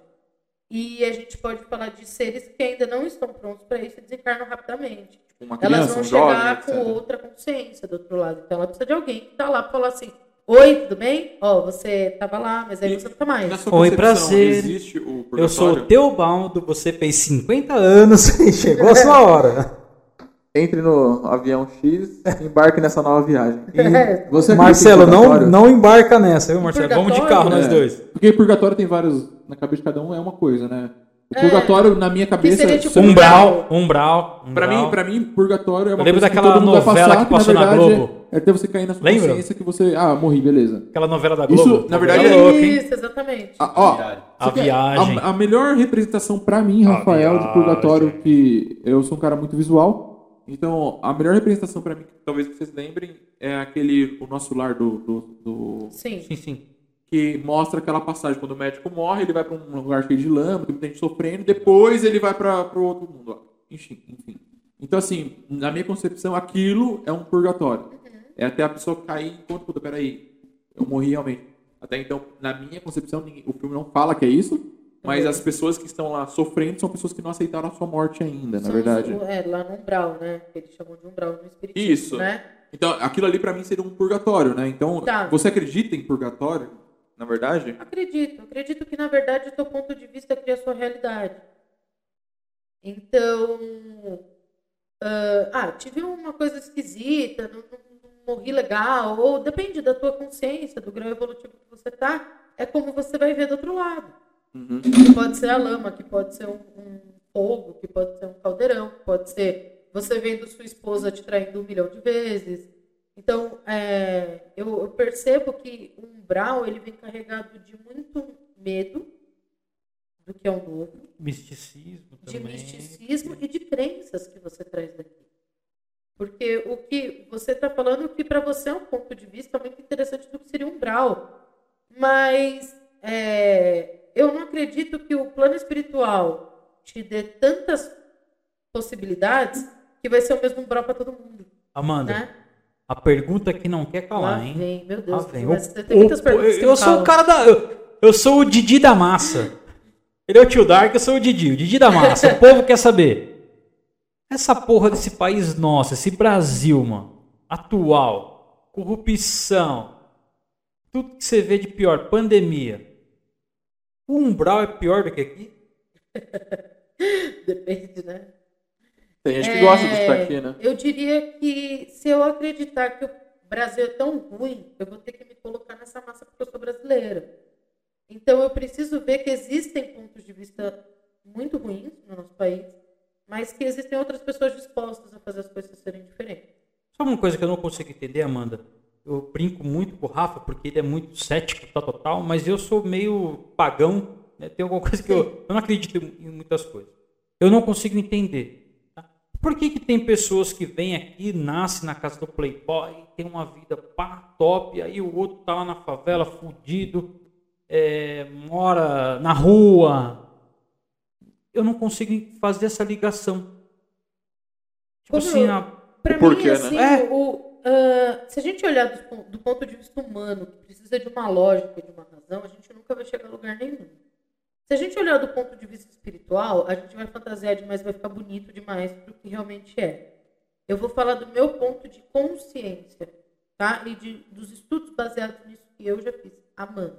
E: E a gente pode falar de seres que ainda não estão prontos para isso e desencarnam rapidamente.
K: Tipo,
G: Uma criança,
E: Elas vão
G: um jovem,
E: chegar com
G: etc.
E: outra consciência do outro lado. Então ela precisa de alguém que tá lá pra falar assim: Oi, tudo bem? Ó, você tava lá, mas aí
G: E-
E: você não tá mais.
K: é
G: Na sua
C: Oi,
G: concepção,
C: prazer.
G: Existe o
C: Eu sou
G: purgatório?
C: o Teobaldo, você fez 50 anos e chegou a sua hora.
B: Entre no avião X, embarque nessa nova viagem.
E: É.
B: Você acredita em
C: Marcelo, não,
B: purgatório?
C: não embarca nessa, viu, Marcelo? Vamos de carro
E: Purgatório?
C: nós
K: É.
C: dois.
K: Porque purgatório tem vários. Na cabeça de cada um é uma coisa, né? O
E: É.
K: purgatório, na minha cabeça.
E: seria tipo-
C: Um Umbral, umbral. umbral.
K: Pra mim, pra mim, purgatório é uma
C: um Eu lembro
K: coisa que
C: daquela
K: todo mundo vai
C: novela
K: passar,
C: que passou
K: na,
C: na
K: verdade,
C: Globo.
K: É até você cair na sua
C: Lembra?
K: consciência que você. Ah, morri, beleza.
C: Aquela novela da Globo.
K: Isso, na
C: Novela
K: verdade,
C: louca, hein?
E: é Isso, exatamente.
K: Ah, ó,
C: A
K: Você quer-
C: viagem.
K: A, a melhor representação pra mim,
C: A
K: Rafael, de
C: viagem.
K: purgatório, que eu sou um cara muito visual. Então, a melhor representação pra mim, que talvez vocês lembrem, é aquele O Nosso Lar do, do, do-
E: Sim.
C: Sim, sim.
K: que mostra aquela passagem. Quando o médico morre, ele vai pra um lugar cheio de lama, tem muita gente sofrendo, depois ele vai para o outro mundo. ó. Enfim, enfim. Então, assim, na minha concepção, aquilo é um purgatório.
E: Uhum.
K: É até a pessoa cair em conta, puta, peraí, eu morri realmente. Até então, na minha concepção, ninguém- o filme não fala que é isso,
E: Uhum.
K: mas as pessoas que estão lá sofrendo são pessoas que não aceitaram a sua morte ainda, na
E: São
K: verdade.
E: os- É, lá no umbral, né? Que eles chamam de umbral no espiritismo,
K: Isso.
E: né?
K: Então, aquilo ali pra mim seria um purgatório, né? Então,
E: Tá.
K: você acredita em purgatório, na verdade?
E: Acredito. Acredito que, na verdade, o teu ponto de vista cria a sua realidade. Então... ah, ah, tive uma coisa esquisita, não, não- não morri legal, ou depende da tua consciência, do grau evolutivo que você tá, é como você vai ver do outro lado. que pode ser a lama, que pode ser um, um fogo, que pode ser um caldeirão, que pode ser você vendo sua esposa te traindo um milhão de vezes. Então, é, eu, eu percebo que o umbral ele vem carregado de muito medo do que é o novo,
C: Misticismo
E: de
C: também.
E: misticismo e de crenças que você traz daqui. Porque o que você está falando que para você é um ponto de vista muito interessante do que seria um umbral. Mas é, eu não acredito que o plano espiritual te dê tantas possibilidades que vai ser o mesmo umbral para todo mundo,
C: Amanda,
E: né?
C: a pergunta é que não quer calar,
E: Lá
C: hein?
E: vem, meu
C: Lá
E: Deus.
C: vem.
E: mas
C: O-
E: tem muitas
C: o-
E: perguntas que
C: eu
E: não
C: sou o
E: calam.
C: cara da. Eu, eu sou o Didi da massa. Ele é o tio Dark, eu sou o Didi, o Didi da massa. O povo quer saber. Essa porra desse país nosso, esse Brasil, mano, atual, corrupção, tudo que você vê de pior, pandemia. O umbral é pior do que aqui?
E: Depende, né?
B: Tem gente
E: É,
B: que gosta de estar aqui, né?
E: Eu diria que se eu acreditar que o Brasil é tão ruim, eu vou ter que me colocar nessa massa porque eu sou brasileira. Então eu preciso ver que existem pontos de vista muito ruins no nosso país, mas que existem outras pessoas dispostas a fazer as coisas serem diferentes.
C: Sabe uma coisa que eu não consigo entender, Amanda? Eu brinco muito com o Rafa, porque ele é muito cético, tal, tal, tal, mas eu sou meio pagão. né? Tem alguma coisa que eu, eu não acredito em em muitas coisas. Eu não consigo entender. tá? Por que, que tem pessoas que vêm aqui, nascem na casa do playboy, tem uma vida pá, top, aí o outro tá lá na favela, fudido, é, mora na rua. Eu não consigo fazer essa ligação. Tipo
E: Como
C: assim,
E: eu-
C: na-
E: Pra
K: porquê,
E: mim,
K: né?
E: assim,
C: É.
E: o- ah, se a gente olhar do, pon- do ponto de vista humano, que precisa de uma lógica, de uma razão, a gente nunca vai chegar a lugar nenhum. Se a gente olhar do ponto de vista espiritual, a gente vai fantasiar demais, vai ficar bonito demais pro que realmente é. Eu vou falar do meu ponto de consciência, tá? E de- dos estudos baseados nisso que eu já fiz, amando.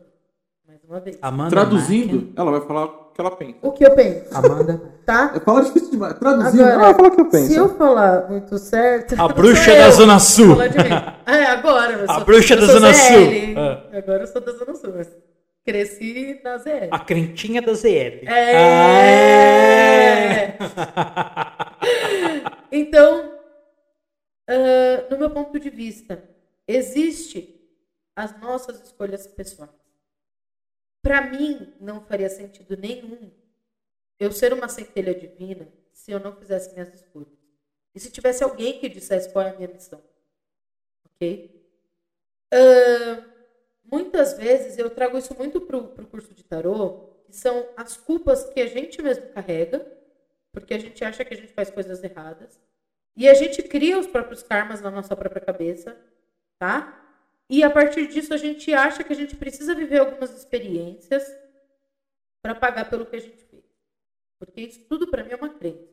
E: Mais uma vez.
C: Amanda
K: Traduzindo, ela vai falar o que ela pensa.
E: O que eu penso,
C: Mark- Amanda.
E: tá?
B: Fala difícil demais. Traduzindo,
E: Agora,
B: ah, fala o que eu penso.
E: Se eu falar muito certo.
C: A
E: sou
C: bruxa
E: eu.
C: da Zona Sul.
E: Falar de mim. É, agora. eu
C: A
E: sou-
C: bruxa
E: eu
C: da
E: sou
C: Zona
E: ZL.
C: Sul. Ah.
E: Agora eu sou da Zona Sul. mas Cresci na ZL.
C: A crentinha da ZL.
E: É.
C: Ah,
E: Então, ah, no meu ponto de vista, existe as nossas escolhas pessoais. Para mim, não faria sentido nenhum eu ser uma centelha divina se eu não fizesse minhas escolhas. E se tivesse alguém que dissesse qual é a minha missão. Ok? Ah, muitas vezes eu trago isso muito para o curso de tarô, que são as culpas que a gente mesmo carrega, porque a gente acha que a gente faz coisas erradas. E a gente cria os próprios karmas na nossa própria cabeça, tá? E a partir disso a gente acha que a gente precisa viver algumas experiências para pagar pelo que a gente fez. Porque isso tudo para mim é uma crença.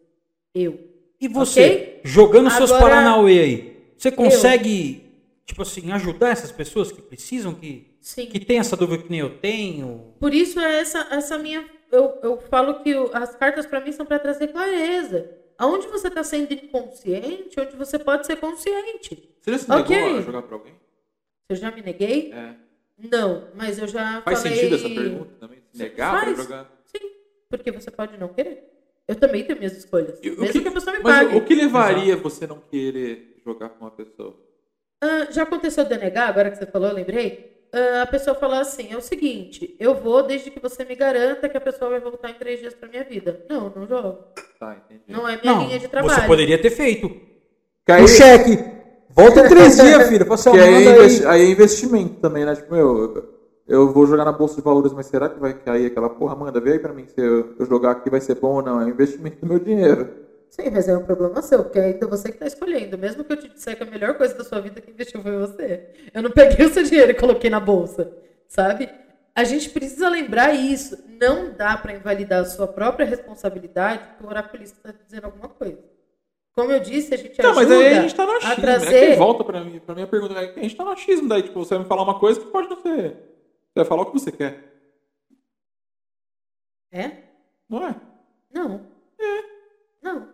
E: Eu.
C: E você, jogando seus
E: Agora-
C: Paranauê aí, você consegue, tipo assim, ajudar essas pessoas que precisam, que,
E: Sim.
C: que tem essa dúvida que nem eu tenho?
E: Por isso é essa, essa minha. Eu, eu falo que o- as cartas para mim são para trazer clareza. Aonde você está sendo inconsciente, onde você pode ser consciente.
K: Você já se
E: Ok.
K: negou a jogar pra alguém?
E: Eu já me neguei?
K: É.
E: Não, mas eu já
K: Faz
E: falei.
K: sentido essa pergunta também? Se negar
E: Faz.
K: pra jogar?
E: Sim, porque você pode não querer. Eu também tenho minhas escolhas.
K: E o
E: mesmo
K: que-
E: que... a pessoa me
K: Mas
E: pague.
K: o- o que levaria você não querer jogar com uma pessoa?
E: Ah, já aconteceu de eu negar, agora que você falou, eu lembrei. Ah, a pessoa falou assim: é o seguinte, eu vou desde que você me garanta que a pessoa vai voltar em três dias pra minha vida. Não, não jogo.
K: Tá, entendi.
E: Não é minha
C: não,
E: linha de
C: você
E: trabalho.
C: poderia ter feito.
B: Que
A: um
B: aí-
C: O cheque. Volta em três dias, filho. Você
B: Que aí, é
C: manda aí.
B: investi- aí é investimento também, né? Tipo, meu, eu vou jogar na bolsa de valores, mas será que vai cair aquela porra? Manda, vê aí pra mim se eu, eu jogar aqui vai ser bom ou não. É um investimento do meu dinheiro.
E: Sim, mas é um problema seu, porque ainda você que tá escolhendo. Mesmo que eu te disser que a melhor coisa da sua vida que investiu foi você. Eu não peguei o seu dinheiro e coloquei na bolsa, sabe? A gente precisa lembrar isso. Não dá para invalidar a sua própria responsabilidade porque o oraculista está dizendo alguma coisa. Como eu disse, a gente
K: Não,
E: ajuda
K: mas aí a gente tá no
E: a
K: achismo. Né?
E: trazer...
K: Quem volta pra mim, pra minha pergunta é: a gente tá no achismo daí, tipo, você vai me falar uma coisa que pode não ser. Você vai falar o que você quer,
E: É?
K: não é?
E: Não. Não.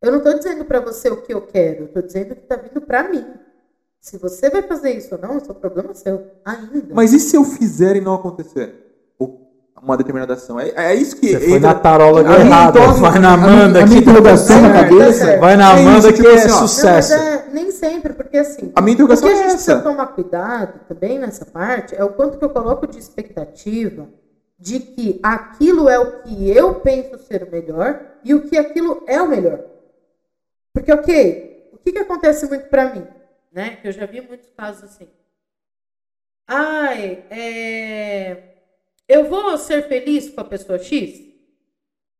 E: Eu não tô dizendo para você o que eu quero. Eu tô dizendo que tá vindo para mim. Se você vai fazer isso ou não, isso é um problema seu. Ainda.
B: Mas e se eu fizer e não acontecer? Ou Uma determinada ação. É, é isso que.
C: Foi na tarola
B: A minha
C: errada.
B: dose-
C: Vai na
B: a minha-
C: Amanda
B: a minha
C: aqui.
A: tá
B: interrogação
E: na cabeça.
C: Vai na
B: É isso,
C: Amanda que
B: tipo
C: é
B: assim, ó.
E: Não, tá mas
C: sucesso.
E: é- nem sempre, porque assim.
B: A minha
E: O que
B: interrogação
E: a
B: é
E: gente precisa
B: essa.
E: tomar cuidado também nessa parte é o quanto que eu coloco de expectativa de que aquilo é o que eu penso ser o melhor e o que aquilo é o melhor. Porque, ok, o que, que acontece muito pra mim? Né? Que eu já vi muitos casos assim. Ai, é... eu vou ser feliz com a pessoa X?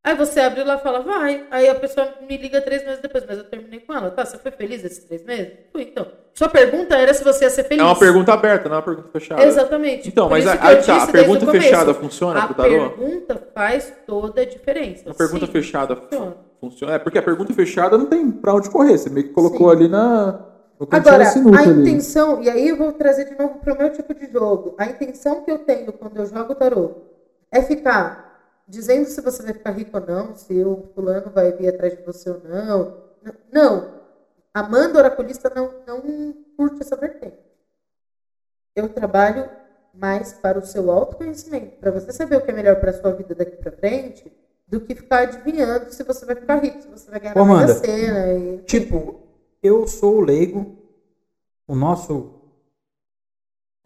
E: Aí você abre lá e fala, vai. Aí a pessoa me liga três meses depois, mas eu terminei com ela. Tá, você foi feliz esses três meses? Fui, então. Sua pergunta era se você ia ser
K: É
E: feliz.
K: uma pergunta aberta, não é uma pergunta fechada.
E: Exatamente.
K: Então,
E: Por
K: mas
E: isso
K: a,
E: que eu
K: aí tá,
E: disse
K: a
E: desde o
K: pergunta
E: começo.
K: fechada funciona
E: A
K: pro tarô?
E: pergunta faz toda a diferença.
K: A pergunta
E: Sim,
K: fechada
E: funciona.
K: funciona? É, porque a pergunta
B: Fechada não tem pra onde correr. Você meio que colocou
E: Sim.
B: ali na. No cantinho
E: Agora,
B: da sinuca
E: a
B: ali.
E: intenção, e aí eu vou trazer de novo para o meu tipo de jogo. A intenção que eu tenho quando eu jogo tarô é ficar dizendo se você vai ficar rico ou não, se o fulano vai vir atrás de você ou não. N- Não. Amanda Oraculista não, não curte essa vertente. Eu trabalho mais para o seu autoconhecimento, para você saber o que é melhor para sua vida daqui para frente, do que ficar adivinhando se você vai ficar rico, se você vai ganhar
C: Ô,
E: na
C: Amanda,
E: Mega Sena. E...
C: Tipo, eu sou o leigo, o nosso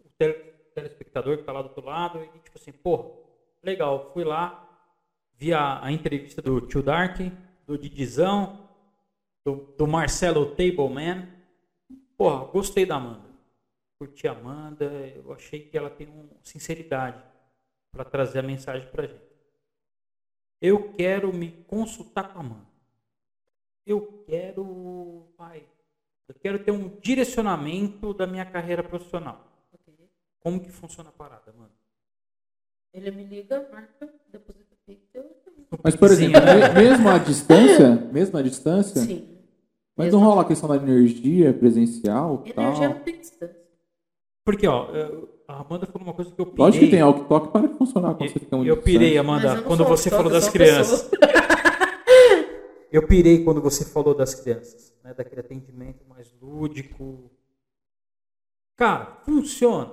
C: o tele- telespectador que tá lá do outro lado, e tipo assim, pô, legal, fui lá, vi a, a entrevista do Tio Dark, do Didizão, do, do Marcelo Tableman. Porra, gostei da Amanda. Curti a Amanda, eu achei que ela tem um, sinceridade. para trazer a mensagem para gente. Eu quero me consultar com a Amanda. Eu quero, pai, eu quero ter um direcionamento da minha carreira profissional.
E: Ok.
C: Como que funciona a parada, mano?
E: Ele me liga, marca, deposita o Pix. eu-
B: Mas, por
C: Sim,
B: exemplo,
C: né?
B: me- mesmo à distância, mesmo à distância,
E: Sim.
B: mas não rola tá? a questão da energia presencial e tal.
E: Energia é não tem distância.
C: Porque, ó, eu- a Amanda falou uma coisa que eu pirei.
B: Lógico que tem algo toque para de funcionar quando você fica um
C: Eu pirei,
E: Mas eu
C: Amanda,
E: não
C: quando
E: sou
C: você
E: autóctone,
C: falou das
E: sou uma pessoa- tá
C: crianças. Eu pirei quando você falou das crianças, né? Daquele atendimento mais lúdico. Cara, funciona.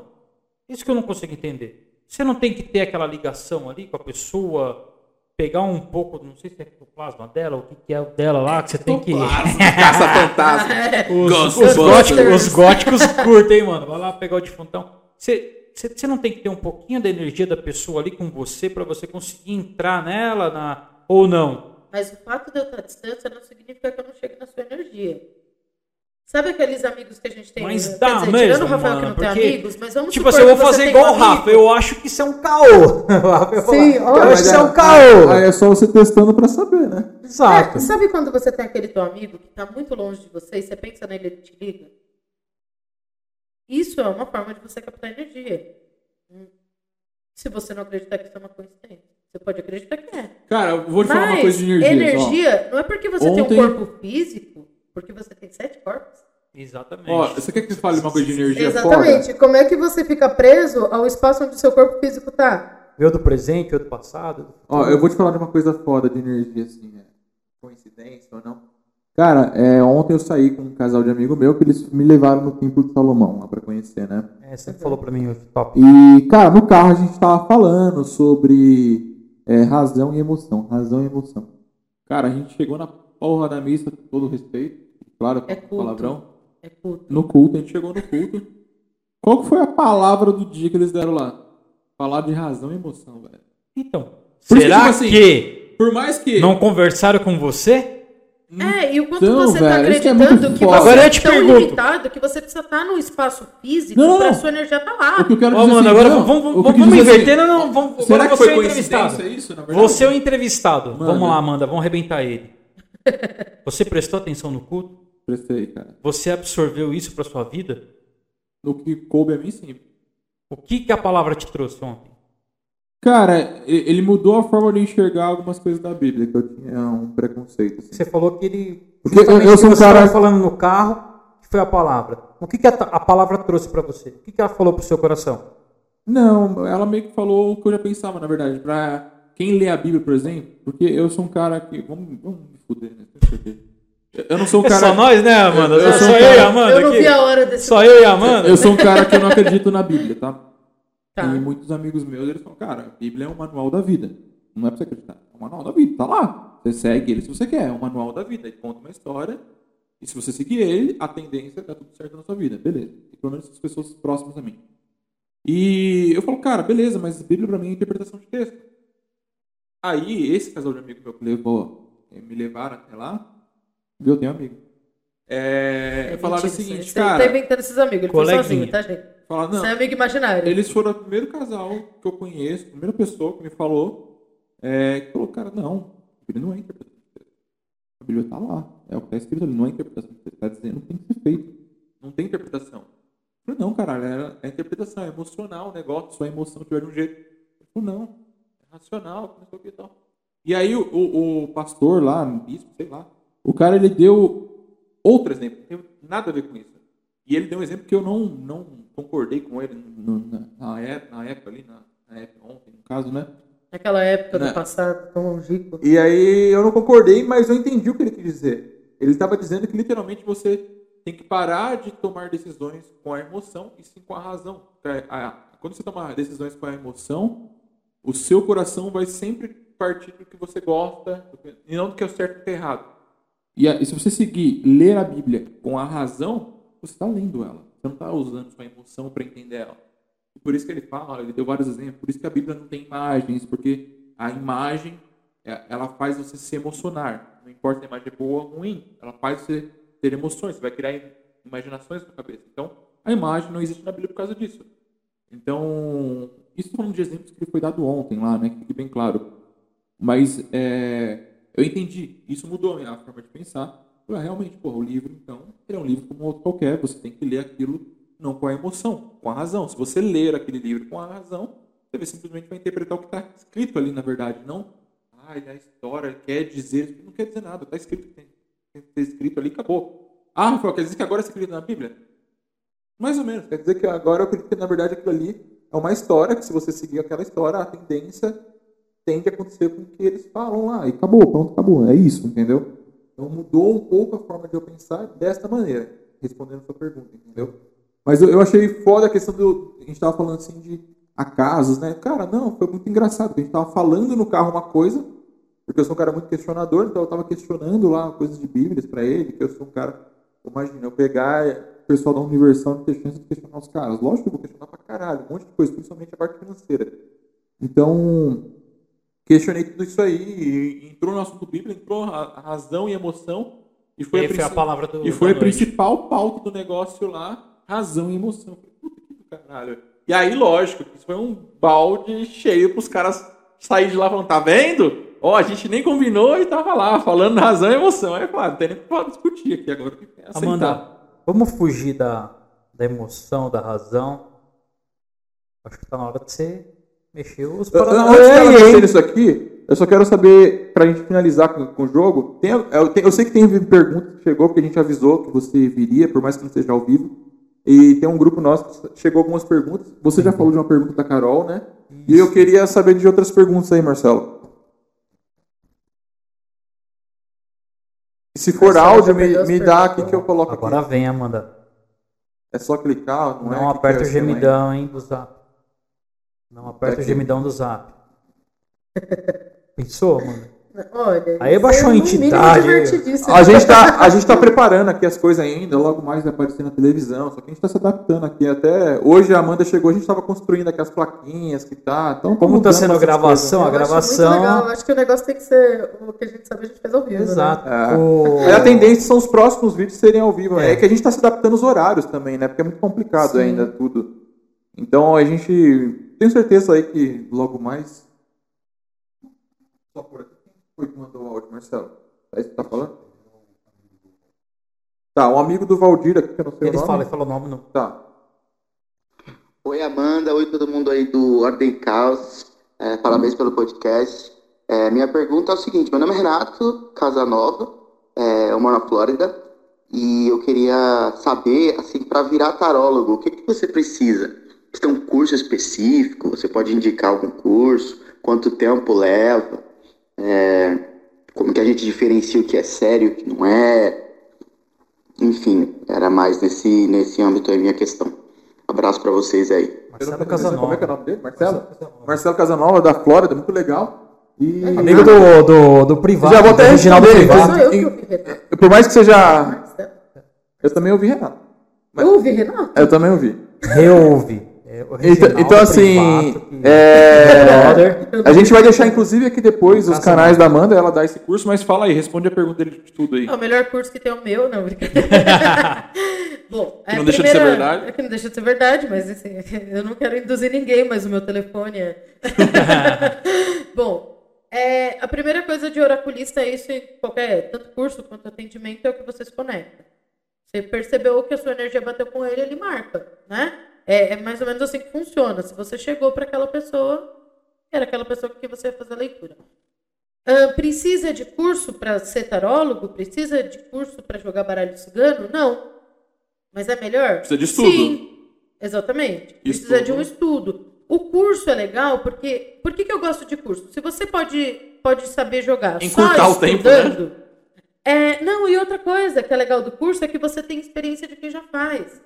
C: Isso que eu não consigo entender. Você não tem que ter aquela ligação ali com a pessoa, pegar um pouco, não sei se é ectoplasma dela, o que, que é o dela lá, que você tem que.
P: Caça fantasma.
C: Os,
P: Ghostbusters.
C: os góticos, os góticos curtem, hein, mano. Vai lá pegar o defuntão. Você você- você não tem que ter um pouquinho da energia da pessoa ali com você pra você conseguir entrar nela na... ou não?
E: Mas o fato de eu estar à distância não significa que eu não chegue na sua energia. Sabe aqueles amigos que a gente tem?
C: Mas
E: Quer
C: dá
E: dizer,
C: mesmo,
E: tirando o Rafael que
C: mano,
E: não tem
C: porque,
E: amigos, mas vamos
C: tipo
E: supor
C: assim, eu
E: que
C: vou
E: você
C: fazer
E: tem
C: igual
E: um
C: o
E: amigo.
C: Rafa. Eu acho que isso é um caô. O Rafa ia falar,
E: Sim,
C: eu acho que isso é um caô.
P: Aí é só você testando pra saber, né?
C: Exato.
E: É, sabe quando você tem aquele teu amigo que tá muito longe de você e você pensa nele e ele te liga? Isso é uma forma de você captar energia. Hum. Se você não acreditar que isso é uma coincidência, você pode acreditar que é.
B: Cara, eu vou te falar uma coisa de energia.
E: energia não é porque você
B: Ontem-
E: tem um corpo físico, porque você tem sete corpos.
C: Exatamente.
B: Ó, Ó, você quer que eu fale uma coisa de energia
E: Exatamente.
B: foda?
E: Como é que você fica preso ao espaço onde o seu corpo físico tá?
C: Eu do presente, eu do passado.
P: Ó, eu vou te falar de uma coisa foda de energia, assim, né? coincidência ou não. Cara, é, ontem eu saí com um casal de amigo meu que eles me levaram no Templo de Salomão, lá pra conhecer, né?
C: É, você falou pra mim hoje, top.
P: E, cara, no carro a gente tava falando sobre é, razão e emoção, razão e emoção.
B: Cara, a gente chegou na porra da missa, com todo respeito, claro,
E: É culto.
B: palavrão.
E: É culto.
B: No culto, a gente chegou no culto. Qual que foi a palavra do dia que eles deram lá? Falar de razão e emoção, velho.
C: Então,
B: Por isso que,
C: será
B: tipo assim,
C: que
B: Por mais que.
C: não conversaram com você?
E: É, e o quanto
B: Então,
E: você tá
B: velho, isso é
E: acreditando
B: muito
E: que
B: foda.
E: você
C: Agora
E: é
C: eu te
E: tão
C: pergunto.
E: limitado que você precisa estar num espaço físico
B: Não, não,
E: pra
B: não.
E: sua energia tá
B: O
E: lá.
B: que eu quero
C: Ó,
B: dizer
C: mano,
B: assim,
C: agora
B: não,
C: vamos, vamos,
B: o que eu
C: vamos
B: quis dizer
C: inverter.
B: assim,
C: não, não, vamos,
B: Será
C: agora
B: que
C: você
B: foi
C: é o entrevistado.
B: coincidência isso, na verdade?
C: Você é o entrevistado.
B: Manda.
C: Vamos lá, Amanda, vamos arrebentar ele. Você prestou atenção no culto?
B: Prestei, cara.
C: Você absorveu isso pra sua vida?
B: No que coube a mim, sim.
C: O que, que a palavra te trouxe ontem?
B: Cara, e- ele mudou a forma de enxergar algumas coisas da Bíblia.
P: Eu tinha um preconceito, assim.
C: Você falou que ele.
P: Porque eu, eu sou um cara.
C: falando no carro, que foi a palavra. O que, que a, ta- a palavra trouxe pra você? O que, que ela falou pro seu coração?
B: Não, ela meio que falou o que eu já pensava, na verdade. Pra quem lê a Bíblia, por exemplo, porque eu sou um cara que. Vamos, vamos me fuder, né? Com certeza. Eu- Eu não sou um
C: É só
B: cara.
C: nós, né, Amanda?
B: eu
C: só
B: sou um
C: eu e
B: cara-
C: a Amanda
E: eu não vi
C: aqui.
E: a hora desse
C: Só eu e a Amanda.
B: Eu sou um cara que eu não acredito na Bíblia, tá?
E: Tá.
B: E muitos amigos meus, eles falam, cara, a Bíblia é um manual da vida. Não é pra você acreditar. É um manual da vida, tá lá. Você segue ele se você quer. É um manual da vida. Ele conta uma história. E se você seguir ele, a tendência é dar tudo certo na sua vida. Beleza. E pelo menos as pessoas próximas a mim. E eu falo, cara, beleza, mas Bíblia pra mim é interpretação de texto. Aí, esse casal de amigo meu que levou, eh, me levaram até lá, viu, tem um amigo. É,
E: É
B: falaram o
E: mentira,
B: seguinte,
E: isso aí. Ele tá
B: cara.
E: inventando esses amigos, ele foi
C: Coleguinha.
E: sozinho, tá, gente?
B: Falaram, não,
E: Você é amigo imaginário.
B: eles foram o primeiro casal que eu conheço, a primeira pessoa que me falou, é, que falou, cara, não, a Bíblia não é interpretação de texto. A Bíblia está lá, é o que está escrito ali, não é interpretação de texto. Está dizendo que tem que ser feito. Não tem interpretação. Eu falei, não, caralho, é, é interpretação, é emocional o negócio, sua emoção tiver de um jeito. Ele falou, não, é racional, não sei o que e tal. E aí o, o- o pastor lá, o bispo, sei lá, o cara ele deu outro exemplo, não tem nada a ver com isso. E ele deu um exemplo que eu não, não concordei com ele no- na, na é- na época ali, na, na época ontem, no caso, né?
E: Naquela época
B: Né.
E: do passado, tão longínquo.
B: E aí eu não concordei, mas eu entendi o que ele quis dizer. Ele estava dizendo que literalmente você tem que parar de tomar decisões com a emoção e sim com a razão. É, a- Quando você tomar decisões com a emoção, o seu coração vai sempre partir do que você gosta do que- e não do que é o certo e o que é errado. E, a- e se você seguir ler a Bíblia com a razão, você está lendo ela. Você não está usando sua emoção para entender ela. E por isso que ele fala, ele deu vários exemplos, por isso que a Bíblia não tem imagens, porque a imagem é- ela faz você se emocionar. Não importa se a imagem é boa ou ruim, ela faz você ter emoções, você vai criar im- imaginações na sua cabeça. Então, a imagem não existe na Bíblia por causa disso. Então,
K: Isso falando de exemplos que foi dado ontem lá, né? Que fique bem claro. Mas é, eu entendi. Isso mudou a minha forma de pensar. Eu, ah, realmente, porra, o livro, então, ele é um livro como outro qualquer. Você tem que ler aquilo não com a emoção, com a razão. Se você ler aquele livro com a razão, você simplesmente vai interpretar o que está escrito ali, na verdade. Não, ah, a história quer dizer... Não quer dizer nada. Está escrito. Tem, tem que ter escrito ali acabou. Ah, Rafael, quer dizer que agora é escrito na Bíblia? Mais ou menos. Quer dizer que agora eu acredito que, na verdade, aquilo ali é uma história, que se você seguir aquela história, a tendência tende a acontecer com o que eles falam lá. E acabou, pronto, acabou. É isso, entendeu? Então mudou um pouco a forma de eu pensar desta maneira, respondendo a sua pergunta, entendeu? Mas eu, eu achei foda a questão do. A gente tava falando assim de acasos, né? Cara, não, foi muito engraçado, porque a gente tava falando no carro uma coisa, porque eu sou um cara muito questionador, então eu tava questionando lá coisas de Bíblias para ele, que eu sou um cara. Imagina, eu pegar é, o pessoal da Universal não tem chance de questionar os caras. Lógico que eu vou questionar pra caralho, um monte de coisa, principalmente a parte financeira. Então, questionei tudo isso aí, e entrou no assunto Bíblia, entrou a razão e emoção, e foi,
C: Aí foi é a
K: princi-
C: palavra do.
K: e foi a
C: da noite.
K: principal pauta do negócio lá, razão e emoção. Eu falei, Puta que do caralho. E aí, lógico, isso foi um balde cheio pros caras saírem de lá falando, tá vendo? Ó, a gente nem combinou e tava lá, falando razão e emoção. Aí, claro, não tem nem o que falar, discutir aqui agora. tem que aceitar.
C: Amanda, vamos fugir da, da emoção, da razão. Acho que tá na hora de você mexer os
B: Eu- é eu-
C: paradigmas.
B: Antes dela
C: Ei,
B: mexer
C: ei.
B: nisso aqui, eu só quero saber, pra gente finalizar com, com o jogo, tem- é, eu, tem- eu sei que tem pergunta que chegou, porque a gente avisou que você viria, por mais que não seja ao vivo. E tem um grupo nosso que chegou algumas perguntas. Você já falou de uma pergunta da Carol, né? E eu queria saber de outras perguntas aí, Marcelo. E se for
E: Marcelo,
B: áudio,
E: já perdeu
B: me,
E: as
B: me dá
E: perguntas.
B: aqui que eu coloco aqui.
C: Agora vem, Amanda.
B: É só clicar,
C: Não,
B: não,
C: um
B: é? que É
C: aperta o
B: que é, né?
C: gemidão, hein, do zap. Não aperta o
B: aqui.
C: gemidão do zap. Pensou, Amanda?
E: Olha,
C: Aí
E: isso
C: baixou a
E: no mínimo
C: entidade.
E: divertidíssimo.
B: A gente, tá, a gente tá preparando aqui as coisas ainda, logo mais vai aparecer na televisão, só que a gente tá se adaptando aqui. Até hoje a Amanda chegou, a gente tava construindo aqui as plaquinhas que tá. Então,
C: Como tá
B: mudando
C: sendo a
B: essas
C: gravação? A
E: Eu acho muito legal, eu
C: gravação.
E: acho que o negócio tem que ser o que a gente sabe, a gente fez ao vivo. né?
C: Exato.
B: É.
C: O-
B: coisas. É, a tendência são os próximos vídeos serem ao vivo.
C: É.
B: É. que a gente tá se adaptando os horários também, né? Porque é muito complicado
E: Sim.
B: ainda tudo. Então a gente. Tenho certeza aí que logo mais. Só por aqui. Quem foi que mandou o áudio, Marcelo? É isso que tá falando? Tá, um amigo do Valdir aqui, que eu não sei
C: Ele
B: o nome.
C: fala, ele fala o nome não.
B: Tá.
Q: Oi, Amanda. Oi, todo mundo aí do Ordem Caos. É, parabéns pelo podcast. É, minha pergunta é o seguinte: meu nome é Renato Casanova, é, eu moro na Flórida, e eu queria saber, assim, para virar tarólogo, o que, que você precisa? Você tem um curso específico? Você pode indicar algum curso? Quanto tempo leva? É, como que a gente diferencia o que é sério e o que não é? Enfim, era mais nesse, nesse âmbito aí minha questão. Abraço para vocês aí.
B: Eu
C: Marcelo
B: não sei Como é que é o
C: Casanova.
B: nome dele? Marcelo? Marcelo Casanova, da Flórida, muito legal. E...
C: Amigo do, do, do privado.
B: Já vou até
C: do original do
B: responder,
C: privado.
E: Só eu que ouvi Renato.
B: Por mais que seja.
E: Marcelo.
B: Eu também ouvi Renato. É,
E: Eu ouvi Renato?
B: Eu também ouvi.
C: Reouve. É,
B: Então,
C: original do
B: então assim.
C: privado, que-
B: É... Tá
C: Brother.
B: A gente vai deixar, inclusive, aqui depois os canais da Amanda, ela dá esse curso.
K: Curso, mas fala aí, responde a pergunta dele de tudo aí.
E: É o melhor curso que tem é o meu, não, brincadeira. Bom,
K: não deixa de ser verdade.
E: é Que não deixa de ser verdade, mas assim, eu não quero induzir ninguém, mas o meu telefone é. Bom, é, a primeira coisa de oraculista é isso em qualquer, tanto curso quanto atendimento, é o que você se conecta. Você percebeu que a sua energia bateu com ele, ele marca, né? É, é mais ou menos assim que funciona. Se você chegou para aquela pessoa, era aquela pessoa que você ia fazer a leitura. Ah, precisa de curso para ser tarólogo? Precisa de curso para jogar baralho cigano? Não. Mas é melhor?
K: Precisa de estudo.
E: Sim, exatamente. Precisa de um estudo. O curso é legal porque. Por que, que eu gosto de curso? Se você pode, pode saber jogar
K: Encurtar
E: só
K: o tempo, né?
E: estudando. É, não, e outra coisa que é legal do curso é que você tem experiência de quem já faz.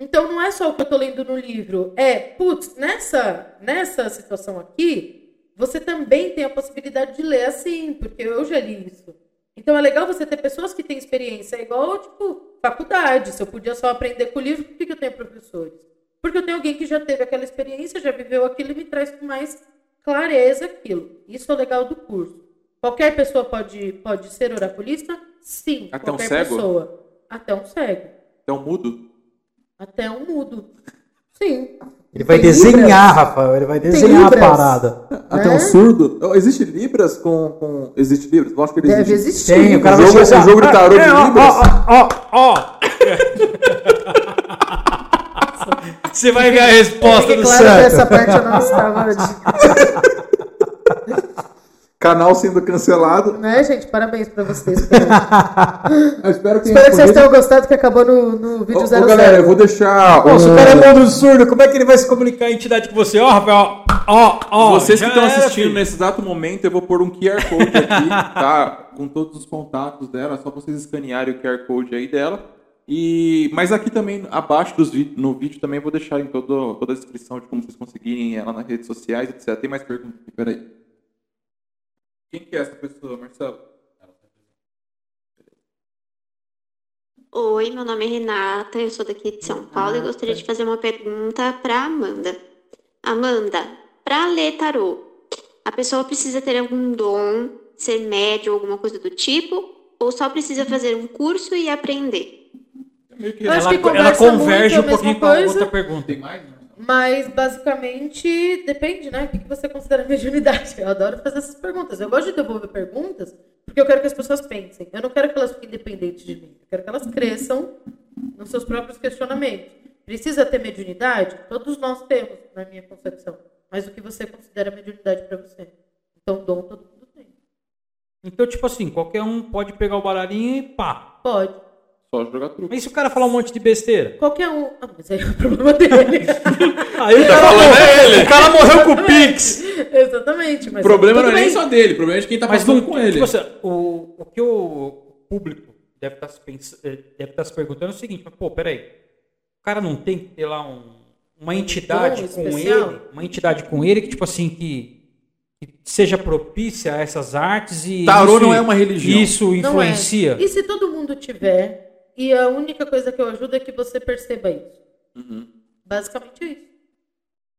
E: Então não é só o que eu tô lendo no livro, é, putz, nessa, nessa situação aqui, você também tem a possibilidade de ler assim, porque eu já li isso. Então é legal você ter pessoas que têm experiência, é igual, tipo, faculdade. Se eu podia só aprender com o livro, por que que eu tenho professores? Porque eu tenho alguém que já teve aquela experiência, já viveu aquilo e me traz com mais clareza aquilo. Isso é o legal do curso. Qualquer pessoa pode, pode ser oraculista? Sim.
K: Até um
E: qualquer
K: cego?
B: Tá
E: pessoa. Até um cego.
K: Então, mudo.
E: Até um mudo. Sim.
C: Ele vai
R: Tem
C: desenhar,
R: libras?
C: Rafael. Ele vai
R: Tem
C: desenhar a
R: libras?
C: parada.
B: Até
R: Né?
B: um surdo. Oh, Existe Libras com. com... Existe Libras? Lógico que ele
R: Deve
B: existe.
R: existir.
C: Tem, o cara
B: jogo-
C: vai chegar
B: o jogo de tarô de
C: É, ó,
B: libras?
C: Ó, ó, ó. Você vai ver a resposta
R: Fique
C: do
R: claro que essa
C: Santos.
R: parte eu não estava. De...
B: Canal sendo cancelado.
R: Né, gente? Parabéns pra vocês. pelo-
B: Eu espero que,
R: Espero que vocês
B: respondido.
R: tenham gostado que acabou no, no
B: Ô,
R: vídeo
B: ô,
R: 00.
B: galera, eu vou deixar.
C: Pô, se o
B: um-
C: cara é mundo surdo, como é que ele vai se comunicar à entidade com você? Ó, Rafael, ó, ó, ó.
G: Vocês que
C: já
G: estão
C: era,
G: assistindo
C: filho.
G: nesse exato momento, eu vou pôr um QR Code aqui, tá? Com todos os contatos dela, é só vocês escanearem o QR Code aí dela. E, mas aqui também, abaixo dos vídeos, no vídeo também eu vou deixar em todo, toda a descrição de como vocês conseguirem ela nas redes sociais, etc. Tem mais perguntas aqui, peraí. Quem que é essa pessoa, Marcelo?
S: Oi, meu nome é Renata, eu sou daqui de São Paulo e gostaria de fazer uma pergunta para Amanda. Amanda, para ler tarô, a pessoa precisa ter algum dom, ser médium, alguma coisa do tipo, ou só precisa fazer um curso e aprender?
G: É Meio que
E: Eu acho
C: Ela,
E: que
C: ela
E: conversa
C: converge um
E: muito, é a
C: pouquinho
E: mesma
C: com a
E: coisa.
C: outra pergunta.
G: tem mais, né?
E: Mas basicamente depende, né? O que que você considera mediunidade? Eu adoro fazer essas perguntas. Eu gosto de devolver perguntas porque eu quero que as pessoas pensem. Eu não quero que elas fiquem dependentes de mim. Eu quero que elas cresçam nos seus próprios questionamentos. Precisa ter mediunidade? Todos nós temos, na minha concepção. Mas o que você considera mediunidade para você? Então, dom todo mundo tem.
C: Então, tipo assim, qualquer um pode pegar o baralhinho e pá.
E: Pode.
G: Só jogar truque.
C: Mas e se o cara falar um monte de besteira?
E: Qualquer um. Ah, mas aí é o problema dele.
C: Aí o
B: Tá
C: cara,
B: é
C: morreu, o cara morreu com o Pix.
E: Exatamente. Mas
K: O problema
E: tudo
K: não é nem
E: bem.
K: só dele, o problema é de quem tá
C: Mas
K: passando
C: não,
K: com ele.
C: tipo assim, o, o que o público deve estar, se pens- eh, deve estar se perguntando é o seguinte, mas, pô, peraí, o cara não tem que ter lá um- uma entidade com
E: especial?
C: ele, uma entidade com ele que, tipo assim, que, que seja propícia a essas artes e...
K: Tarô
C: isso-
K: não é uma religião.
C: Isso
E: Não é.
C: influencia.
E: E se todo mundo tiver, e a única coisa que eu ajudo é que você perceba isso.
K: Uhum.
E: Basicamente é isso.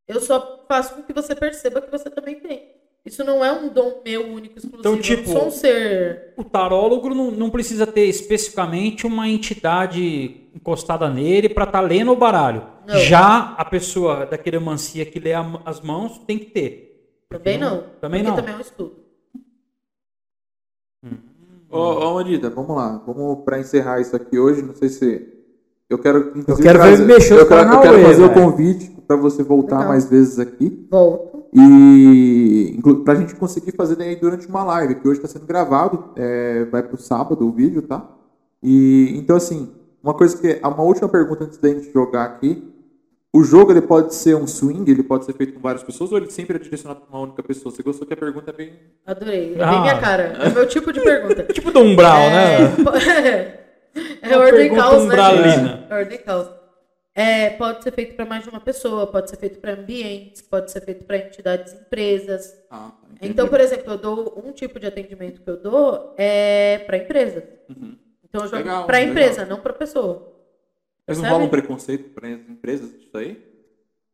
E: Eu só faço com que você perceba que você também tem. Isso não é um dom meu único, exclusivo.
C: Então,
E: eu não
C: tipo-
E: sou um ser.
C: O tarólogo não, não precisa ter especificamente uma entidade encostada nele para estar lendo o baralho.
E: Não.
C: Já a pessoa da quiromancia que lê a- as mãos tem que ter.
E: Também não.
C: Também
E: porque
C: não.
E: também é um estudo.
B: Ô, ô Amandita, vamos lá. Vamos pra encerrar isso aqui hoje. Não sei se. Eu quero. inclusive,
C: quero ver ele mexer
B: eu
C: os
B: quero, eu
C: Paranauê,
B: quero fazer o
C: velho.
B: convite pra você voltar
R: Legal.
B: mais vezes aqui.
R: Volto.
B: E inclu- pra gente conseguir fazer daí durante uma live, que hoje tá sendo gravado. é, vai pro sábado o vídeo, tá? E então assim, uma coisa que. Uma última pergunta antes da gente jogar aqui. O jogo ele pode ser um swing, ele pode ser feito com várias pessoas, ou ele sempre é direcionado pra uma única pessoa? Você gostou que a pergunta é bem.
E: Adorei. É
C: Ah.
E: bem minha cara. É o meu tipo de pergunta.
C: Tipo do umbral, né?
E: É, é
C: Uma
E: ordem
C: pergunta
E: caos, né,
C: umbralina.
E: gente? É ordem caos. É, pode ser feito para mais de uma pessoa, pode ser feito para ambientes, pode ser feito para entidades, empresas.
B: Ah,
E: Então, por exemplo, eu dou um tipo de atendimento que eu dou é para empresa. Então, eu
B: Legal,
E: jogo para
B: legal.
E: empresa, não para pessoa.
B: Mas
E: não Sabe? rola um
B: preconceito para as empresas disso aí?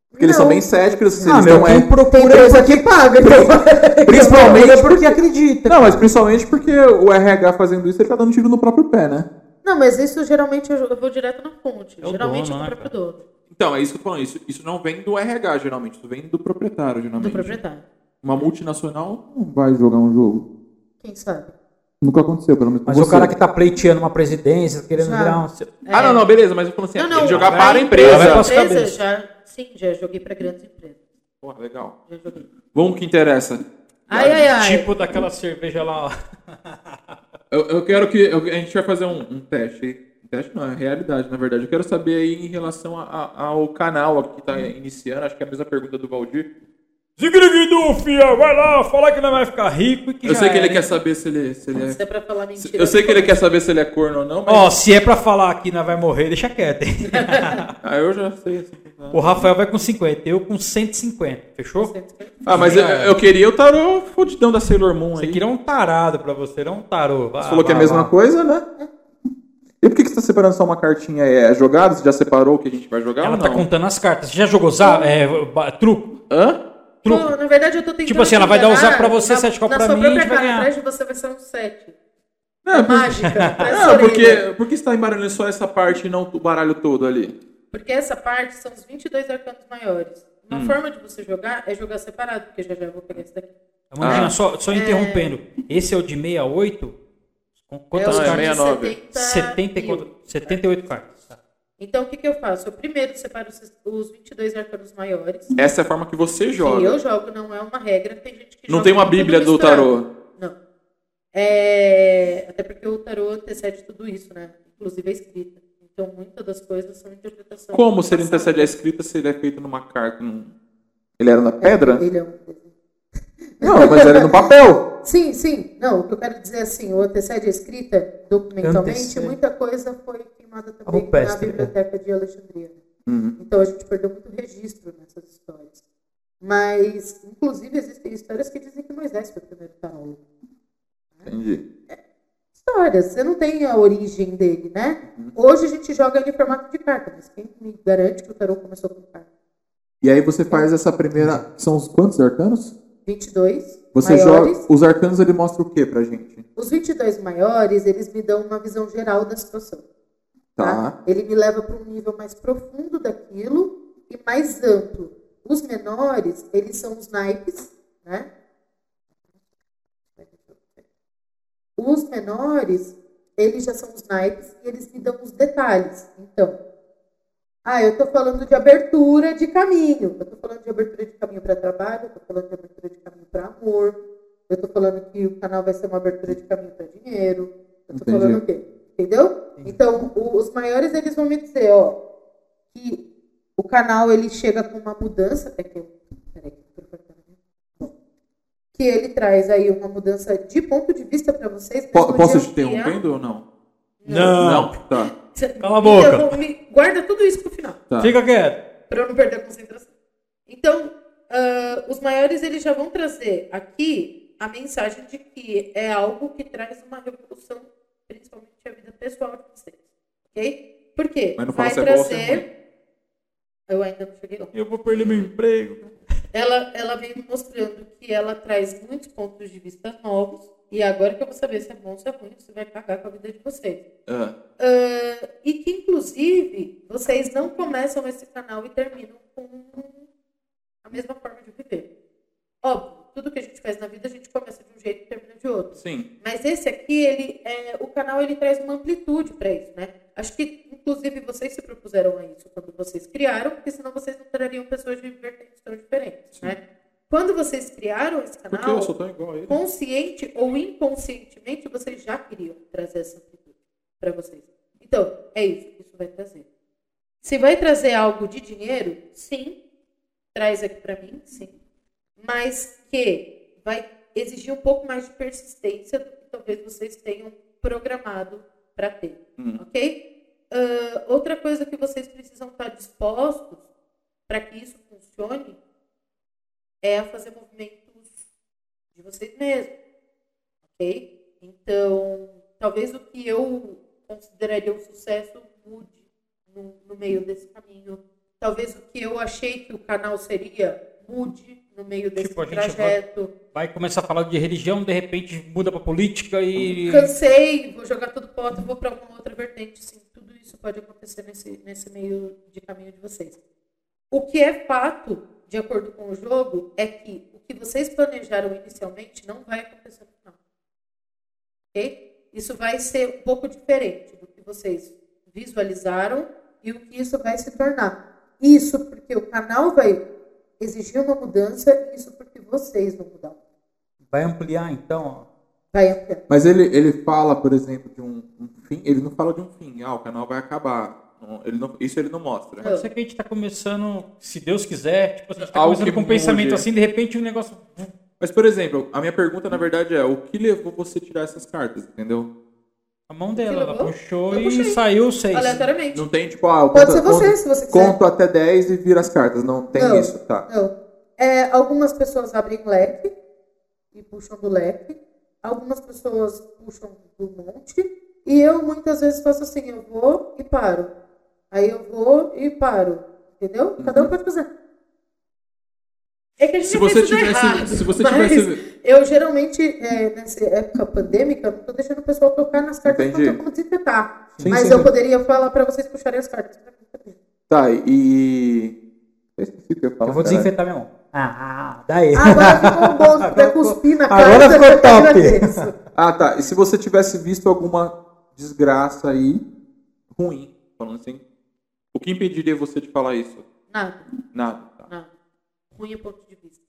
B: Porque eles são
R: Não.
B: bem céticos, eles
C: Ah, meu,
B: não é.
C: quem procura
R: Tem coisa que paga. então.
B: Principalmente
R: Procura porque acredita.
B: Não, mas principalmente porque o RH fazendo isso, ele tá dando tiro no próprio pé, né?
E: Não, mas isso geralmente eu eu vou direto na fonte.
C: É o
E: geralmente
C: dono,
E: é
C: né,
E: do próprio dono,
G: Então, é isso que eu tô falando. Isso, isso não vem do RH, geralmente. Isso vem do proprietário, geralmente.
E: do proprietário.
G: Uma multinacional.
B: Não vai jogar um jogo.
E: Quem sabe?
B: Nunca aconteceu, pelo menos com
C: Mas
B: você.
C: o cara que tá pleiteando uma presidência, querendo
R: Já.
C: virar um.
G: Ah, não, não, beleza. Mas eu falo assim,
E: É. Não,
G: tem
E: não, é
G: que jogar
E: pra
G: para a
E: empresa.
G: empresa.
C: Vai pras
E: Empresa,
C: cabeças.
E: já, sim, já joguei para grandes empresas.
G: Porra, legal.
E: Já joguei.
G: Vamos que interessa.
E: Ai,
R: É.
E: ai, ai.
C: Tipo daquela cerveja lá, ó.
G: Eu, eu quero que. eu- a gente vai fazer um, um teste. Um teste não, é realidade, na verdade. Eu quero saber aí em relação a- a- ao canal que
C: Uhum.
G: tá iniciando. Acho que é a mesma pergunta do Valdir.
C: Zigriguidu, fia, vai lá, falar que não vai ficar rico e que
G: Eu
C: já é.
G: sei que ele
C: era.
G: quer saber se ele, se ele é.
E: Isso é pra falar mentira.
G: Eu sei que ele quer saber se ele é corno ou não,
B: um
G: mas.
C: Ó, se é pra falar que não vai morrer, deixa quieto, hein?
G: Ah, eu já sei. assim.
C: o Rafael vai com 50, eu com 150, fechou?
G: Ah, mas eu, eu queria o tarô fudidão da Sailor Moon
C: Você
G: aí.
C: queria um tarado pra você, não um tarô. Vá,
B: Você falou que é a
C: vá,
B: mesma
C: vá.
B: coisa, né? E por que, que você tá separando só uma cartinha aí? É jogada? Você já separou o que a gente vai jogar
C: Ela
B: ou
C: tá
B: não?
C: contando as cartas. Você já jogou za- é, ba- truco?
G: Hã?
C: Truco.
E: Não, na verdade, eu tô tentando.
C: Tipo assim, ela vai dar um zap pra você,
E: na,
C: sete copo
E: na
C: pra
E: sua
C: mim, a
E: própria
C: gente vai
E: cara,
C: ganhar.
E: atrás de você vai ser um 7. É mágica.
B: Ah,
C: né?
G: Não, porque, porque você tá embaralhando só essa parte e não o baralho todo ali.
E: Porque essa parte são os 22 arcanos maiores. Uma forma de você jogar é jogar separado, porque já já eu vou pegar esse daqui.
H: Amandinha, Tá só, só interrompendo. Esse é o de 68? Com quantas
E: é o de
H: cartas?
E: 69.
H: 70 e
E: mil.
H: quanto- 78 cartas. Tá.
E: Então, o que, que eu faço? Eu primeiro separo os- os 22 arcanos maiores.
K: Essa é a forma que você
E: Que
K: joga.
E: eu jogo, não é uma regra. Tem gente que
K: Não
E: joga
K: tem uma
E: tudo
K: bíblia do
E: misturado.
K: tarô.
E: Não. É, Até porque o tarô antecede tudo isso, né? Inclusive a escrita. Então, muitas das coisas são interpretação.
K: Como se ele intercede a escrita se ele é feito numa carta? num-
B: Ele era na pedra?
R: Ele é um...
B: Não, mas era no papel.
R: Sim, sim. Não, o que eu quero dizer é assim, o antecede a escrita, documentalmente,
C: Antecede.
R: muita coisa foi queimada também na
C: Rupestre,
R: Biblioteca de Alexandria.
B: Uhum.
R: Então a gente perdeu muito registro nessas histórias. Mas, inclusive, existem histórias que dizem que Moisés foi o primeiro tarólogo.
B: Entendi.
R: Histórias, você não tem a origem dele, né?
B: Uhum.
R: Hoje a gente joga ele em formato de carta, mas quem me garante que o tarô começou com carta?
B: E aí você faz essa primeira. São os quantos arcanos?
R: 22
B: Você
R: maiores.
B: joga. Os arcanos ele mostra o que pra gente?
R: Os 22 maiores, eles me dão uma visão geral da situação.
B: Tá.
R: Ele me leva para um nível mais profundo daquilo e mais amplo. Os menores, eles são os naipes, né? Os menores, eles já são os naipes e eles me dão os detalhes. Então, ah, eu estou falando de abertura de caminho. Eu estou falando de abertura de caminho para trabalho, eu estou falando de abertura de caminho para amor. Eu estou falando que o canal vai ser uma abertura de caminho para dinheiro. Eu estou
B: Entendi.
R: falando o quê? Entendeu? Então, o- os maiores, eles vão me dizer, ó, que o canal, ele chega com uma mudança, até que eu... Peraí, que eu tô cortando. Bom, que ele traz aí uma mudança de ponto de vista para vocês.
K: Po-
R: mesmo
K: posso
R: de
K: te interrompendo ou não?
H: Não.
K: Não? Tá.
H: Cala a boca.
E: Então, me- guarda tudo isso pro final.
K: Não.
H: Fica quieto.
E: para eu não perder a concentração. Então, ah, os maiores eles já vão trazer aqui a mensagem de que é algo que traz uma revolução, principalmente a vida pessoal de vocês, ok? Por quê?
K: Mas não fala
E: Vai
K: se é bom ou se é
E: trazer. Eu ainda não cheguei lá.
H: Eu vou perder meu emprego.
E: Ela, ela vem mostrando que ela traz muitos pontos de vista novos. E agora que eu vou saber se é bom ou se é ruim, você vai cagar com a vida de vocês.
K: Ah,
E: Ah, e que, inclusive, vocês não começam esse canal e terminam com a mesma forma de viver. Óbvio, tudo que a gente faz na vida, a gente começa de um jeito e termina de outro.
K: sim.
E: Mas esse aqui, ele, é, o canal ele traz uma amplitude para isso, né? Acho que, inclusive, vocês se propuseram a isso quando vocês criaram, porque senão vocês não trariam pessoas de vertentes tão diferentes, né? Quando vocês criaram esse
K: Por
E: canal,
K: que eu sou tão igual a ele?
E: consciente ou inconscientemente, vocês já queriam trazer essa amplitude para vocês. Então, é isso que isso vai trazer. Se vai trazer algo de dinheiro, sim, traz aqui para mim, sim. Mas que vai exigir um pouco mais de persistência do que talvez vocês tenham programado para ter,
K: Hum.
H: Uhum.
E: ok? Ah, outra coisa que vocês precisam estar dispostos para que isso funcione é a fazer movimentos de vocês mesmos, ok? Então, talvez o que eu consideraria um sucesso mude no, no meio desse caminho. Talvez o que eu achei que o canal seria mude no meio desse
H: Tipo, a gente vai-
E: trajeto.
H: Vai começar a falar de religião, de repente muda pra política e.
E: Cansei, vou jogar tudo pro outro, vou para uma outra vertente. Sim, tudo isso pode acontecer nesse, nesse meio de caminho de vocês. O que é fato, de acordo com o jogo, é que o que vocês planejaram inicialmente não vai acontecer no final. Ok? Isso vai ser um pouco diferente do que vocês visualizaram e o que isso vai se tornar. Isso porque o canal vai exigir uma mudança e isso porque vocês vão mudar.
C: Vai ampliar então, ó.
R: Vai ampliar.
K: Mas ele, ele fala, por exemplo, de um, um fim. Ele não fala de um fim. Ah, o canal vai acabar. Não, ele não- isso ele não mostra.
E: Não.
H: Pode ser que a gente tá começando, se Deus quiser, tipo, a gente tá
K: Algo que
H: começando com um
K: mude.
H: pensamento assim, de repente o negócio.
K: Mas, por exemplo, a minha pergunta, na verdade, é o que levou você a tirar essas cartas, entendeu?
H: A mão dela, ela
E: levou?
H: puxou
E: Eu
H: e
E: puxei. tá.
H: saiu seis.
E: Aleatoriamente.
K: Não tem, tipo,
B: Tipo, ah, eu
R: Pode
B: conto-
R: ser você,
B: conto-
R: se você quiser.
B: Conto até 10 e vira as cartas. Não tem
R: Não.
B: isso, tá.
R: Não. É, algumas pessoas abrem leque e puxam do leque. Algumas pessoas puxam do monte. E eu muitas vezes faço assim, eu vou e paro. Aí eu vou e paro. Entendeu? Cada um pode fazer.
E: É que a gente
K: se
E: já fez
K: você
E: tudo errado,
K: tivesse. Se você
E: mas
K: tivesse.
R: Eu geralmente, é, nessa época pandêmica, eu não tô deixando o pessoal tocar nas cartas
B: Entendi.
R: porque eu tô como desinfetar.
B: Sim,
R: Mas
B: sim,
R: eu
B: sim.
R: poderia falar pra vocês puxarem as cartas pra mim também.
B: Tá, e. Eu esqueci o que eu ia falar.
C: Eu vou
B: caralho.
C: desinfetar minha mão. Ah, ah, daí.
R: Agora ficou um bom, vai
C: Agora
R: cuspir na cara.
C: Agora
R: você
C: ficou
R: vai
C: top.
R: fazer isso.
B: Ah, tá. E se você tivesse visto alguma desgraça aí,
G: Ruim, falando assim. O que impediria você de falar isso?
E: Nada,
G: Nada. tá.
E: nada. Ruim é ponto de vista.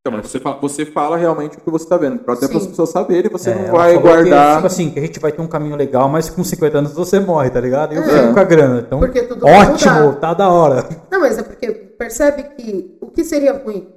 B: então, mas você, fala, você fala realmente o que você tá vendo. Pra até
R: Sim.
B: as pessoas saberem, você
C: É,
B: não
C: ela
B: vai
C: falou que,
B: guardar.
C: tipo assim, que a gente vai ter um caminho legal, mas com 50 anos você morre, tá ligado? E eu
R: É.
C: fico com a grana. Então,
R: Porque tudo vai
C: ótimo,
R: mudar.
C: tá da hora.
R: Não, mas é porque percebe que o que seria ruim?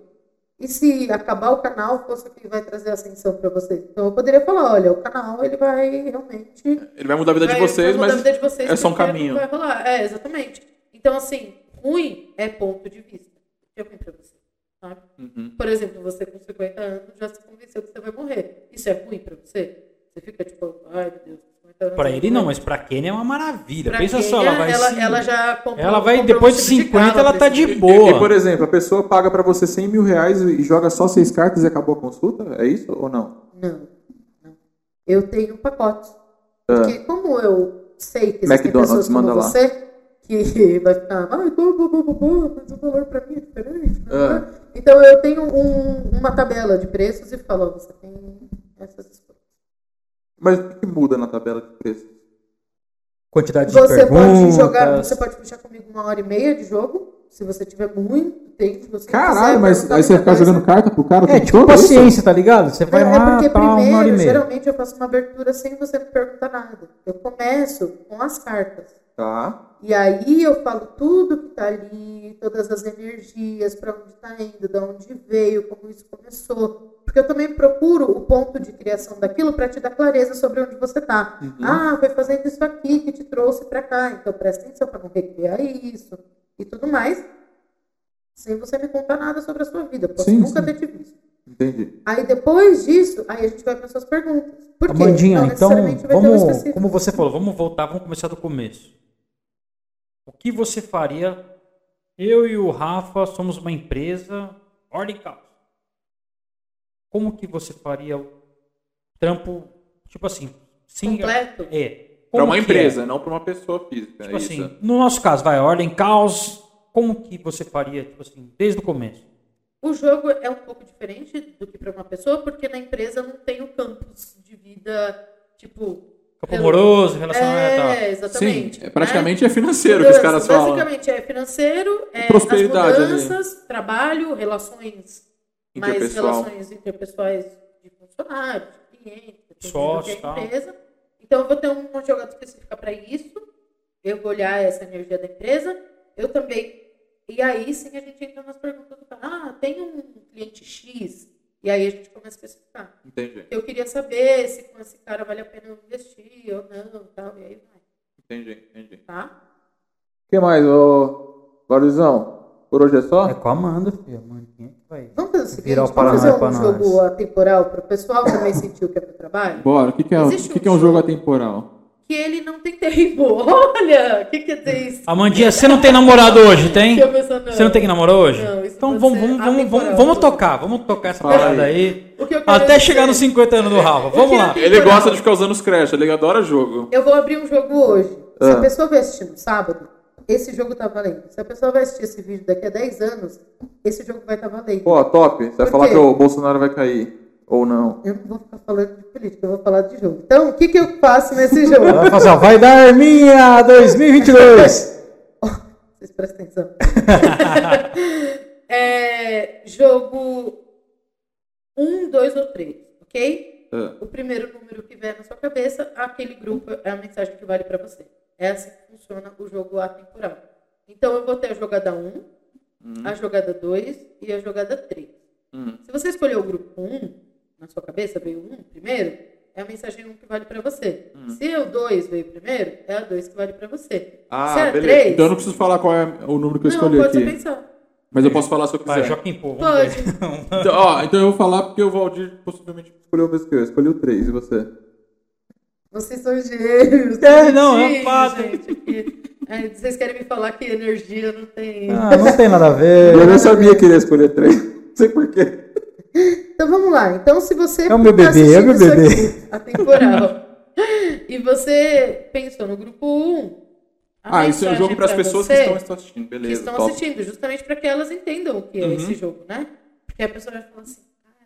R: E se acabar o canal fosse o que vai trazer ascensão pra vocês? Então eu poderia falar, olha, o canal ele vai realmente...
G: Ele vai mudar É a vida de
E: Vai-
G: vocês,
E: vai mudar a
G: mas
E: vida de vocês,
G: é só um
E: porque não
G: caminho.
E: Vai rolar. É, exatamente. Então, assim, ruim é ponto de vista. É ruim pra você. Sabe?
G: Uhum.
E: Por exemplo, você com 50 anos já se convenceu que você vai morrer. Isso é ruim pra você? Você fica tipo, ai meu Deus, 50 anos.
C: Pra
E: eu
C: ele
E: vou
C: não,
E: morrer.
C: mas pra Kenny é uma maravilha.
E: Pra
C: Pensa
E: quem é,
C: só, ela vai
E: ela,
C: se-
E: ela já comprou,
C: ela vai
E: comprou
C: depois
E: um
C: de
E: vestido
C: 50,
E: gala
C: ela
E: pra
C: tá
E: esse
C: de
E: dia.
C: boa.
B: E, por exemplo, a pessoa paga pra você 100 mil reais e joga só seis cartas e acabou a consulta? É isso ou não?
R: Não, não. Eu tenho um pacote. Porque
E: Ah.
R: como eu sei que existem
B: McDonald's,
R: pessoas como
B: manda lá.
R: você, que vai ficar, ai, bu, bu, bu, bu, bu, mas o valor pra mim é diferente. né?"
B: Ah.
R: Então eu tenho um- uma tabela de preços e falo, "Ó, você tem essas escolhas.
B: Mas o que que muda na tabela de preço?
C: Quantidade de
R: Você pode
C: perguntas.
R: jogar, você pode puxar comigo uma hora e meia de jogo, se você tiver muito tempo. você
B: Caralho,
R: quiser
B: mas
R: perguntar
B: aí você vai
R: muita
B: ficar
R: coisa.
B: jogando carta pro cara? o
C: É,
B: tempo
C: tipo
B: todo, isso?
C: paciência, tá ligado? Você vai
R: Não, é
C: lá,
R: porque
C: tá, uma hora e
R: primeiro,
C: meia.
R: geralmente eu faço uma abertura sem você me perguntar nada. Eu começo com as cartas.
B: Tá.
R: E aí eu falo tudo que tá ali, todas as energias, pra onde tá indo, de onde veio, como isso começou. Porque eu também procuro o ponto de criação daquilo pra te dar clareza sobre onde você tá.
C: Uhum.
R: Ah, foi fazendo isso aqui que te trouxe pra cá, então presta atenção pra não recriar isso e tudo mais. Sem você me contar nada sobre a sua vida. Posso
B: Sim,
R: nunca
B: sim.
R: ter te visto.
B: Entendi.
R: Aí depois disso, aí a gente vai para suas perguntas. Por quê?
C: Amandinha,
R: Não
C: então,
R: necessariamente vai ter um
C: vamos,
R: específico.
C: como você falou, vamos voltar, vamos começar do começo. O que você faria? Eu e o Rafa somos uma empresa, ordem caos. Como que você faria o trampo, tipo assim, sim,
E: Completo?
C: é.
G: Pra
C: Como
G: uma
C: que é?
G: empresa, não pra uma pessoa física.
C: Tipo
G: é isso.
C: assim, no nosso caso, vai, ordem caos, como que você faria, tipo assim, desde o começo?
E: O jogo é um pouco diferente do que para uma pessoa, porque na empresa não tem o campus de vida, tipo.
C: Campo amoroso, relacionamento tá. a...
E: É, exatamente.
K: Sim, é,
E: né?
K: praticamente é financeiro que os caras
E: Mudanças,
K: falam.
E: Basicamente é financeiro, é
K: Prosperidade
E: as
K: ali.
E: mudanças, trabalho, relações, mais
K: Interpessoal.
E: relações interpessoais de funcionários, de clientes,
C: Sócio,
E: de
C: tal.
E: empresa. Então eu vou ter uma jogada específica para isso. Eu vou olhar essa energia da empresa. Eu também. E aí sim a gente entra nas perguntas do cara. Ah, tem um cliente X. E aí a gente começa a especificar.
G: Entendi,
E: Eu queria saber se com esse cara vale a pena eu investir ou não, tal. E aí vai,
G: entendi, entendi.
E: tá?
B: O que mais, ô Guarulhosão? Por hoje é só?
C: É com a Amanda, filho, a Amandinha que vai...
R: Vamos fazer o seguinte,
C: Virar o
R: vamos fazer
C: Paraná é
R: um
C: pra nós.
R: jogo atemporal para o pessoal também sentir o que é pro trabalho?
K: Bora, o que, que é, o
E: Existe
K: que
E: um
K: que é um
E: jogo-
K: jogo atemporal?
E: que ele não tem tempo. Olha, o que que é isso?
C: Amandinha, você não tem namorado hoje, tem?
E: Que eu penso, não.
C: Você não tem que namorar hoje?
E: Não, isso
C: então
E: pode
C: vamos,
E: ser
C: vamos, vamos,
E: atemporal.
C: vamos, vamos tocar, vamos tocar essa
K: Fala
C: parada aí.
E: O que eu quero
C: Até
E: dizer-
C: chegar
R: é,
C: nos 50 anos do Rafa.
E: que
C: Vamos lá.
E: eu-
G: Ele gosta de ficar usando os creches, ele adora jogo.
R: Eu vou abrir um jogo hoje. Se a pessoa vai assistir no sábado, esse jogo tá valendo. Se a pessoa vai assistir esse vídeo daqui a 10 anos, esse jogo vai estar valendo.
B: Pô, top. Você vai
R: Por
B: falar
R: quê?
B: que o Bolsonaro vai cair. Ou não.
R: Eu não vou ficar falando de política, eu vou falar de jogo. Então, o que, que eu faço nesse jogo?
C: Ela fala assim, ó, vai dar minha 2022.
R: Vocês prestem atenção.
E: É, jogo 1, 2 ou 3, ok?
G: Ah.
K: É.
E: O primeiro número que vier na sua cabeça, aquele grupo é a mensagem que vale para você. É assim que funciona o jogo atemporal. Então eu vou ter a jogada 1,
C: Hum,
E: a jogada 2 e a jogada 3. Se você escolheu o grupo 1, na sua cabeça veio o 1 primeiro, é a mensagem 1 que vale para você.
K: Hum.
E: Se o 2 veio primeiro, é a 2 que vale para você.
G: Ah,
E: Se é a
G: beleza.
E: 3,
K: Então eu não preciso falar qual é o número que eu
E: não,
K: escolhi aqui.
E: pode
K: Um,
E: só pensar.
K: Mas eu posso falar se eu quiser.
C: Vai, Joaquim Pô, vamos ver.
E: Pode.
K: Então, ó, então eu vou falar porque o Valdir possivelmente.
B: Escolheu o mesmo que eu. Escolheu três. E você?
R: Vocês são gêmeos.
C: É, não, é
E: Sim,
C: fato.
E: gente, que- é, vocês querem me falar que energia não tem.
C: Ah, não tem nada a
B: É. Eu
C: ver.
B: nem sabia que ele ia escolher três. Não sei porquê.
R: Então vamos lá. Então, se você.
C: É o meu
R: tá
C: bebê, é o meu
R: assistindo
C: bebê.
R: isso aqui,
E: atemporal. e você pensou no grupo 1,
G: Ah, isso é um
E: mensagem
G: jogo para as
E: pra
G: pessoas
E: você-
G: que estão assistindo,
E: que
G: beleza.
E: estão
G: top.
E: assistindo, justamente para que elas entendam o que é
G: Uhum.
E: esse jogo, né? Porque a pessoa vai falar assim,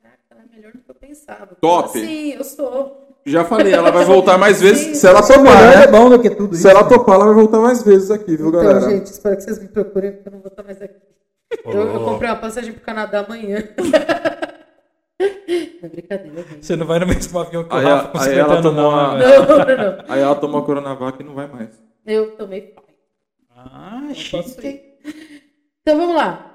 E: caraca, ela é melhor do que eu pensava.
G: Top.
E: Sim, eu sou.
G: Já falei, ela vai voltar mais vezes.
B: Se ela
C: Melhor
B: topar,
C: é
B: né?
C: bom do que tudo isso.
B: Se ela topar, ela vai voltar mais vezes aqui, viu,
E: Então,
B: galera?
E: gente, espero que vocês me procurem, porque eu não vou estar mais aqui. Eu, eu comprei uma passagem pro Canadá amanhã. é brincadeira, gente.
C: Você não vai no mesmo avião que o
G: Aí
C: Rafa
G: a-
C: com
G: aí
C: 50
G: ela
C: anos,
G: tomou
C: não,
G: uma-
C: né, velho?
E: Não, não, não.
G: Aí ela tomou a Coronavac e não vai mais.
E: Eu tomei pai.
C: Ah,
E: Não
C: chique.
E: posso ir. Então vamos lá.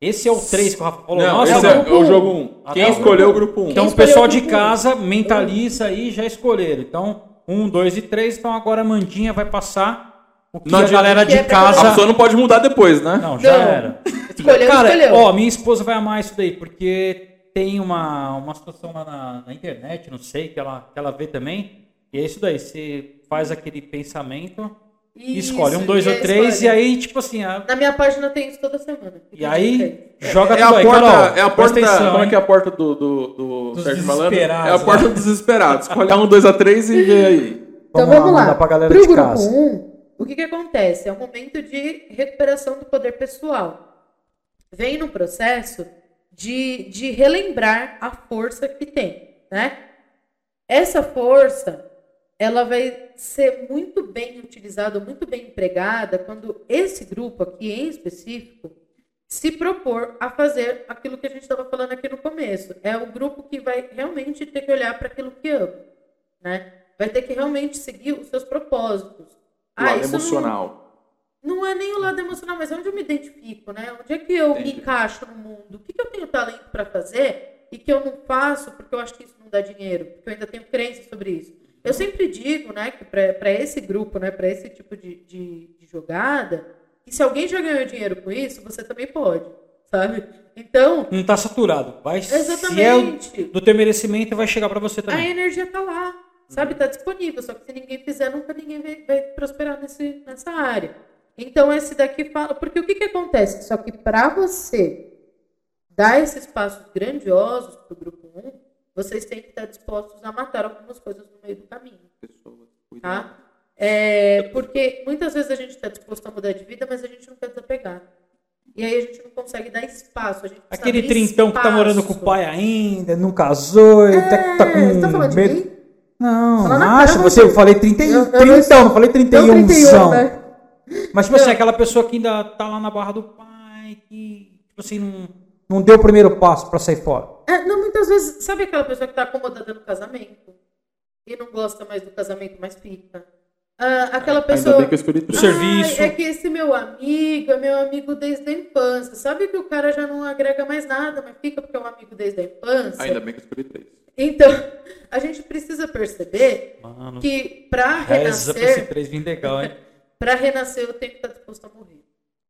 C: Esse é o 3 que o Rafa falou.
G: não,
C: Nossa,
G: esse
E: é
G: é,
E: o grupo
G: é o
E: um.
G: jogo 1.
C: Ah,
G: Quem
C: tá.
G: escolheu o grupo 1?
C: Então o
E: escolheu
C: pessoal
E: o
C: de
E: grupo?
C: casa mentaliza aí, já escolheram. Então, 1, 2 e 3. Então agora a Mandinha vai passar o que
G: Não
C: a
G: adianta
C: galera
E: que é
C: de
E: pra
G: a pessoa
C: casa...
G: não pode mudar depois, né?
C: Não, já
E: Não.
C: era.
E: Escolheu,
C: Cara,
E: escolheu.
C: ó, minha esposa vai amar isso daí, porque tem uma, uma situação lá na, na internet, não sei, que ela, que ela vê também. E é isso daí, você faz aquele pensamento, escolhe um,
E: Isso,
C: dois
E: e
C: ou
E: aí
C: três,
E: escolhe.
C: e aí, tipo assim, a-
E: Na minha página tem isso toda semana.
C: e aí
E: É.
C: joga
G: É
C: tudo
G: a
C: aí.
G: porta,
C: Carol,
G: é a
C: presta
G: porta,
C: atenção,
G: como é
C: hein?
G: que é a porta do, do, do
C: Dos
G: Sérgio Malandro? É
C: desesperados, né?
G: a porta dos desesperados. Escolhe um, dois, a três e vê aí.
R: Então
C: Vamos lá,
R: vamos lá.
C: manda pra galera
R: Pro
C: de
R: grupo
E: um.
C: casa.
R: 1,
E: O que, que acontece? É um momento de recuperação do poder pessoal. Vem no processo de, de relembrar a força que tem, né? Essa força, ela vai ser muito bem utilizada, muito bem empregada quando esse grupo aqui em específico se propor a fazer aquilo que a gente estava falando aqui no começo. É o grupo que vai realmente ter que olhar para aquilo que ama, né? Vai ter que realmente seguir os seus propósitos.
G: O lado
E: Ah, isso não-
G: emocional.
E: não é nem o lado emocional, mas é onde eu me identifico, né? Onde é que eu me encaixo no mundo? O que, que eu tenho talento para fazer e que eu não faço porque eu acho que isso não dá dinheiro? Porque eu ainda tenho crença sobre isso.
C: Uhum.
E: Eu sempre digo, né, que para esse grupo, né, para esse tipo de, de, de jogada, que se alguém já ganhou dinheiro com isso, você também pode, sabe? Então,
C: Não tá saturado. Vai, se é o-
E: exatamente.
C: do teu merecimento, vai chegar pra você
E: A
C: também.
E: energia tá lá,
C: Uhum.
E: sabe? Tá disponível. Só que se ninguém fizer, nunca ninguém vai, vai prosperar nesse, nessa área. Então, esse daqui fala. Porque o que, que acontece? Só que para você dar esses passos grandiosos pro grupo 1, vocês têm que estar dispostos a matar algumas coisas no meio do caminho tá?
C: Uhum.
E: É, porque muitas vezes a gente está disposto a mudar de vida, mas a gente não quer desapegar. E aí a gente não consegue dar espaço. A gente precisa
C: Aquele
E: abrir
C: trintão que tá
E: espaço.
C: morando com o pai ainda, não casou, até que tá
R: É, você tá
C: com
R: falando de
C: medo-
R: mim?
C: Não,
R: Fala na
C: não acha?
R: cara,
C: Você,
R: você.
C: eu falei 30,
R: Eu- eu não-
C: então, não falei
R: Não,
C: 31.
R: 31, né?
C: Mas, tipo assim, aquela pessoa que ainda tá lá na barra do pai, que, tipo assim, não, não deu o primeiro passo pra sair fora.
R: É, não, muitas vezes.
E: Sabe aquela pessoa que está acomodada no casamento? E não gosta mais do casamento, mas fica. Ah, aquela
G: Ainda
E: pessoa.
G: bem que eu escolhi três.
C: Do serviço.
E: Ai, é que esse meu amigo é meu amigo desde a infância. Sabe que o cara já não agrega mais nada, mas fica porque é um amigo desde a infância.
G: Ainda bem que eu escolhi três.
E: Então, a gente precisa perceber
C: Mano,
E: que para
C: Hum. reza pra esse
E: renascer,
C: 3 vir legal, hein?
E: para renascer eu tenho que estar disposto a morrer.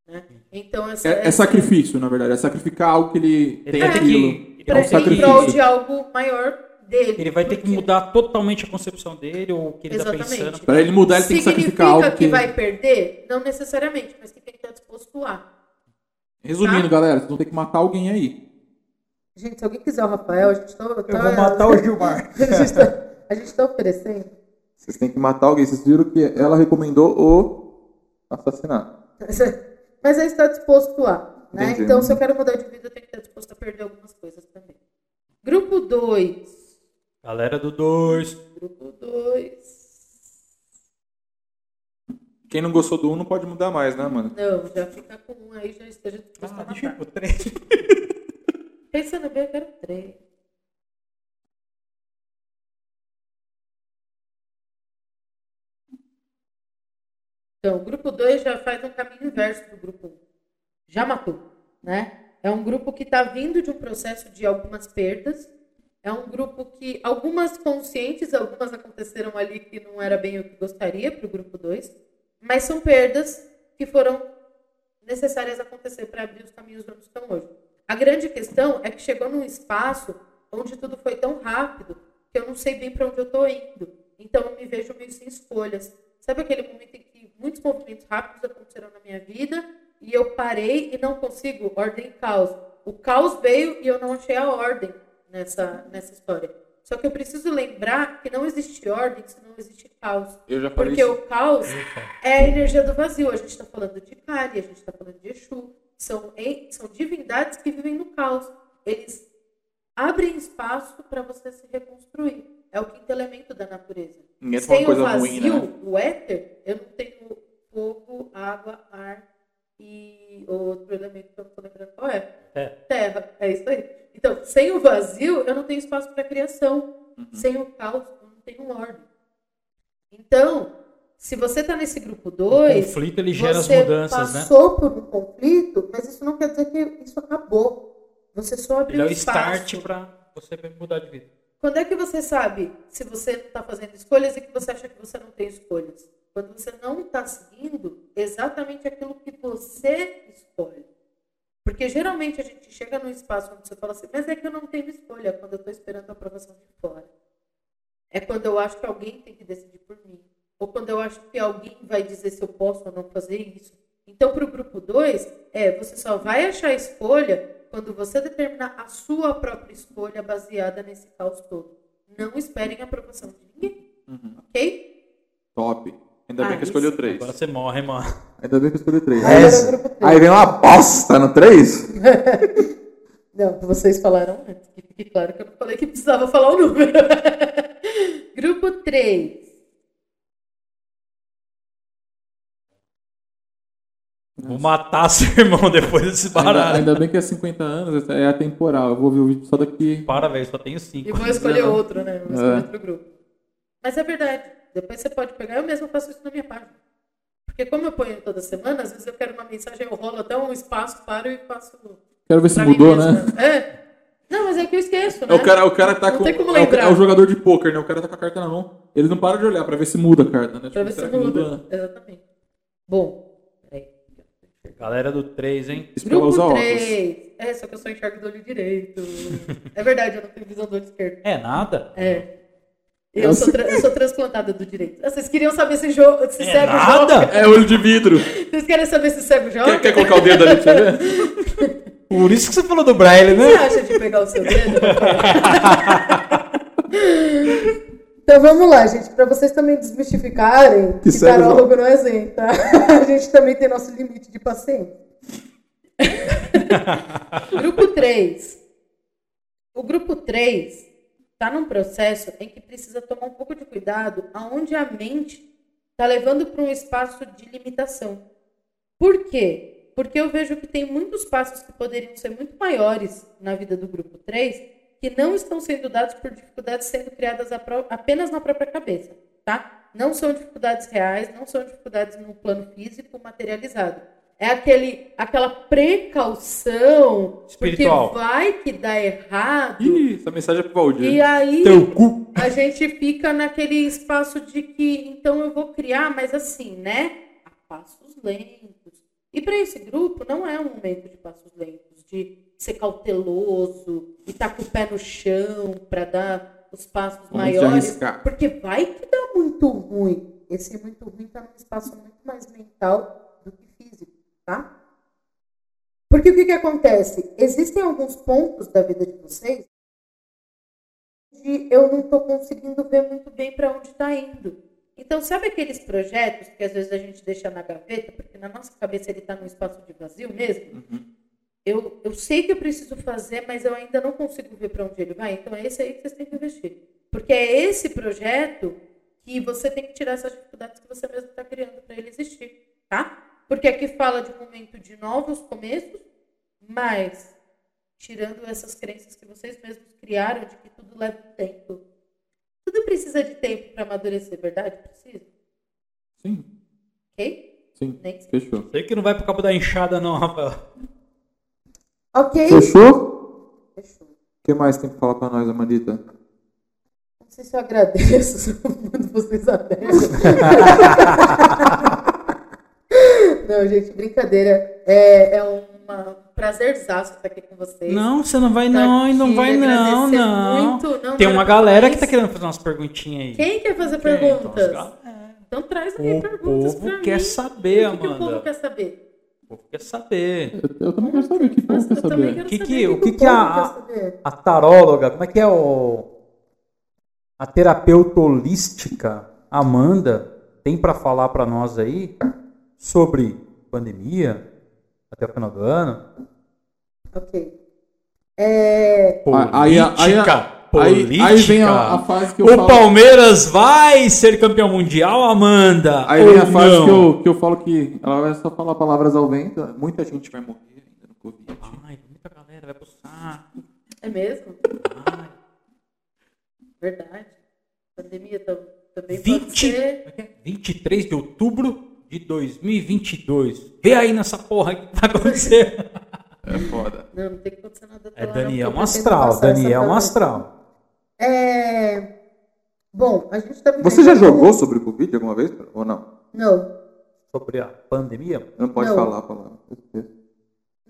E: Né?
C: Hum.
E: Então, essa,
G: É, é sacrifício, na verdade. É sacrificar algo que ele,
C: Ele
G: tem
C: vai ter
G: aquilo. É um
C: que, ele tá
B: é
E: pra,
B: um
C: vai ter
E: em
C: que-
E: prol de algo maior dele.
C: ele vai ter que
E: Porque
C: mudar totalmente a concepção dele ou o que ele tá
E: Exatamente.
C: pensando.
G: Pra ele mudar, ele tem que
E: Significa
G: sacrificar algo
E: que,
G: que...
E: vai perder? Não necessariamente, mas que tá tem que estar disposto a.
G: Resumindo, galera, vocês vão ter que matar alguém aí.
R: Gente, se alguém quiser o Rafael, a gente tá. Eu
C: Gilmar.
R: a, gente tá, a gente tá oferecendo.
B: Vocês têm que matar alguém. Vocês viram que ela recomendou o assassinato.
E: Mas aí está disposto a. né?
B: Entendi.
E: Então, se eu quero mudar de vida, eu tenho que estar disposto a perder algumas coisas também. Grupo 2.
C: Galera do 2.
E: Grupo 2.
G: Quem não gostou do um não pode mudar mais,
E: Uhum.
G: né, mano?
E: Não, já fica com um aí, já esteja
C: Ah,
E: disposto a matar.
C: o 3.
E: Pensando bem, eu quero três. Então, o grupo 2 já faz um caminho inverso do grupo 1. Já matou, né? É um grupo que está vindo de um processo de algumas perdas. É um grupo que algumas conscientes, algumas aconteceram ali que não era bem o que gostaria para o grupo 2. Mas são perdas que foram necessárias acontecer para abrir os caminhos onde estão hoje. A grande questão é que chegou num espaço onde tudo foi tão rápido que eu não sei bem para onde eu estou indo. Então eu me vejo meio sem escolhas. Sabe aquele momento em que muitos movimentos rápidos aconteceram na minha vida e eu parei e não consigo ordem e caos. O caos veio e eu não achei a ordem nessa, nessa história. Só que eu preciso lembrar que não existe ordem se não existe caos.
G: Eu já falei
E: Porque
G: isso.
E: o caos é a energia do vazio. A gente está falando de Kali, a gente está falando de Exu. São, en- são divindades que vivem no caos. Eles abrem espaço para você se reconstruir. É o quinto elemento da natureza.
K: tá
G: Ninguém fala
E: Sem o
G: coisa
E: um vazio,
G: ruim, né?
E: o éter, eu não tenho fogo, água, ar e outro elemento que eu não tô lembrando qual é.
H: É.
E: Terra. É isso aí. Então, sem o vazio, eu não tenho espaço para criação.
G: Uhum.
E: Sem o caos, eu não tenho ordem. Então, se você tá nesse grupo
H: O
E: 2,
H: conflito ele gera as
R: Você
H: mudanças, né?
R: passou por um conflito, mas isso não quer dizer que isso acabou. Você só
H: Ele
R: abriu
H: é o
R: espaço.
H: start pra você mudar de vida.
E: Quando é que você sabe se você está fazendo escolhas e que você acha que você não tem escolhas? Quando você não está seguindo exatamente aquilo que você escolhe. Porque geralmente a gente chega num espaço onde você fala assim, mas é que eu não tenho escolha é quando eu estou esperando a aprovação de fora. É quando eu acho que alguém tem que decidir por mim. Ou quando eu acho que alguém vai dizer se eu posso ou não fazer isso. Então, para o grupo 2, é, você só vai achar escolha quando você determinar a sua própria escolha baseada nesse caos todo. Não esperem a aprovação de ninguém,
G: Uhum.
E: ok?
G: Top. Ainda bem
E: Ah,
G: que escolheu
E: isso. É
G: três.
H: Agora você morre, mano.
B: Ainda bem que eu escolhi três.
R: Aí
B: Aí,
R: era o grupo três.
B: aí vem uma bosta no três?
E: Não, vocês falaram antes, que fique claro que eu não falei que precisava falar o número. grupo 3.
H: Vou matar seu irmão depois desse
K: Ainda,
H: baralho.
K: ainda bem que é 50 anos, é atemporal. Eu vou ver o vídeo só daqui.
H: Para, velho, só tenho
E: E
H: cinco.
E: vou escolher
K: Não.
E: outro, né? Vou escolher outro grupo. Mas é verdade. Depois você pode pegar. Eu mesmo faço isso na minha página. Porque como eu ponho toda semana, às vezes eu quero uma mensagem, eu rolo até um espaço, paro e faço.
K: Quero ver se
E: pra mim
K: mudou, né?
E: mesma. tá É. Não, mas é que eu esqueço, né?
K: É o cara, o cara tá
E: Não
K: com.
E: tem como
K: é, o,
E: lembrar.
K: é o jogador de pôquer, né? O cara tá com a carta na mão. Ele não para de olhar pra ver se muda a carta, né?
E: Pra
K: Tipo,
E: ver se
K: será que
E: muda. Exatamente. Bom, peraí.
H: Galera do 3, hein?
K: Isso pra ela usar
E: Grupo
K: óculos.
E: 3. É, só que eu só enxergo do olho direito. é verdade, eu não tenho visão do olho esquerdo.
H: É nada?
E: É. Eu sou, tra- eu sou transplantada do direito. Ah, Vocês queriam saber se, jogo, se
H: É
E: cego
H: nada?
K: É olho de vidro.
E: joga? Vocês querem saber se cego joga?
K: Quer, quer colocar o dedo ali pra você ver?
H: Por isso que você falou do Braille,
E: O que você
H: né?
E: acha de pegar o seu dedo?
R: Então vamos lá, gente, para vocês também desmistificarem que,
B: cego
R: tarólogo não é zen, tá? A gente também tem nosso limite de paciência.
E: Grupo 3. O grupo 3 está num processo em que precisa tomar um pouco de cuidado aonde a mente está levando para um espaço de limitação. Por quê? Porque eu vejo que tem muitos passos que poderiam ser muito maiores na vida do grupo 3 que não estão sendo dados por dificuldades sendo criadas a pró- apenas na própria cabeça, tá? Não são dificuldades reais, não são dificuldades no plano físico materializado. É aquele, aquela precaução,
H: Espiritual.
E: porque vai que dá errado.
G: Ih, essa mensagem é pro Valdir.
E: E aí
B: então,
K: Teu cu.
E: a gente fica naquele espaço de que então eu vou criar, mas assim, né? A passos lentos. E para esse grupo não é um momento de passos lentos, de ser cauteloso e estar com o pé no chão para dar os passos
K: Momento de
E: maiores,
K: arriscar.
E: porque vai que
R: Tá muito ruim. Esse
E: é
R: muito ruim tá num espaço muito mais mental do que físico, tá? Porque o que que acontece? Existem alguns pontos da vida de vocês
E: onde eu não estou conseguindo ver muito bem para onde está indo. Então, sabe aqueles projetos que às vezes a gente deixa na gaveta, porque na nossa cabeça ele está num espaço de vazio mesmo? Eu, eu sei que eu preciso fazer, mas eu ainda não consigo ver para onde ele vai. Então, é esse aí que vocês têm que investir. Porque é esse projeto que você tem que tirar essas dificuldades que você mesmo está criando para ele existir, tá? Porque aqui fala de um momento de novos começos, mas tirando essas crenças que vocês mesmos criaram de que tudo leva um tempo. Tudo precisa de tempo para amadurecer, verdade? Precisa,
K: Sim,
E: ok?
K: sim.
E: Nem sei.
K: Fechou.
H: Sei que não vai pro cabo da enxada, não, Rafael.
R: Ok?
B: Fechou?
R: Fechou.
B: O que mais tem pra falar pra nós, Amandita?
R: Não sei se eu agradeço, se eu mando vocês a merda.
E: Não, gente, brincadeira. É, é uma- um prazerzaço estar aqui com vocês.
H: Não, você não vai
E: Tá
H: não, e não
E: aqui,
H: vai não,
E: agradecer
H: não.
E: muito,
H: Tem
E: não quero
H: uma galera que tá
E: mais.
H: querendo fazer umas perguntinhas aí.
E: Quem quer fazer
H: Quem? Então,
E: perguntas?
H: os
E: Então,
H: gal-
E: traz aí
H: O
E: perguntas pra
H: povo
E: mim.
H: quer saber,
E: O que que o povo
H: Amanda.
E: quer saber?
H: O povo quer saber.
K: Eu, eu também quero saber o que o povo
E: Nossa,
K: quer
E: eu também
K: saber.
E: quero
H: é? Que que-
E: saber
H: o
E: que
H: que que a,
R: Quer saber?
H: a taróloga, como é que é o
C: a terapeuta holística Amanda tem para falar para nós aí sobre pandemia até o final do ano?
R: Ok. É,
K: Ah, aí- aí- Aí, aí vem a, a fase que eu
H: o
K: falo.
H: Palmeiras vai ser campeão mundial, Amanda?
K: Aí vem
H: ou
K: a fase
H: não?
K: que eu, que eu falo que ela vai só falar palavras ao vento. Muita gente vai morrer ainda no Covid.
H: Ai, muita galera vai pro saco.
E: É mesmo?
H: Ai.
E: Verdade. Pandemia tam- também pode
H: 20,
E: ser.
H: 23 de outubro de 2022. Vê aí nessa porra que vai acontecer.
K: É foda.
E: Não, não tem que acontecer nada. até
C: É
E: lá, não,
C: Daniel
E: porque eu pretendo
C: Astral,
E: passar essa
C: Daniel um
E: pandemia.
C: Astral.
R: é, bom, a gente tá
B: Você já jogou sobre o Covid alguma vez? Ou não?
R: Não,
C: Sobre a pandemia?
B: Não pode
R: Não.
B: falar a palavra. Eu esqueço.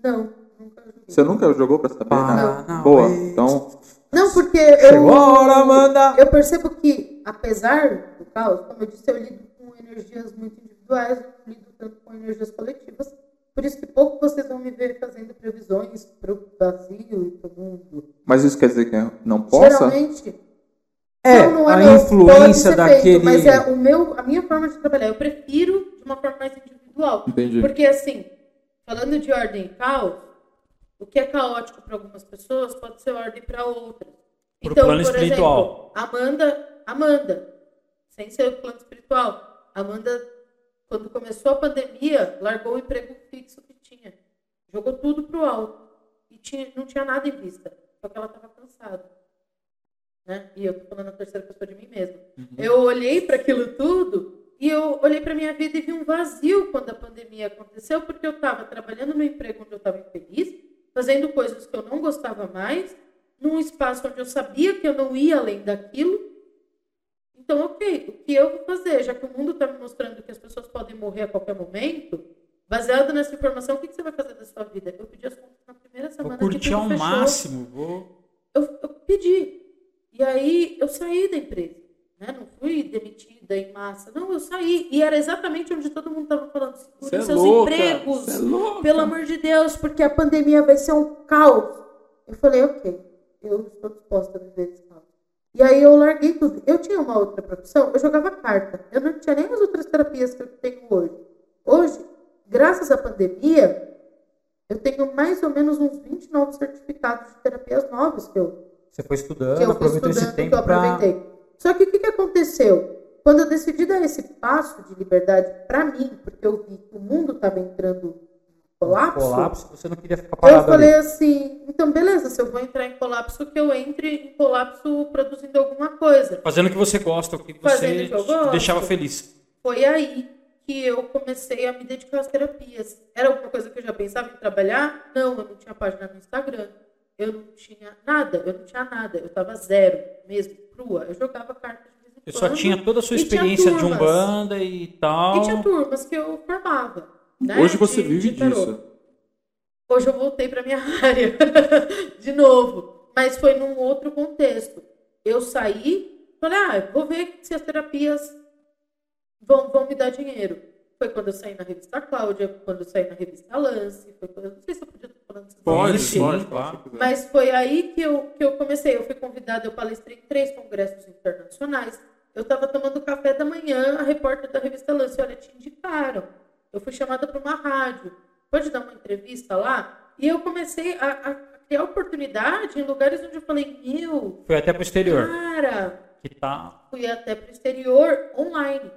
R: não, nunca joguei.
B: Você nunca jogou pra
C: Ah,
B: saber?
R: Não.
B: Não. Boa. Então,
R: Não, porque eu.
C: Chegou a hora, Amanda!
R: Eu percebo que, apesar do caos, como eu disse, eu lido com energias muito individuais, eu não lido tanto com energias coletivas. Por isso que pouco vocês vão me ver fazendo previsões para o Brasil e para o mundo.
B: mas isso quer dizer que é, não possa?
R: Geralmente,
C: É,
R: não, não
C: a
R: meu- pode
C: influência
R: ser
C: daquele.
R: Feito, mas é o meu, a minha forma de trabalhar. Eu prefiro de uma forma mais individual.
K: Entendi.
E: Porque, assim, falando de ordem e caos, o que é caótico para algumas pessoas pode ser ordem para outras.
H: Pro
E: então,
H: plano
E: por
H: espiritual.
E: exemplo, Amanda, Amanda, sem ser o plano espiritual, Amanda, quando começou a pandemia, largou o emprego fixo que tinha. Jogou tudo pro alto. E tinha, não tinha nada em vista. Só que ela estava cansada. Né? E eu tô falando a terceira pessoa de mim mesma.
H: Uhum.
E: Eu olhei para aquilo tudo e eu olhei para minha vida e vi um vazio quando a pandemia aconteceu, porque eu estava trabalhando no emprego onde eu estava infeliz, fazendo coisas que eu não gostava mais, num espaço onde eu sabia que eu não ia além daquilo. Então, ok, o que eu vou fazer? Já que o mundo está me mostrando que as pessoas podem morrer a qualquer momento, baseado nessa informação, o que, que você vai fazer da sua vida? Eu pedi as contas na primeira semana.
H: Vou
E: que
H: curtir
E: tudo
H: ao
E: fechou
H: máximo. Vou...
E: eu, eu pedi. E aí eu saí da empresa. Né? Não fui demitida em massa. Não, eu saí. E era exatamente onde todo mundo estava falando.
K: Cê
E: Segure
K: é
E: seus
K: louca,
E: empregos.
K: cê é louca.
E: Pelo amor de Deus, porque
R: porque a pandemia vai ser um caos. Eu falei, ok, eu estou disposta a viver esse caos. E aí eu larguei tudo. Eu tinha uma outra profissão, eu jogava carta. Eu não tinha nem as outras terapias que eu tenho hoje. Hoje, graças à pandemia, eu tenho mais ou menos uns 20 novos certificados de terapias novas que eu
C: Você foi
R: que
C: estudando,
R: eu fui
C: aproveitou
R: estudando,
C: esse
R: que eu
C: tempo pra.
R: aproveitei. Só que o que, que aconteceu? Quando eu decidi dar esse passo de liberdade para mim, porque eu vi que o mundo estava entrando em colapso,
C: Um Colapso, você não queria ficar
R: eu
C: parado ali.
R: falei assim, então beleza, se
E: se eu vou entrar em colapso, que eu entre em colapso produzindo alguma coisa.
H: Fazendo o que você gosta, o que
E: Fazendo
H: você
E: o que eu gosto.
H: deixava feliz.
E: foi aí que eu comecei a me dedicar às terapias. Era alguma coisa que eu já pensava em trabalhar? Não, eu não tinha página no Instagram. Eu não tinha nada, eu não tinha nada. Eu tava zero, mesmo, crua. Eu jogava cartas de vez em
H: Eu só
E: quando.
H: tinha toda a sua
E: E tinha
H: experiência de
E: turmas.
H: umbanda e tal.
E: E tinha turmas que eu formava. né,
K: Então, Hoje você
E: de-
K: vive
E: de tarô.
K: disso.
E: Hoje eu voltei para minha área de novo, mas foi num outro contexto. Eu saí, falei, ah, eu vou ver se as terapias vão, vão me dar dinheiro. Foi quando eu saí na revista Cláudia, quando eu saí na revista Lance, foi quando, não sei se eu podia estar falando isso.
K: Pode,
H: Sim,
K: pode,
H: claro.
K: pode.
E: Mas foi aí que eu, que eu comecei. Eu fui convidada, eu palestrei em três congressos internacionais. Eu estava tomando café da manhã, a repórter da revista Lance, olha, te indicaram. Eu fui chamada para uma rádio. Pode dar uma entrevista lá? E eu comecei a, a criar oportunidade em lugares onde eu falei, meu,
H: Foi até pro exterior.
R: Ah.
E: cara,
H: Que tá.
E: fui até para o exterior online.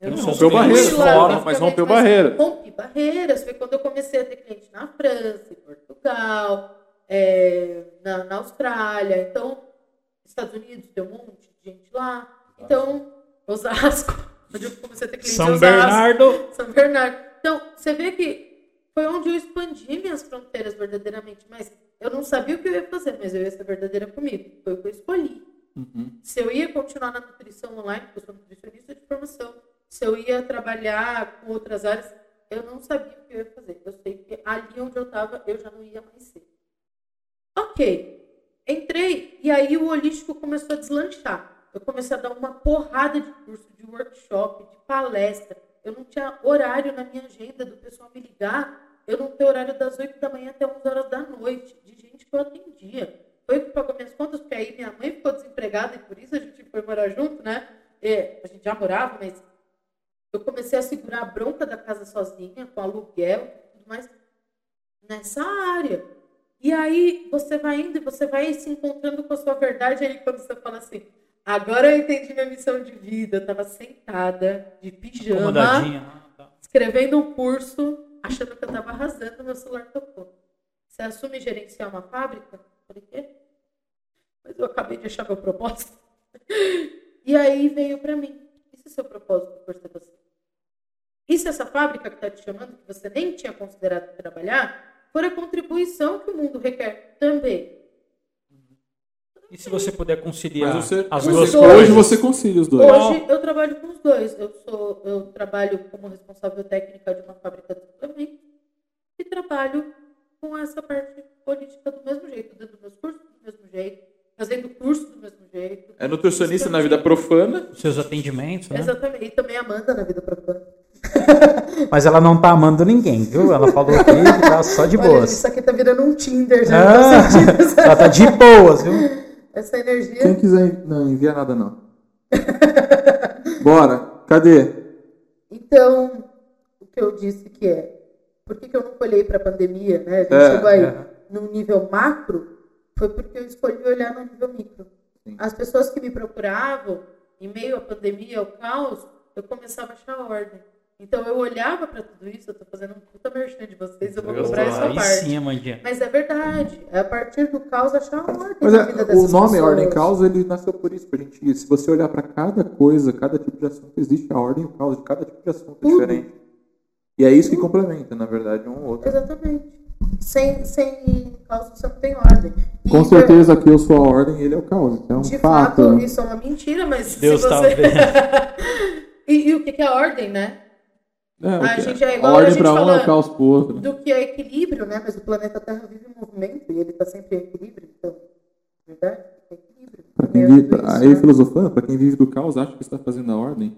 E: Eu
H: Não,
E: não
H: rompeu
E: fui lá
H: barreiras,
K: fora, mas
E: fisicamente,
K: rompeu barreiras.
E: Rompi barreiras. Foi quando eu comecei a ter cliente na França, em Portugal, é, na, na Austrália. Então, Estados Unidos tem um monte de gente lá. Então, Osasco, onde eu comecei a ter cliente em
H: São
E: Osasco.
H: Bernardo.
E: São Bernardo. Então, você vê que foi onde eu expandi minhas fronteiras verdadeiramente, mas eu não sabia o que eu ia fazer, mas eu ia ser verdadeira comigo. Foi o que eu escolhi. Se eu ia continuar na nutrição online, porque eu sou nutricionista de formação, se eu ia trabalhar com outras áreas, eu não sabia o que eu ia fazer. Eu sei que ali onde eu estava, eu já não ia mais ser. Ok. Entrei e aí o holístico começou a deslanchar. Eu comecei a dar uma porrada de curso, de workshop, de palestra. Eu não tinha horário na minha agenda do pessoal me ligar. Eu não tenho horário das 8 da manhã até 11 horas da noite, de gente que eu atendia. foi que pagou minhas contas, porque aí minha mãe ficou desempregada e por isso a gente foi morar junto, né? É, a gente já morava, mas eu comecei a segurar a bronca da casa sozinha, com aluguel e tudo mais, nessa área. E aí você vai indo e você vai se encontrando com a sua verdade. Aí quando você fala assim, agora eu entendi minha missão de vida, eu estava sentada, de pijama,
H: Acomodadinha. Ah, tá.
E: escrevendo um curso, achando que eu estava arrasando, meu celular tocou. Você assume gerenciar uma fábrica? Eu falei, quê? Mas eu acabei de achar meu propósito. E aí veio para mim. Isso é seu propósito por ser você. E se essa fábrica que está te chamando, que você nem tinha considerado trabalhar, for a contribuição que o mundo requer também.
H: E se você puder conciliar
K: Mas você-
H: as
E: mas
H: duas
E: você-
H: coisas?
K: Hoje você concilia os dois.
E: Hoje eu trabalho com os dois. Eu, sou, eu trabalho como responsável técnica de uma fábrica de suplemento e trabalho com essa parte política do mesmo jeito, dando meus cursos do mesmo jeito, fazendo curso do mesmo jeito.
K: É nutricionista na vida profana.
H: Seus atendimentos, né?
E: Exatamente. E também a Amanda na vida profana.
C: Mas ela não tá amando ninguém, viu? Ela falou aqui que tá só de
R: Olha,
C: boas.
R: isso aqui tá virando um Tinder já.
C: Ah,
R: não tá sentindo essa,
C: ela tá de boas, viu?
R: essa energia.
B: Quem quiser. Não, envia nada não. Bora. Cadê?
R: Então, o que eu disse que é, por que, que eu não olhei para a pandemia, né? A gente
B: É,
R: chegou aí
C: é.
R: num nível macro, foi porque eu escolhi olhar no nível micro.
E: As pessoas que me procuravam, em meio à pandemia, ao caos, eu começava a achar ordem. Então eu olhava para tudo isso, eu tô fazendo um puta merchan de vocês, eu vou comprar essa
H: Aí
E: parte.
H: sim, Amandinha.
E: Mas é verdade. É a partir do caos achar a ordem
B: Mas
E: na
B: é,
E: vida
B: o
E: dessas
B: nome
E: pessoas.
B: Ordem e Caos, ele nasceu por isso, pra gente. Se você olhar pra cada coisa, cada tipo de assunto, existe a ordem e o caos de cada tipo de assunto é diferente. E é isso que complementa, na verdade, um ao outro.
R: Exatamente. Sem, sem causa você não tem ordem. E
B: Com
R: de-
B: certeza aqui eu sou a ordem e ele é o caos. Então,
R: De
B: fato.
R: fato,
B: né?
R: isso é uma mentira.
E: Mentira, mas
H: Deus
E: se
H: tá
E: você.
H: vendo.
E: e, e o que, que é ordem, né?
K: É, o
E: A
K: que-
E: gente é igual a,
K: ordem
E: gente
K: pra um é
E: falando
K: o caos pro outro.
E: do que é equilíbrio,
R: equilíbrio, né? Mas o planeta Terra vive em movimento e ele
E: tá
R: está sempre em equilíbrio, então, na verdade, é equilíbrio.
B: Pra quem
R: É
B: vive,
R: tudo isso,
B: aí
R: né?
B: filosofando, pra quem vive do caos, acha que está fazendo a ordem.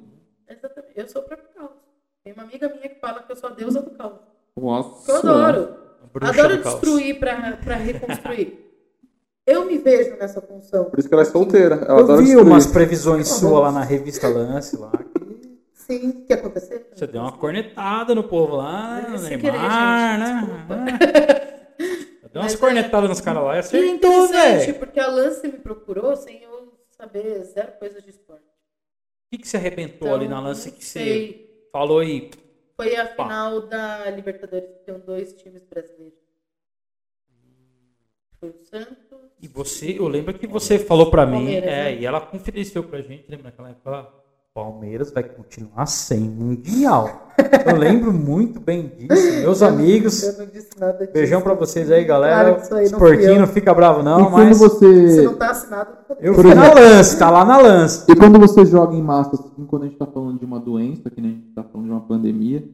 E: Exatamente. Eu sou o próprio caos. Tem uma amiga minha que fala que eu sou a deusa do caos. Que
B: Nossa.
E: eu adoro.
H: Bruxa
E: adoro
H: do caos.
E: destruir pra, pra reconstruir.
R: Eu me vejo nessa função.
B: Por isso que ela é solteira. Ela
C: Eu
B: adora
C: vi
B: destruir.
C: umas
E: Tá
C: previsões suas lá na revista Lance lá.
R: Sim, o que aconteceu?
H: Você deu uma cornetada no povo lá,
E: Mas é sem
H: Neymar,
E: querer,
H: né? Ah. Deu umas
E: Mas é-
H: cornetadas nos caras lá e
E: E é
H: acertou, né?
E: interessante,
H: velho. O
E: porque a Lance me procurou sem eu saber zero coisas de esporte.
H: que, que você arrebentou
E: Então,
H: ali na lance que
E: não
H: você
E: sei.
H: falou aí?
E: Foi a final da Libertadores, que tem dois times brasileiros. Foi o Santos.
H: E você, eu lembro que você falou pra mim,
E: Palmeiras,
H: é,
E: né?
H: e ela confidenciou pra gente, lembra naquela época lá?
C: Palmeiras vai continuar sem mundial. Eu lembro muito bem disso. Meus amigos,
R: Eu não disse nada disso.
C: beijão pra vocês aí,
R: Claro
C: galera.
R: que isso aí
C: Os
R: não fui
C: porquinhos
R: eu.
C: não fica bravo
B: E
C: não,
B: quando
C: mas
R: Se
B: você.
R: não tá assinado, não pode.
C: eu
B: Por
C: fui na
B: exemplo-
C: lance, tá lá na lance.
B: E quando você joga em massa, assim, quando a gente tá falando de uma doença, que nem a gente tá falando de uma pandemia,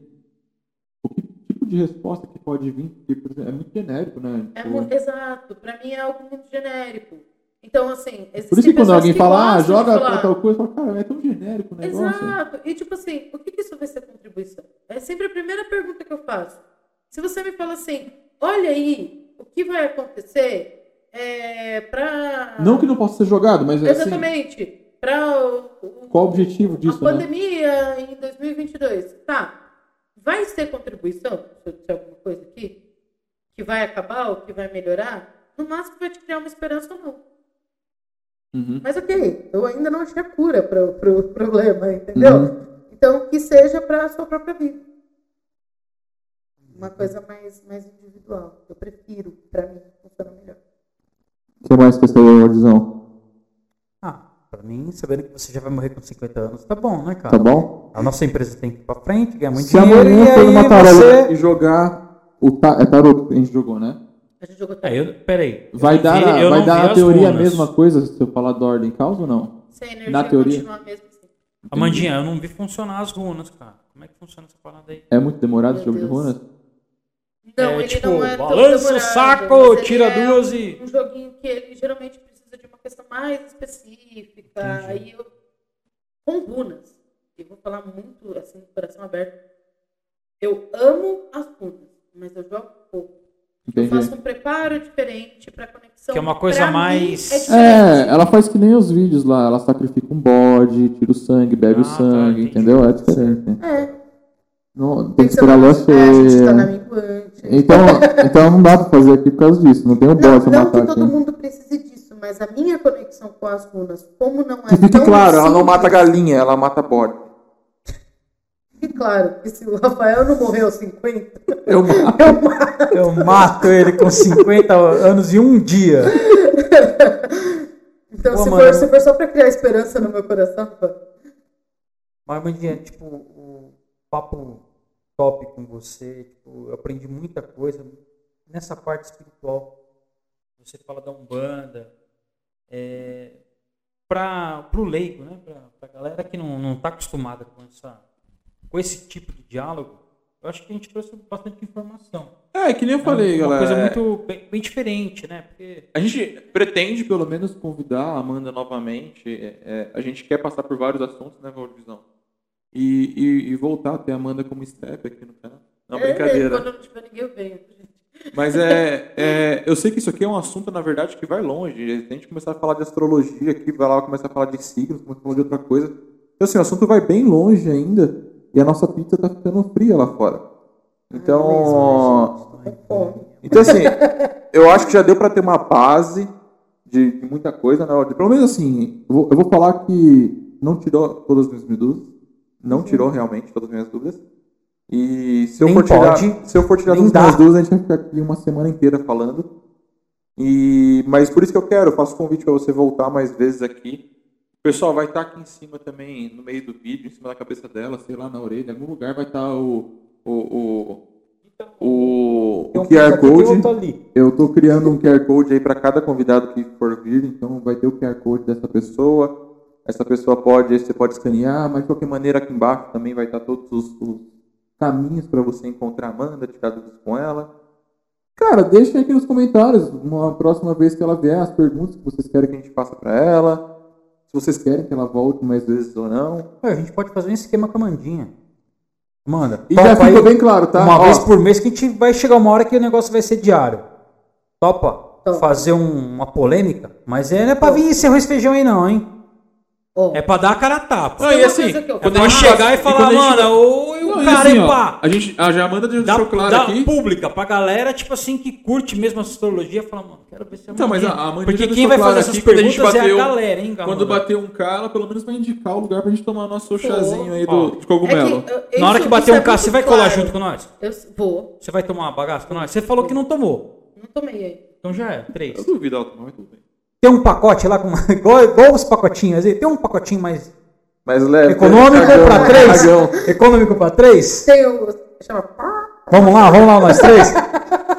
B: o que tipo de resposta que pode vir? Porque, por exemplo, é muito genérico, né?
E: É
B: Tipo,
E: mu- Exato, pra mim é algo muito genérico. Então, assim, existem
B: Por isso que quando
E: pessoas
B: alguém fala, ah,
E: gostam de
B: joga
E: falar.
B: pra tal coisa, eu falo, cara, é tão genérico o negócio.
E: Exato. E tipo assim, o que, que isso vai ser contribuição? É sempre a primeira pergunta que eu faço. Se você me fala assim, olha aí, o que vai acontecer é, para...
B: Não que não possa ser jogado, mas é assim,
E: Exatamente. Para o, o-
B: qual o objetivo disso,
E: a
B: né?
E: pandemia em 2022. Tá. Vai ser contribuição? Se eu disser alguma coisa aqui? Que vai acabar ou que vai melhorar? No máximo vai te criar uma esperança ou não.
B: Uhum.
R: Mas ok, eu ainda não achei a cura para o problema, entendeu?
B: Uhum.
R: Então, que seja para a sua própria vida. Uma coisa mais, mais individual. Eu prefiro, para mim, funciona melhor.
B: O que mais que você ordizão?
C: Ah, pra mim, sabendo que você já vai morrer com 50 anos, tá bom, né, cara?
B: Tá bom?
C: A nossa empresa tem que ir pra frente, ganhar muito
B: Se
C: dinheiro
B: amanhã
C: e
B: for
C: aí
B: numa tarola
C: você...
B: e jogar o ta... é tarô que a gente jogou, né?
E: A gente jogou
H: É, eu, peraí. eu
B: Vai
H: não
B: dar,
H: vi-
B: a,
H: eu
B: vai
H: não vi
B: dar a
H: as
B: teoria a
H: runas.
B: mesma coisa se eu falar da ordem causa ou não?
E: se a energia
B: Na teoria-
E: continuar a mesma. assim.
H: Amandinha, eu não vi funcionar as runas, cara. Como é que funciona essa parada aí?
B: É muito demorado esse
E: Meu
B: jogo de
E: Deus.
B: runas?
E: Não,
H: é
E: ele
H: tipo,
E: não é tão
H: balança o
E: demorado,
H: saco,
E: mas ele
H: tira
E: é
H: duas
E: um-
H: e.
E: Um joguinho que ele geralmente precisa de uma questão mais específica. Aí eu. Com runas. Eu vou falar muito, assim, com o coração aberto. Eu amo as runas, mas eu jogo pouco. Eu faço um preparo diferente para conexão.
H: Que é uma coisa
E: Pra mim,
H: mais-
E: é diferente.
K: É, ela faz que nem os vídeos lá. Ela sacrifica um bode, tira o sangue, bebe
H: Ah,
K: o
H: tá,
K: sangue,
H: entendi.
K: entendeu? É diferente.
R: É.
K: Não,
E: então,
K: tem que
R: ser
K: esperar a
E: tipo,
K: lua
R: É, a gente tá na
K: cheia.
R: amigo antes.
B: é,
K: Então, então não dá pra fazer aqui por causa disso. Não tem o
R: Não,
K: bode pra
R: não que
K: matar
R: todo
K: aqui.
R: mundo precise disso, mas a minha conexão com as runas, como não é
B: Que fique
R: tão
B: claro, ela não
R: simples-
B: mata galinha, ela mata bode.
R: Fique claro, que se o Rafael não morreu aos 50,
B: Eu mato.
C: Eu mato ele com 50 anos e um dia.
R: então
C: Pô,
R: se,
C: mano.
R: for, se for só pra criar esperança no meu coração,
E: É,
R: Rafael,
C: Mas, Mandinha, tipo, o papo top com você, tipo, eu aprendi muita coisa nessa parte espiritual. Você fala da Umbanda, é, para o leigo, né? Pra, pra galera que não, não tá acostumada com, essa, com esse tipo de diálogo, eu acho que a gente trouxe bastante informação.
K: É, que nem eu
C: É
K: falei,
C: uma
K: galera.
C: coisa
K: é-
C: muito bem, bem diferente, né? Porque
K: A gente pretende, pelo menos, convidar a Amanda novamente. É, é, a gente quer passar por vários assuntos, né, Valdizão? E, e, e voltar a ter a Amanda como step aqui no canal. Não,
E: É,
K: brincadeira.
E: Quando não tiver ninguém, eu venho.
K: Mas é, é. Eu sei que isso aqui é um assunto, na verdade, que vai longe. Se a gente começar a falar de astrologia aqui, vai lá começar a falar de signos, começar a falar de outra coisa. Então, assim, o assunto vai bem longe ainda. E a nossa pizza tá ficando fria lá fora.
C: é
K: Então.
R: tô com fome.
B: Então, assim, eu acho que já deu pra ter uma base de, de muita coisa, né? Pelo menos, assim, eu vou, eu vou falar que não tirou todas as minhas dúvidas. Não tirou realmente todas as minhas dúvidas. E se eu,
C: Uhum. Nem
B: for tirar,
C: pode,
B: se eu for tirar
C: nem
B: todas as
C: dá.
B: minhas dúvidas, a gente vai ficar aqui uma semana inteira falando. E, mas por isso que eu quero, eu faço convite pra você voltar mais vezes aqui.
K: O pessoal
B: tá
K: vai estar aqui em cima também, no meio do vídeo, em cima da cabeça dela, sei lá, na orelha, em algum lugar vai
B: tá
K: estar o. o.
C: Então,
K: o. o
C: um
B: O QR Code.
C: ali.
B: Eu tô criando um QR Code aí para cada convidado que for vir, então vai ter o QR Code dessa pessoa. Essa pessoa pode, você pode escanear, mas de qualquer maneira aqui embaixo também vai estar todos os, os caminhos para você encontrar a Amanda, tirar dúvidas com ela. Cara, deixem aqui nos comentários uma próxima vez que ela vier as perguntas que vocês querem que a gente faça para ela. Se vocês querem que ela volte mais vezes ou não.
C: Ué, A gente pode fazer um esquema com a Mandinha. Manda.
B: E já
C: topa aí.
B: ficou bem claro, tá?
C: Uma
B: Ó,
C: vez por mês que a gente vai chegar uma hora que o negócio vai ser diário. Topa?
R: Topa.
C: Fazer um- uma polêmica? Mas é, não é pra vir esse arroz e feijão aí não, hein?
R: Ó,
C: É pra dar a cara a tapa.
K: Não,
C: É
K: e assim,
E: coisa que eu Ah, é
C: pra
K: quando a gente
C: chegar e
K: faz- quando
C: falar,
K: a gente-
C: mano, o, o
K: Não, e
C: um cara,
K: assim,
C: hein,
K: ó,
C: pá.
K: A gente, a já Amanda já
C: Da,
K: deixou claro
C: da
K: aqui.
C: pública, pra galera, tipo assim, que curte mesmo a astrologia, fala, mano, quero ver se é
K: Então, mas a- a Amandinha
C: Porque
K: já
C: quem
K: deixou
C: vai
K: claro
C: fazer essas
K: aqui, quando a
C: perguntas
K: gente
C: é a
K: bateu-
C: galera, hein, Gamanda?
K: Quando bater um cara, ela pelo menos vai indicar o lugar pra gente tomar nosso chazinho aí do, de cogumelo.
E: É que, eu-
C: Na hora
E: isso-
C: que bater
E: isso é
C: um carro, você
E: muito
C: vai colar
E: claro.
C: junto com nós?
E: Eu s- vou.
C: Você vai tomar uma bagaça com nós? Você falou que não tomou.
E: Não tomei aí.
C: Então já é, três.
K: Eu duvido ela tomar, mas tudo bem.
C: Tem um pacote lá, com, igual, igual os pacotinhos aí, tem um pacotinho mais
B: Mas leve.
C: econômico
B: É,
C: é
B: cagão,
C: pra três?
B: cagão.
C: Econômico pra três?
R: Tem o. Chama. pá,
C: Vamos lá, vamos lá, nós três?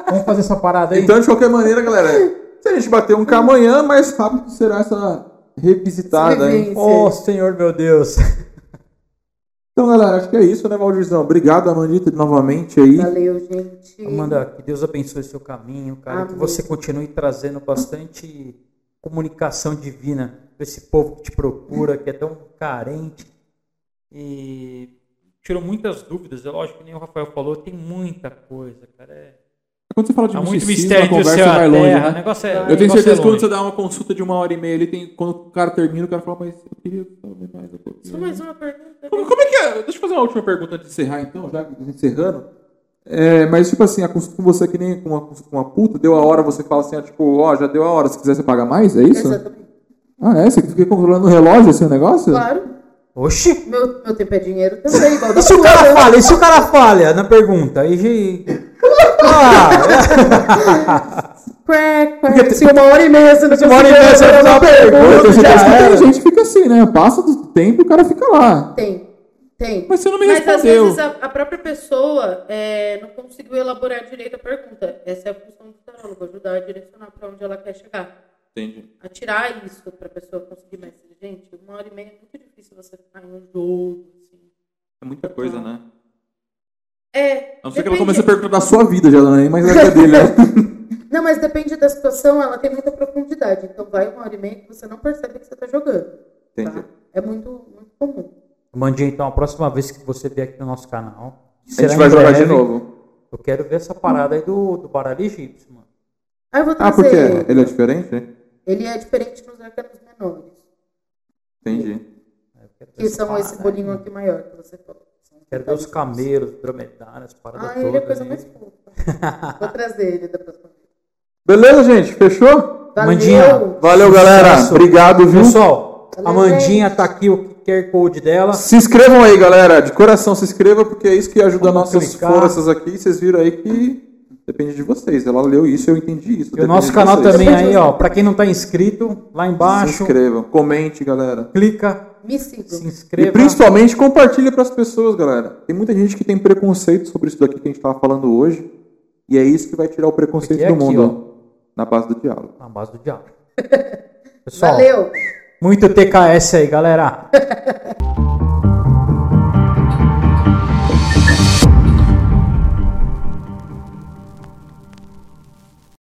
C: Vamos fazer essa parada aí?
B: Então, de qualquer maneira, galera, se a gente bater um
E: Hum.
B: K amanhã, mais rápido será essa
R: Tá,
B: revisitada, hein?
R: vivência.
C: oh, senhor meu Deus.
B: Então, galera, acho que é isso, né, Valdirzão? Obrigado, Amandita, novamente aí.
E: Tá.
R: Valeu, gente.
C: Amanda, que Deus abençoe seu caminho, cara. Que
R: Amém.
C: você continue trazendo bastante comunicação divina pra esse povo que te procura, que é tão carente. E tirou muitas dúvidas, é lógico que nem o Rafael falou, tem muita coisa, cara. É,
K: Quando você fala de
C: há
K: um
C: muito
K: misticismo, a
C: mistério entre o céu
K: conversa
C: e a
K: vai longe,
C: terra. O
K: né?
C: negócio é, o
K: Eu tenho
C: negócio é
K: certeza que quando
C: longe.
K: você dá uma consulta de uma hora e meia, ele tem. Quando o cara termina, o cara fala, mas eu queria saber mais um pouquinho.
E: Só mais uma pergunta.
K: Como, como é que é? Deixa eu fazer uma última pergunta antes de encerrar, então, já.
B: Já encerrando. É, mas, tipo assim, a consulta com você é que nem com uma, consulta com uma puta, deu a hora, você fala assim, ó, tipo, ó, já deu a hora, se quiser você paga mais, é isso?
R: Exatamente.
B: Ah, é? Você fica controlando o relógio, esse negócio?
R: Claro.
C: Oxi!
R: Meu, meu tempo é dinheiro também, igual da
C: E se o cara falha? E se o cara falha na pergunta? Aí já- Ah,
R: Crack, crack. Se uma hora e meia você não
C: uma hora e meia você
A: tá
C: não
R: uma
B: Eu tenho
R: pergunta,
B: certeza
R: já
B: que
R: era.
B: tem gente que fica assim, né? Passa do tempo e o cara fica lá.
R: Tem, tem.
K: Mas você não me
E: Mas às
K: respondeu.
E: vezes a, a própria pessoa é, não conseguiu elaborar direito a pergunta. Essa é a função do tarólogo, ajudar a direcionar para onde ela quer chegar.
K: Entendi.
E: A tirar isso para a pessoa conseguir mais inteligente. Uma hora e meia é muito difícil você ficar em um jogo. Assim.
K: É muita coisa, né?
E: É,
K: A não ser que
E: Depende.
K: ela comece a perguntar
B: Da sua vida já, né? Mas é dele, né?
R: Não, mas depende da situação, ela tem muita profundidade. Então vai uma hora e meia que você não percebe que você tá jogando.
B: Entendi.
R: Tá? É muito, muito comum.
C: Mandinha, então, a próxima vez que você vier aqui no nosso canal.
B: A gente vai jogar de novo.
C: Eu quero ver essa parada aí do, do baralho egípcio, mano.
E: Ah, eu vou
B: Ah,
E: trazer
B: porque
E: ele.
B: ele é diferente, né?
E: Ele é diferente nos arcanos menores,
B: Entendi.
C: Eu quero ver
E: que
C: essa
E: são esse
C: parada aí,
E: bolinho
C: mano.
E: aqui maior que você falou. São
C: né? Quero ver os camelos, dromedários, parada
E: Ah,
C: toda. né?
E: ele é coisa
C: aí.
E: mais fofa. Vou trazer ele da próxima vez.
B: Beleza, gente? Fechou?
E: Valeu!
C: Mandinha.
B: Valeu, galera.
C: Sucesso.
B: Obrigado, viu?
C: Pessoal,
E: Valeu,
C: a Mandinha tá aqui o QR Code dela.
B: Se inscrevam aí, galera. De coração, se inscreva, porque é isso que ajuda
C: Vamos
B: nossas
C: clicar.
B: forças aqui. Vocês viram aí que depende de vocês. Ela leu isso, eu entendi
C: E o
B: isso. Depende
C: nosso
B: de
C: canal
B: vocês.
C: também aí, ó. Pra quem não tá inscrito, lá
B: Se
C: embaixo,
B: inscrevam, comente, galera.
C: clica,
E: Me sigam.
C: se inscreva.
B: E principalmente compartilha pras pessoas, galera. Tem muita gente que tem preconceito sobre isso daqui que a gente tava falando hoje. E é isso que vai tirar o preconceito
C: Porque é
B: do
C: aqui,
B: mundo. Na base do diálogo.
C: Na base do diabo. Pessoal,
E: Valeu!
C: muito TKS aí, galera.